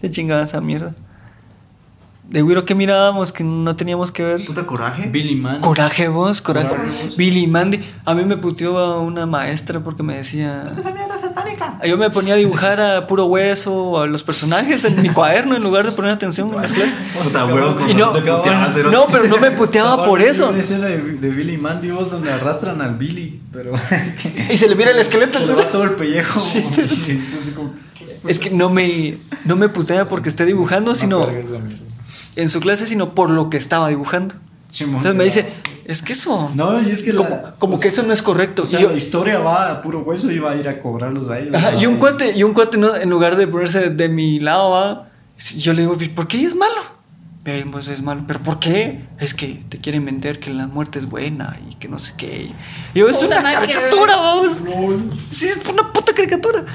A: Te chingaba esa mierda. De Wiro que mirábamos que no teníamos que ver.
B: Puta coraje.
C: Billy Man.
A: Coraje vos, coraje.
C: Coraje vos.
A: Billy Mandy. A mí me puteó a una maestra porque me decía. Yo me ponía a dibujar a puro hueso, a los personajes en mi cuaderno en lugar de poner atención en las clases.
B: Puta, huevos con
A: Y no,
B: razón te puteaban, cerote.
A: no, pero no me puteaba por eso.
C: Una escena de, de Billy Man, Dios, donde arrastran al Billy. Pero es que.
A: Y se le mira el esqueleto.
C: Se le va todo el pellejo.
A: Sí, sí, sí.
C: Y es así como-
A: Es
C: pues,
A: que no me, no me putea porque esté dibujando, sino
C: carga esa mierda.
A: en su clase, sino por lo que estaba dibujando.
C: Simón,
A: Entonces me
C: que
A: dice, es que eso,
C: No, y es que
A: como,
C: la-
A: como
C: o
A: que
C: sea,
A: eso no es correcto.
C: O sea,
A: Y yo-
C: la historia va a puro hueso y va a ir a cobrarlos a ellos. Ah,
A: Ajá,
C: ¿no?
A: y un cuate, y un cuate ¿no? en lugar de ponerse de mi lado, ¿va? Si- yo le digo, "Pues, ¿por qué es malo? "Eh, Pues es malo, pero ¿por qué? Es que te quieren vender que la muerte es buena y que no sé qué. Y yo, es
E: Puta,
A: una
E: nada que ver".
A: caricatura, vamos. Sí, es una puta caricatura.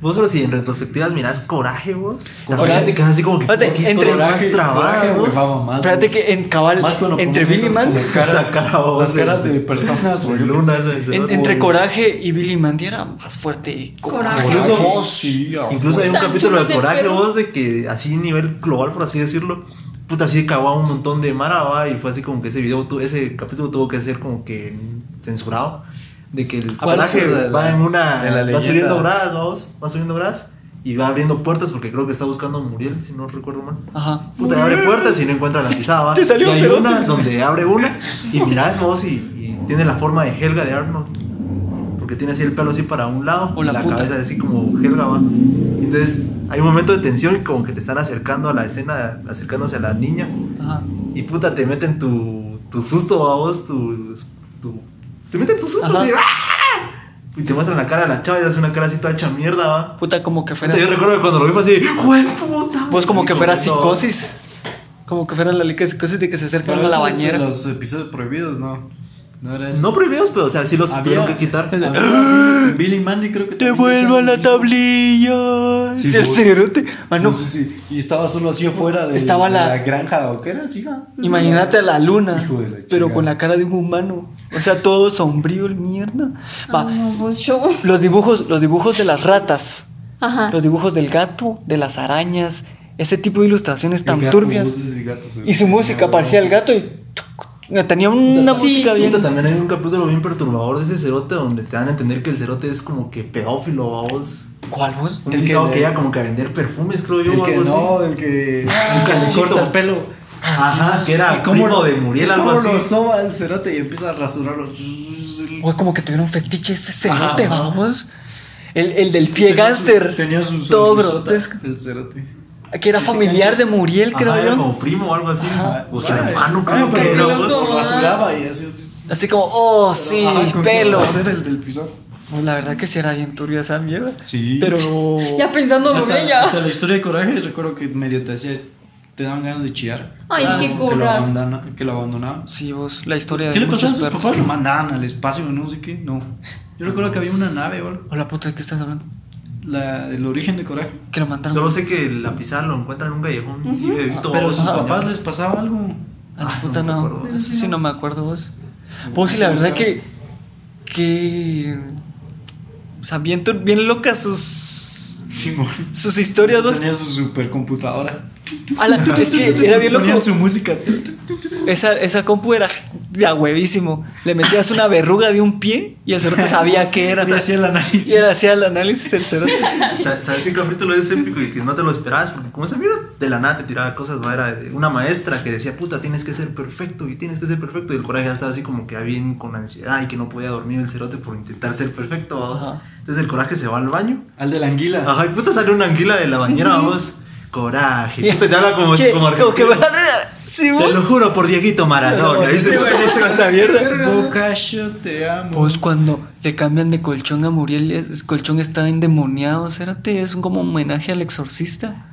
B: Vos, pero si en retrospectivas mirás coraje, vos.
A: Coraje.
B: Coraje. Te quedas así como que.
A: Espérate,
B: "Puta, qué
A: entre-
B: historia más trabada,
C: coraje,
B: vos.
C: güey, va mamado.
A: Espérate que en cabal,
C: Más cuando
A: entre
C: ponen
A: Billy
C: esas
A: Man,
C: como caras,
B: Esas caras, vos,
C: las caras de
B: de-
C: personas,
B: de
C: güey, yo
B: luna,
C: qué sé.
B: ese- ese
A: en-
B: loco,
A: entre
B: güey.
A: Coraje y Billy Mandy era más fuerte Coraje.
C: Por eso,
A: vos.
C: vos, sí, ah,
B: Incluso hay un
E: Tan
B: capítulo
E: chulos
B: de
E: del
B: coraje,
E: perro.
B: vos, de que así nivel global, por así decirlo. Puta, así cagó a un montón de Mara, va, Y fue así como que ese video, tu- ese capítulo tuvo que ser como que censurado. De que el
C: ¿Cuál es
B: coraje
C: esa pues, de la-
B: va en una.
C: de la
B: va
C: leyenda?
B: subiendo gradas, vamos. Va subiendo gradas. y va abriendo puertas porque creo que está buscando a Muriel, si no recuerdo mal.
A: Ajá.
B: Puta, y abre puertas y no encuentra la pisada.
A: Te salió
B: y
A: un
B: hay
A: cerote.
B: una donde abre una y mira es vos y, y tiene la forma de Helga de Arnold. Porque tiene así el pelo así para un lado
A: O la
B: y la
A: puta.
B: cabeza así como Helga va. Entonces hay un momento de tensión como que te están acercando a la escena, acercándose a la niña.
A: Ajá.
B: Y puta, te meten tu, tu susto a vos, tu, tu- Te meten tu susto
A: Ajá.
B: así, ¡ah! Y te muestran la cara a la chava y hace una cara así toda hecha mierda, va.
A: Puta, como que fuera.
B: Puta, yo recuerdo que cuando lo vi fue así, ¡jue puta!
A: Pues como
B: Y
A: que fuera
B: eso-
A: psicosis. Como que fuera la liga de psicosis de que se acercan a la bañera.
C: Los episodios prohibidos, no. No era
B: No prohibidos, pero o sea, sí los
C: Había-
B: tuvieron que quitar.
C: Billy- Billy Mandy creo que
A: Te
C: también
A: vuelvo a
C: hicieron
A: la
C: eso.
A: tablilla.
C: Sí,
A: Sí, el
C: vos-
A: cerote.
B: Ah,
A: Mano,
C: No sé si- Y estaba solo así afuera de,
A: Estaba
C: de
A: la-
C: granja o qué era, sí, ja?
A: imagínate a la luna,
C: Hijo de la
A: pero
C: chingada.
A: con la cara de un humano. O sea, todo sombrío el mierda. Va,
E: Ah, no, vos, yo.
A: los dibujos, los dibujos de las ratas,
E: Ajá.
A: los dibujos del gato, de las arañas, ese tipo de ilustraciones
C: El
A: tan
C: gato,
A: turbias.
C: luces y gatos, eh.
A: Y su música parecía el gato y tenía una
E: Sí,
A: música
E: sí.
A: bien.
B: Puta, también hay un capítulo bien perturbador de ese cerote donde te dan a entender que el cerote es como que pedófilo, vos.
A: ¿Cuál vos?
B: Un
C: El que
B: pisado que,
C: le-
B: llega como que a vender perfumes, creo yo,
C: El
B: o
C: que
B: algo así. Ah,
C: no, el que
B: Un
C: le
B: canchito.
C: corta el pelo.
B: Ajá, que era
C: ¿Cómo
B: como
C: lo-
B: lo de Muriel, algo
C: ¿Cómo lo
B: así.
C: soba el cerote y empieza a rasurarlo?
A: Güey, como que tuvieron fetiche ese cerote,
C: Ajá.
A: vamos. El, el del pie gánster.
C: Tenía su
A: Todo
C: sonrisota,
A: grotesco.
C: El cerote.
A: Que era familiar de Muriel,
B: Ajá,
A: creo
B: era
A: yo.
B: como primo o algo así. O sea,
C: Ay,
B: Ah, hermano,
C: ay,
B: creo que
C: pero
B: era,
C: ah, lo-
B: vos.
C: lo rasuraba y así. así.
A: Así como,
C: Ah,
A: oh, sí,
C: Ajá, con-
A: pelo.
C: Hacer el del piso.
A: Pues la verdad que sí era bien turbia esa mierda.
C: Sí.
A: Pero.
E: Ya pensándolo en
C: Hasta,
E: ella.
C: hasta la historia de Coraje, recuerdo que medio te hacía. Te daban ganas de chillar.
E: Ay,
C: Ah,
E: qué
C: que
E: coraje.
C: lo abandona- Que lo abandonaban.
A: Sí, vos, la historia de.
C: ¿Qué le pasó
A: muchos
C: a sus
A: perros.
C: papás? Lo mandaban al espacio, no sé qué. No. Yo recuerdo que había una nave o algo.
A: Hola, puta, ¿de qué estás hablando?
C: La, el origen de Coraje.
A: Que lo mandaron.
B: Solo sé que la pizarra lo encuentra en un callejón. Sí, bebito,
C: Pero a
B: vos,
C: sus
B: español.
C: papás les pasaba algo.
A: Ah,
B: Ah,
A: puta,
B: no me
A: no.
B: acuerdo.
A: Eso sí, no me acuerdo vos. Vos, y la verdad que. Que. O sea, bien, tur- bien locas sus.
C: Simón.
A: Sus historias, vos.
C: Tenía su supercomputadora.
A: Ala, es que era bien loco.
C: Ponían su música.
A: Esa, esa compu era ya huevísimo. Le metías una verruga de un pie y el cerote sabía qué era.
C: Y hacía el análisis.
A: Y él hacía el análisis el cerote.
B: Sa- ¿Sabes qué capítulo es épico y que no te lo esperabas? Porque como esa mierda de la nada te tiraba cosas, ¿no? Era de una maestra que decía, puta, tienes que ser perfecto y tienes que ser perfecto. Y el coraje ya estaba así como que bien con ansiedad y que no podía dormir el cerote por intentar ser perfecto, vamos.
A: Ajá.
B: Entonces el coraje se va al baño.
C: Al de la anguila.
B: Ajá, y puta sale una anguila de la bañera, vamos. Coraje. Puta, te habla como,
A: Che,
B: como
A: como que
B: argentino.
A: Sí,
B: Te lo
A: vos.
B: juro por Dieguito Maradona. Y se-
A: esa mierda.
C: Boca, yo te amo.
B: Pues,
A: Vos cuando le cambian de colchón a Muriel, el colchón está endemoniado, cerote, es un como homenaje al exorcista.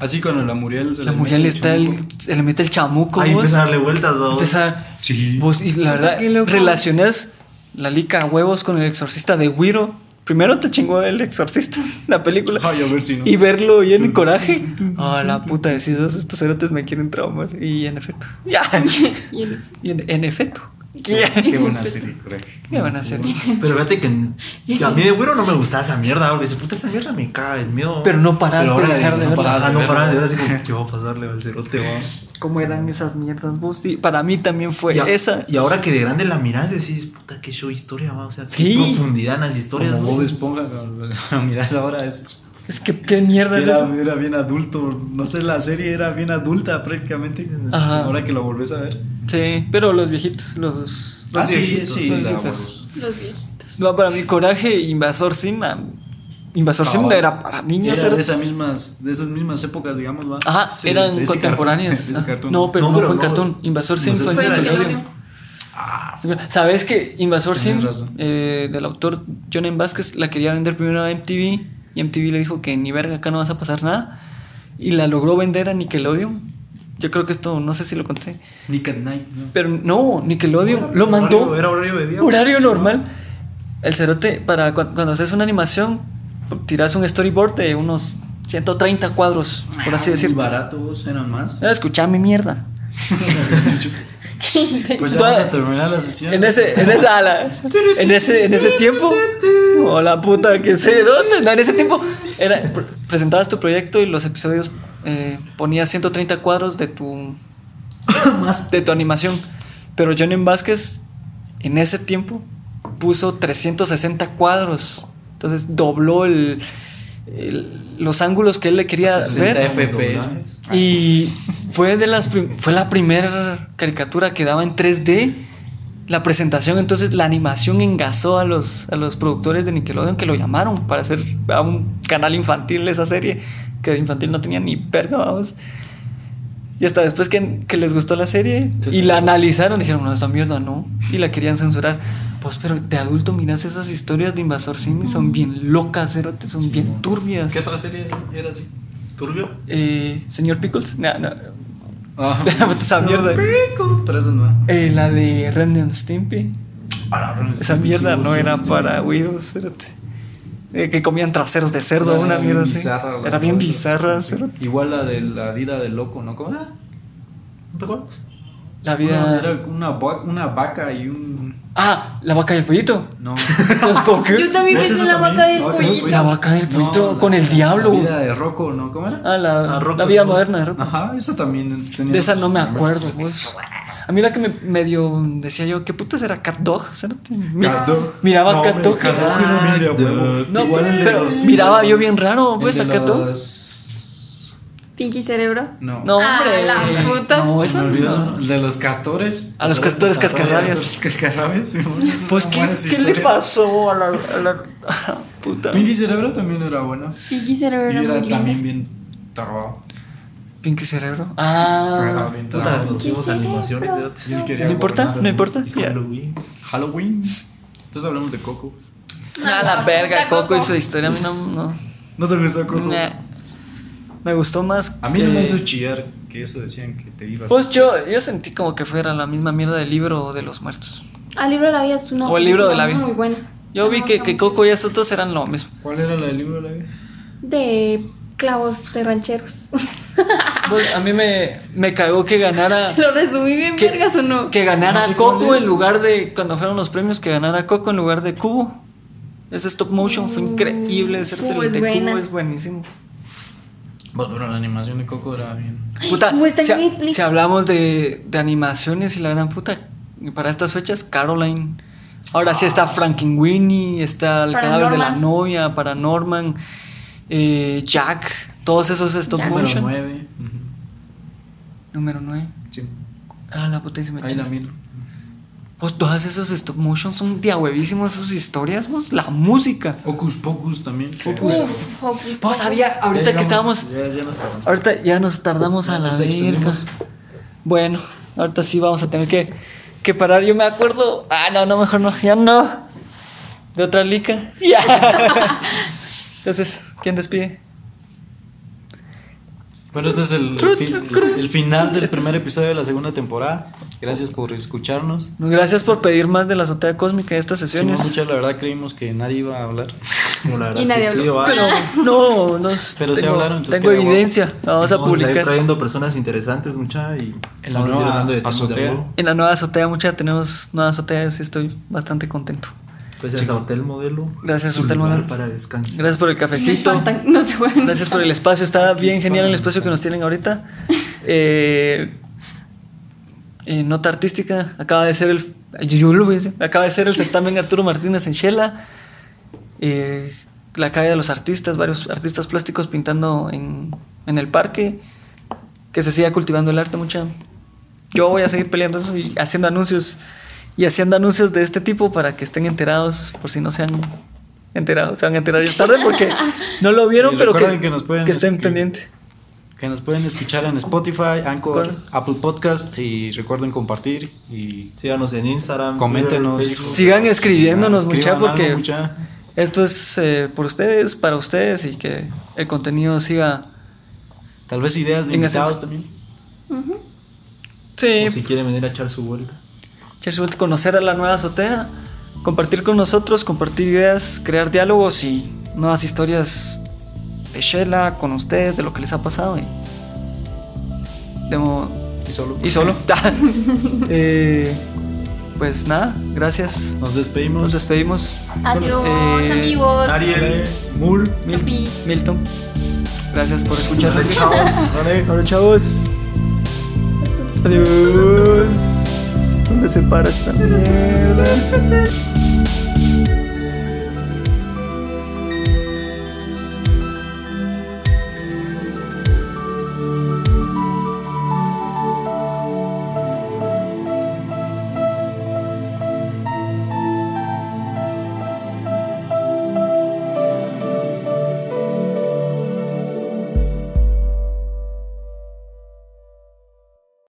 C: Así cuando la Muriel se
A: La
C: le
A: Muriel
C: mete
A: está
C: el
A: el, se le mete el chamuco,
B: Ahí
A: vos.
B: empieza a darle vueltas, vamos.
A: Empieza-
C: Sí.
A: Vos, Pues, y la verdad, relacionas la lica a huevos con el exorcista de Wiro. Primero te chingó el exorcista, la película.
C: Ay, a ver si no.
A: Y verlo y en coraje. Ah, la puta, decís, "Dos, estos cerotes me quieren traumar. Y en efecto. Ya.
E: Y el-
A: Y en, en efecto.
C: Qué buena serie, coraje.
A: ¿Qué van a hacer?
B: Pero fíjate que que a mí de güero no me gustaba esa mierda. Porque dice, puta, esta mierda me caga el miedo.
A: Pero no paraste
B: Pero ahora
A: de dejar de
B: no
A: verla.
B: paraba,
C: Ah,
B: no
C: de
B: paraba de
C: verla.
B: verla. Así como, ¿qué va a pasarle al cerote, va?
A: ¿Cómo eran esas mierdas, vos? Sí, para mí también fue
B: Y, a-
A: esa.
B: y ahora que de grande la mirás, decís, puta, qué show historia, va. O sea, qué
A: Sí.
B: profundidad en las historias.
C: Como
B: ¿no?
C: Bob Esponja, cuando miras ahora, es
A: Es que, ¿qué mierda es
C: era,
A: eso?
C: era bien adulto. No sé, la serie era bien adulta prácticamente.
A: Ajá.
C: Ahora que lo volvés a ver.
A: Sí, pero los viejitos, los.
B: Los
C: Ah, sí,
B: viejitos,
C: sí,
B: los
C: la
B: viejitos.
E: Los viejos.
A: No, para mí, coraje, invasor Simba. Invasor
C: Ah,
A: Simba
C: bueno.
A: era para niños,
C: Era
A: era-
C: de esas mismas, de esas mismas épocas, digamos, ¿va?
A: Ajá,
C: Sí,
A: eran
C: de ese
A: contemporáneos.
C: cartoon, de ese
A: Ah,
C: cartoon.
A: No, pero
B: No,
A: no,
B: pero
A: fue en
B: no,
A: cartoon. Invasor
B: no
A: Sim
B: sé
A: fue en
B: si
E: Fue
B: era
E: de
A: Nickelodeon.
E: Nickelodeon.
A: ¿Sabes que Invasor Sim,
C: Tienes razón.
A: eh, del autor John M. Vázquez, la quería vender primero a MTV y MTV le dijo que ni verga, acá no vas a pasar nada. Y la logró vender a Nickelodeon. Yo creo que esto, no sé si lo conté.
C: Nick at Night, ¿no?
A: Pero no, Nickelodeon lo mandó.
B: Horario- Era horario de día.
A: Horario normal. El cerote, para cu- cuando haces una animación, tiras un storyboard de unos 130 cuadros, por así
C: Ah, muy
A: decirlo.
C: baratos eran más.
A: Escucha mi mierda.
C: Pues ya
A: Toda-
C: vamos a terminar la sesión.
A: En ese, en esa ala, en ese, en ese tiempo. Hola puta, que sé, ¿dónde? No, en ese tiempo era, pr- presentabas tu proyecto y los episodios eh, ponías 130 cuadros de tu
C: más.
A: de tu animación. Pero Johnny Vázquez en ese tiempo puso 360 cuadros. Entonces dobló el, el- los ángulos que él le quería
C: 60
A: ver.
C: FPS.
A: Y fue de las prim- fue la primera caricatura que daba en 3D la presentación, entonces la animación engasó a los, a los productores de Nickelodeon que lo llamaron para hacer a un canal infantil esa serie, que de infantil no tenía ni verga, vamos. Y hasta después que, que les gustó la serie y la analizaron, dijeron, no, esta mierda no, y la querían censurar. Pues, pero de adulto miras esas historias de Invasor Sim y son bien locas, cerote, son bien turbias.
C: ¿Qué otra serie era así?
B: ¿Turbio?
A: Eh, Señor Pickles, no, no,
C: Ah,
A: esa mierda.
C: pero eso no.
A: Eh, la de Ren and Stimpy.
C: Ah,
A: Esa mierda no era para Weirdos, espérate. Eh, que comían traseros de cerdo,
C: Era
A: una
C: bien
A: mierda así.
C: bizarra la
A: Era bien
C: cosa,
A: bizarra,
C: sí.
A: espérate.
C: Igual la de la vida del loco, ¿no? ¿Cómo era?
B: ¿No te acuerdas?
A: La
C: Una- Era
A: vida.
C: una, va- una vaca y un.
A: Ah, la vaca del pollito.
C: No.
A: Entonces, como que-
E: Yo también
K: ¿No es
E: pensé en
K: eso
E: la vaca
C: también?
E: del
C: No,
E: pollito.
A: La vaca del pollito
C: No,
A: con el diablo.
C: La vida de Rocco, ¿no? ¿Cómo era?
A: Ah, la,
B: Ah, Rocco
A: la vida
B: Simón.
A: moderna de Rocco.
C: Ajá, esa también tenía.
A: De esa no
C: sus
A: me
C: momentos.
A: acuerdo, vos. A mí la que me medio decía yo, ¿qué putas era Cat Dog? O sea, no te- mi- Miraba
C: No,
A: Cat
C: hombre,
A: Dog.
C: Cat Dog era medio huevo.
A: No,
C: Igual el de
A: pero
C: los-
A: miraba yo bien raro,
C: el
A: pues,
C: de
A: a Cat Dog.
C: las-
E: Pinky cerebro.
C: No.
A: No,
E: Ah,
A: hombre.
E: la puta.
A: No,
C: Se
A: esa
C: me olvidó
A: no.
C: su nombre. El de los castores.
A: A los castores cascarrabias.
C: Cascarrabias, sí, bueno, esas
A: Pues,
C: son
A: ¿qué,
C: buenas
A: ¿qué le
C: historias.
A: pasó a la, a la- a la puta?
C: Pinky Cerebro también era bueno.
E: Pinky
C: Y
E: cerebro
C: era
E: muy
C: también
E: linda.
C: bien tardado.
A: Pinky Cerebro. Ah.
B: Puta, nos
E: ¿Qué
B: vimos
E: cerebro?
B: animaciones de otros.
A: No importa, no importa.
B: Y
A: Ya.
B: Halloween.
C: Halloween. Entonces hablamos de Coco.
A: A la verga, Coco y su historia. A mí no. no.
C: ¿No te gustó Coco?
A: Nah. Me gustó más.
C: A mí no
A: que-
C: me hizo chillar que eso decían que te ibas.
A: Pues yo, yo sentí como que fuera la misma mierda del libro de los muertos.
E: Al Ah, libro de la vida es una
A: O el libro de la
E: película
A: vida.
E: Muy buena.
A: Yo vi
E: Me
A: que,
E: gusta
A: que
E: mucho.
A: Coco y Azotos eran lo mismo.
C: ¿Cuál era la del libro de la vida?
E: De clavos de rancheros.
A: Pues, a mí me, me cagó que ganara.
E: ¿Lo resumí bien,
A: ¿Qué-
E: vergas o no?
A: Que ganara
C: No sé cuál
A: Coco
C: es.
A: en lugar de. Cuando fueron los premios, que ganara Coco en lugar de Cubo. Ese stop motion fue increíble. cierto,
E: Uh, Cubo
A: el
E: es
A: de
E: buena.
A: Cubo es buenísimo.
C: Pues bueno, la animación de Coco era bien.
A: Puta,
E: Uy, está en
A: si,
E: Netflix.
A: si hablamos de, de animaciones y la gran puta, para estas fechas, Caroline. Ahora sí está Frankenweenie, está El cadáver de la
E: Paranorman.
A: novia, Paranorman, eh, Jack, todos esos stop
E: Jack.
C: Número
A: motion.
C: 9.
A: Número 9.
C: Sí.
A: Ah, la puta, y se me
C: Ahí la
A: chingaste.
C: miro.
A: Pues todas esos stop motion son diahuevísimos sus historias, vos. La música.
C: Hocus Pocus también.
E: Uf, Uf, uf.
A: Vos sabía, ahorita
C: Ya
A: que
C: llegamos-
A: estábamos.
C: Ya, ya nos acabamos.
A: Ahorita ya nos tardamos a la
C: Nos
A: verga.
C: extendimos.
A: Bueno, ahorita sí vamos a tener que, que parar. Yo me acuerdo. Ah, no, no, mejor no. Ya no. De otra lica. Ya. Entonces, ¿quién despide?
C: Bueno, este es el,
A: Tru,
C: fin-
A: tru, tru.
C: el final del
A: Este es-
C: primer episodio de la segunda temporada. Gracias por escucharnos.
A: Gracias por pedir más de la azotea cósmica de estas
C: Sí, no,
A: sesiones.
C: muchas, la verdad creímos que nadie iba a hablar.
B: Como la verdad
E: Y
B: es
E: nadie
B: que sí,
E: habló.
B: va.
A: Pero no, no. s-
C: Pero sí
A: tengo,
C: hablaron, entonces
A: Tengo
C: queda guapo.
A: evidencia. La vamos a
B: Vamos ir
A: publicar.
B: trayendo personas interesantes, mucha, y
C: En la
B: vamos a ir
C: nueva
B: hablando de temas de
C: azotea.
B: huevo.
A: En la nueva azotea, mucha, tenemos nueva azotea. Yo sí estoy bastante contento.
B: Gracias a Hotel Modelo.
A: Gracias,
B: Su
A: Hotel
B: lugar
A: Modelo.
B: Para descansar.
A: Gracias por el cafecito.
E: Me espantan, No se pueden.
A: Gracias por el espacio, está bien genial el espacio que nos tienen ahorita. Eh, eh, nota artística, acaba de ser el yo lo voy a decir, acaba de ser el certamen Arturo Martínez en Shela. Eh, la calle de los artistas, varios artistas plásticos pintando en, en el parque. Que se siga cultivando el arte mucha. Yo voy a seguir peleando eso y haciendo anuncios. Y haciendo anuncios de este tipo para que estén enterados, por si no se han enterado. Se van a enterar ya tarde porque no lo vieron,
C: Y
A: pero que,
C: recuerden que nos pueden
A: que estén
C: escribir.
A: pendientes.
C: Que nos pueden escuchar en Spotify, Anchor,
A: Claro.
C: Apple Podcast y recuerden compartir y
B: Síganos en Instagram.
C: Coméntenos.
B: Twitter, Facebook.
A: Pues, Sigan escribiéndonos, mucha,
C: Escriban algo,
A: porque
C: mucha.
A: esto es eh, por ustedes, para ustedes y que el contenido siga.
C: tal vez ideas de
A: En ese-
C: invitados también.
A: Sí,
B: O si quieren venir a echar su vuelta.
A: echarse vuelta, conocer a la nueva azotea, compartir con nosotros, compartir ideas, crear diálogos y nuevas historias de Shela con ustedes, de lo que les ha pasado. Y, de mo-
C: Y solo.
A: y solo. Eh, pues nada, gracias.
C: Nos despedimos.
A: Nos despedimos.
E: Adiós,
A: Eh,
E: amigos.
C: Ariel, Mul.
E: Sofi.
A: Milton, gracias por escucharnos.
C: Chavos. Dale.
A: Hola chavos. Adiós. ¿Dónde se para esta mierda?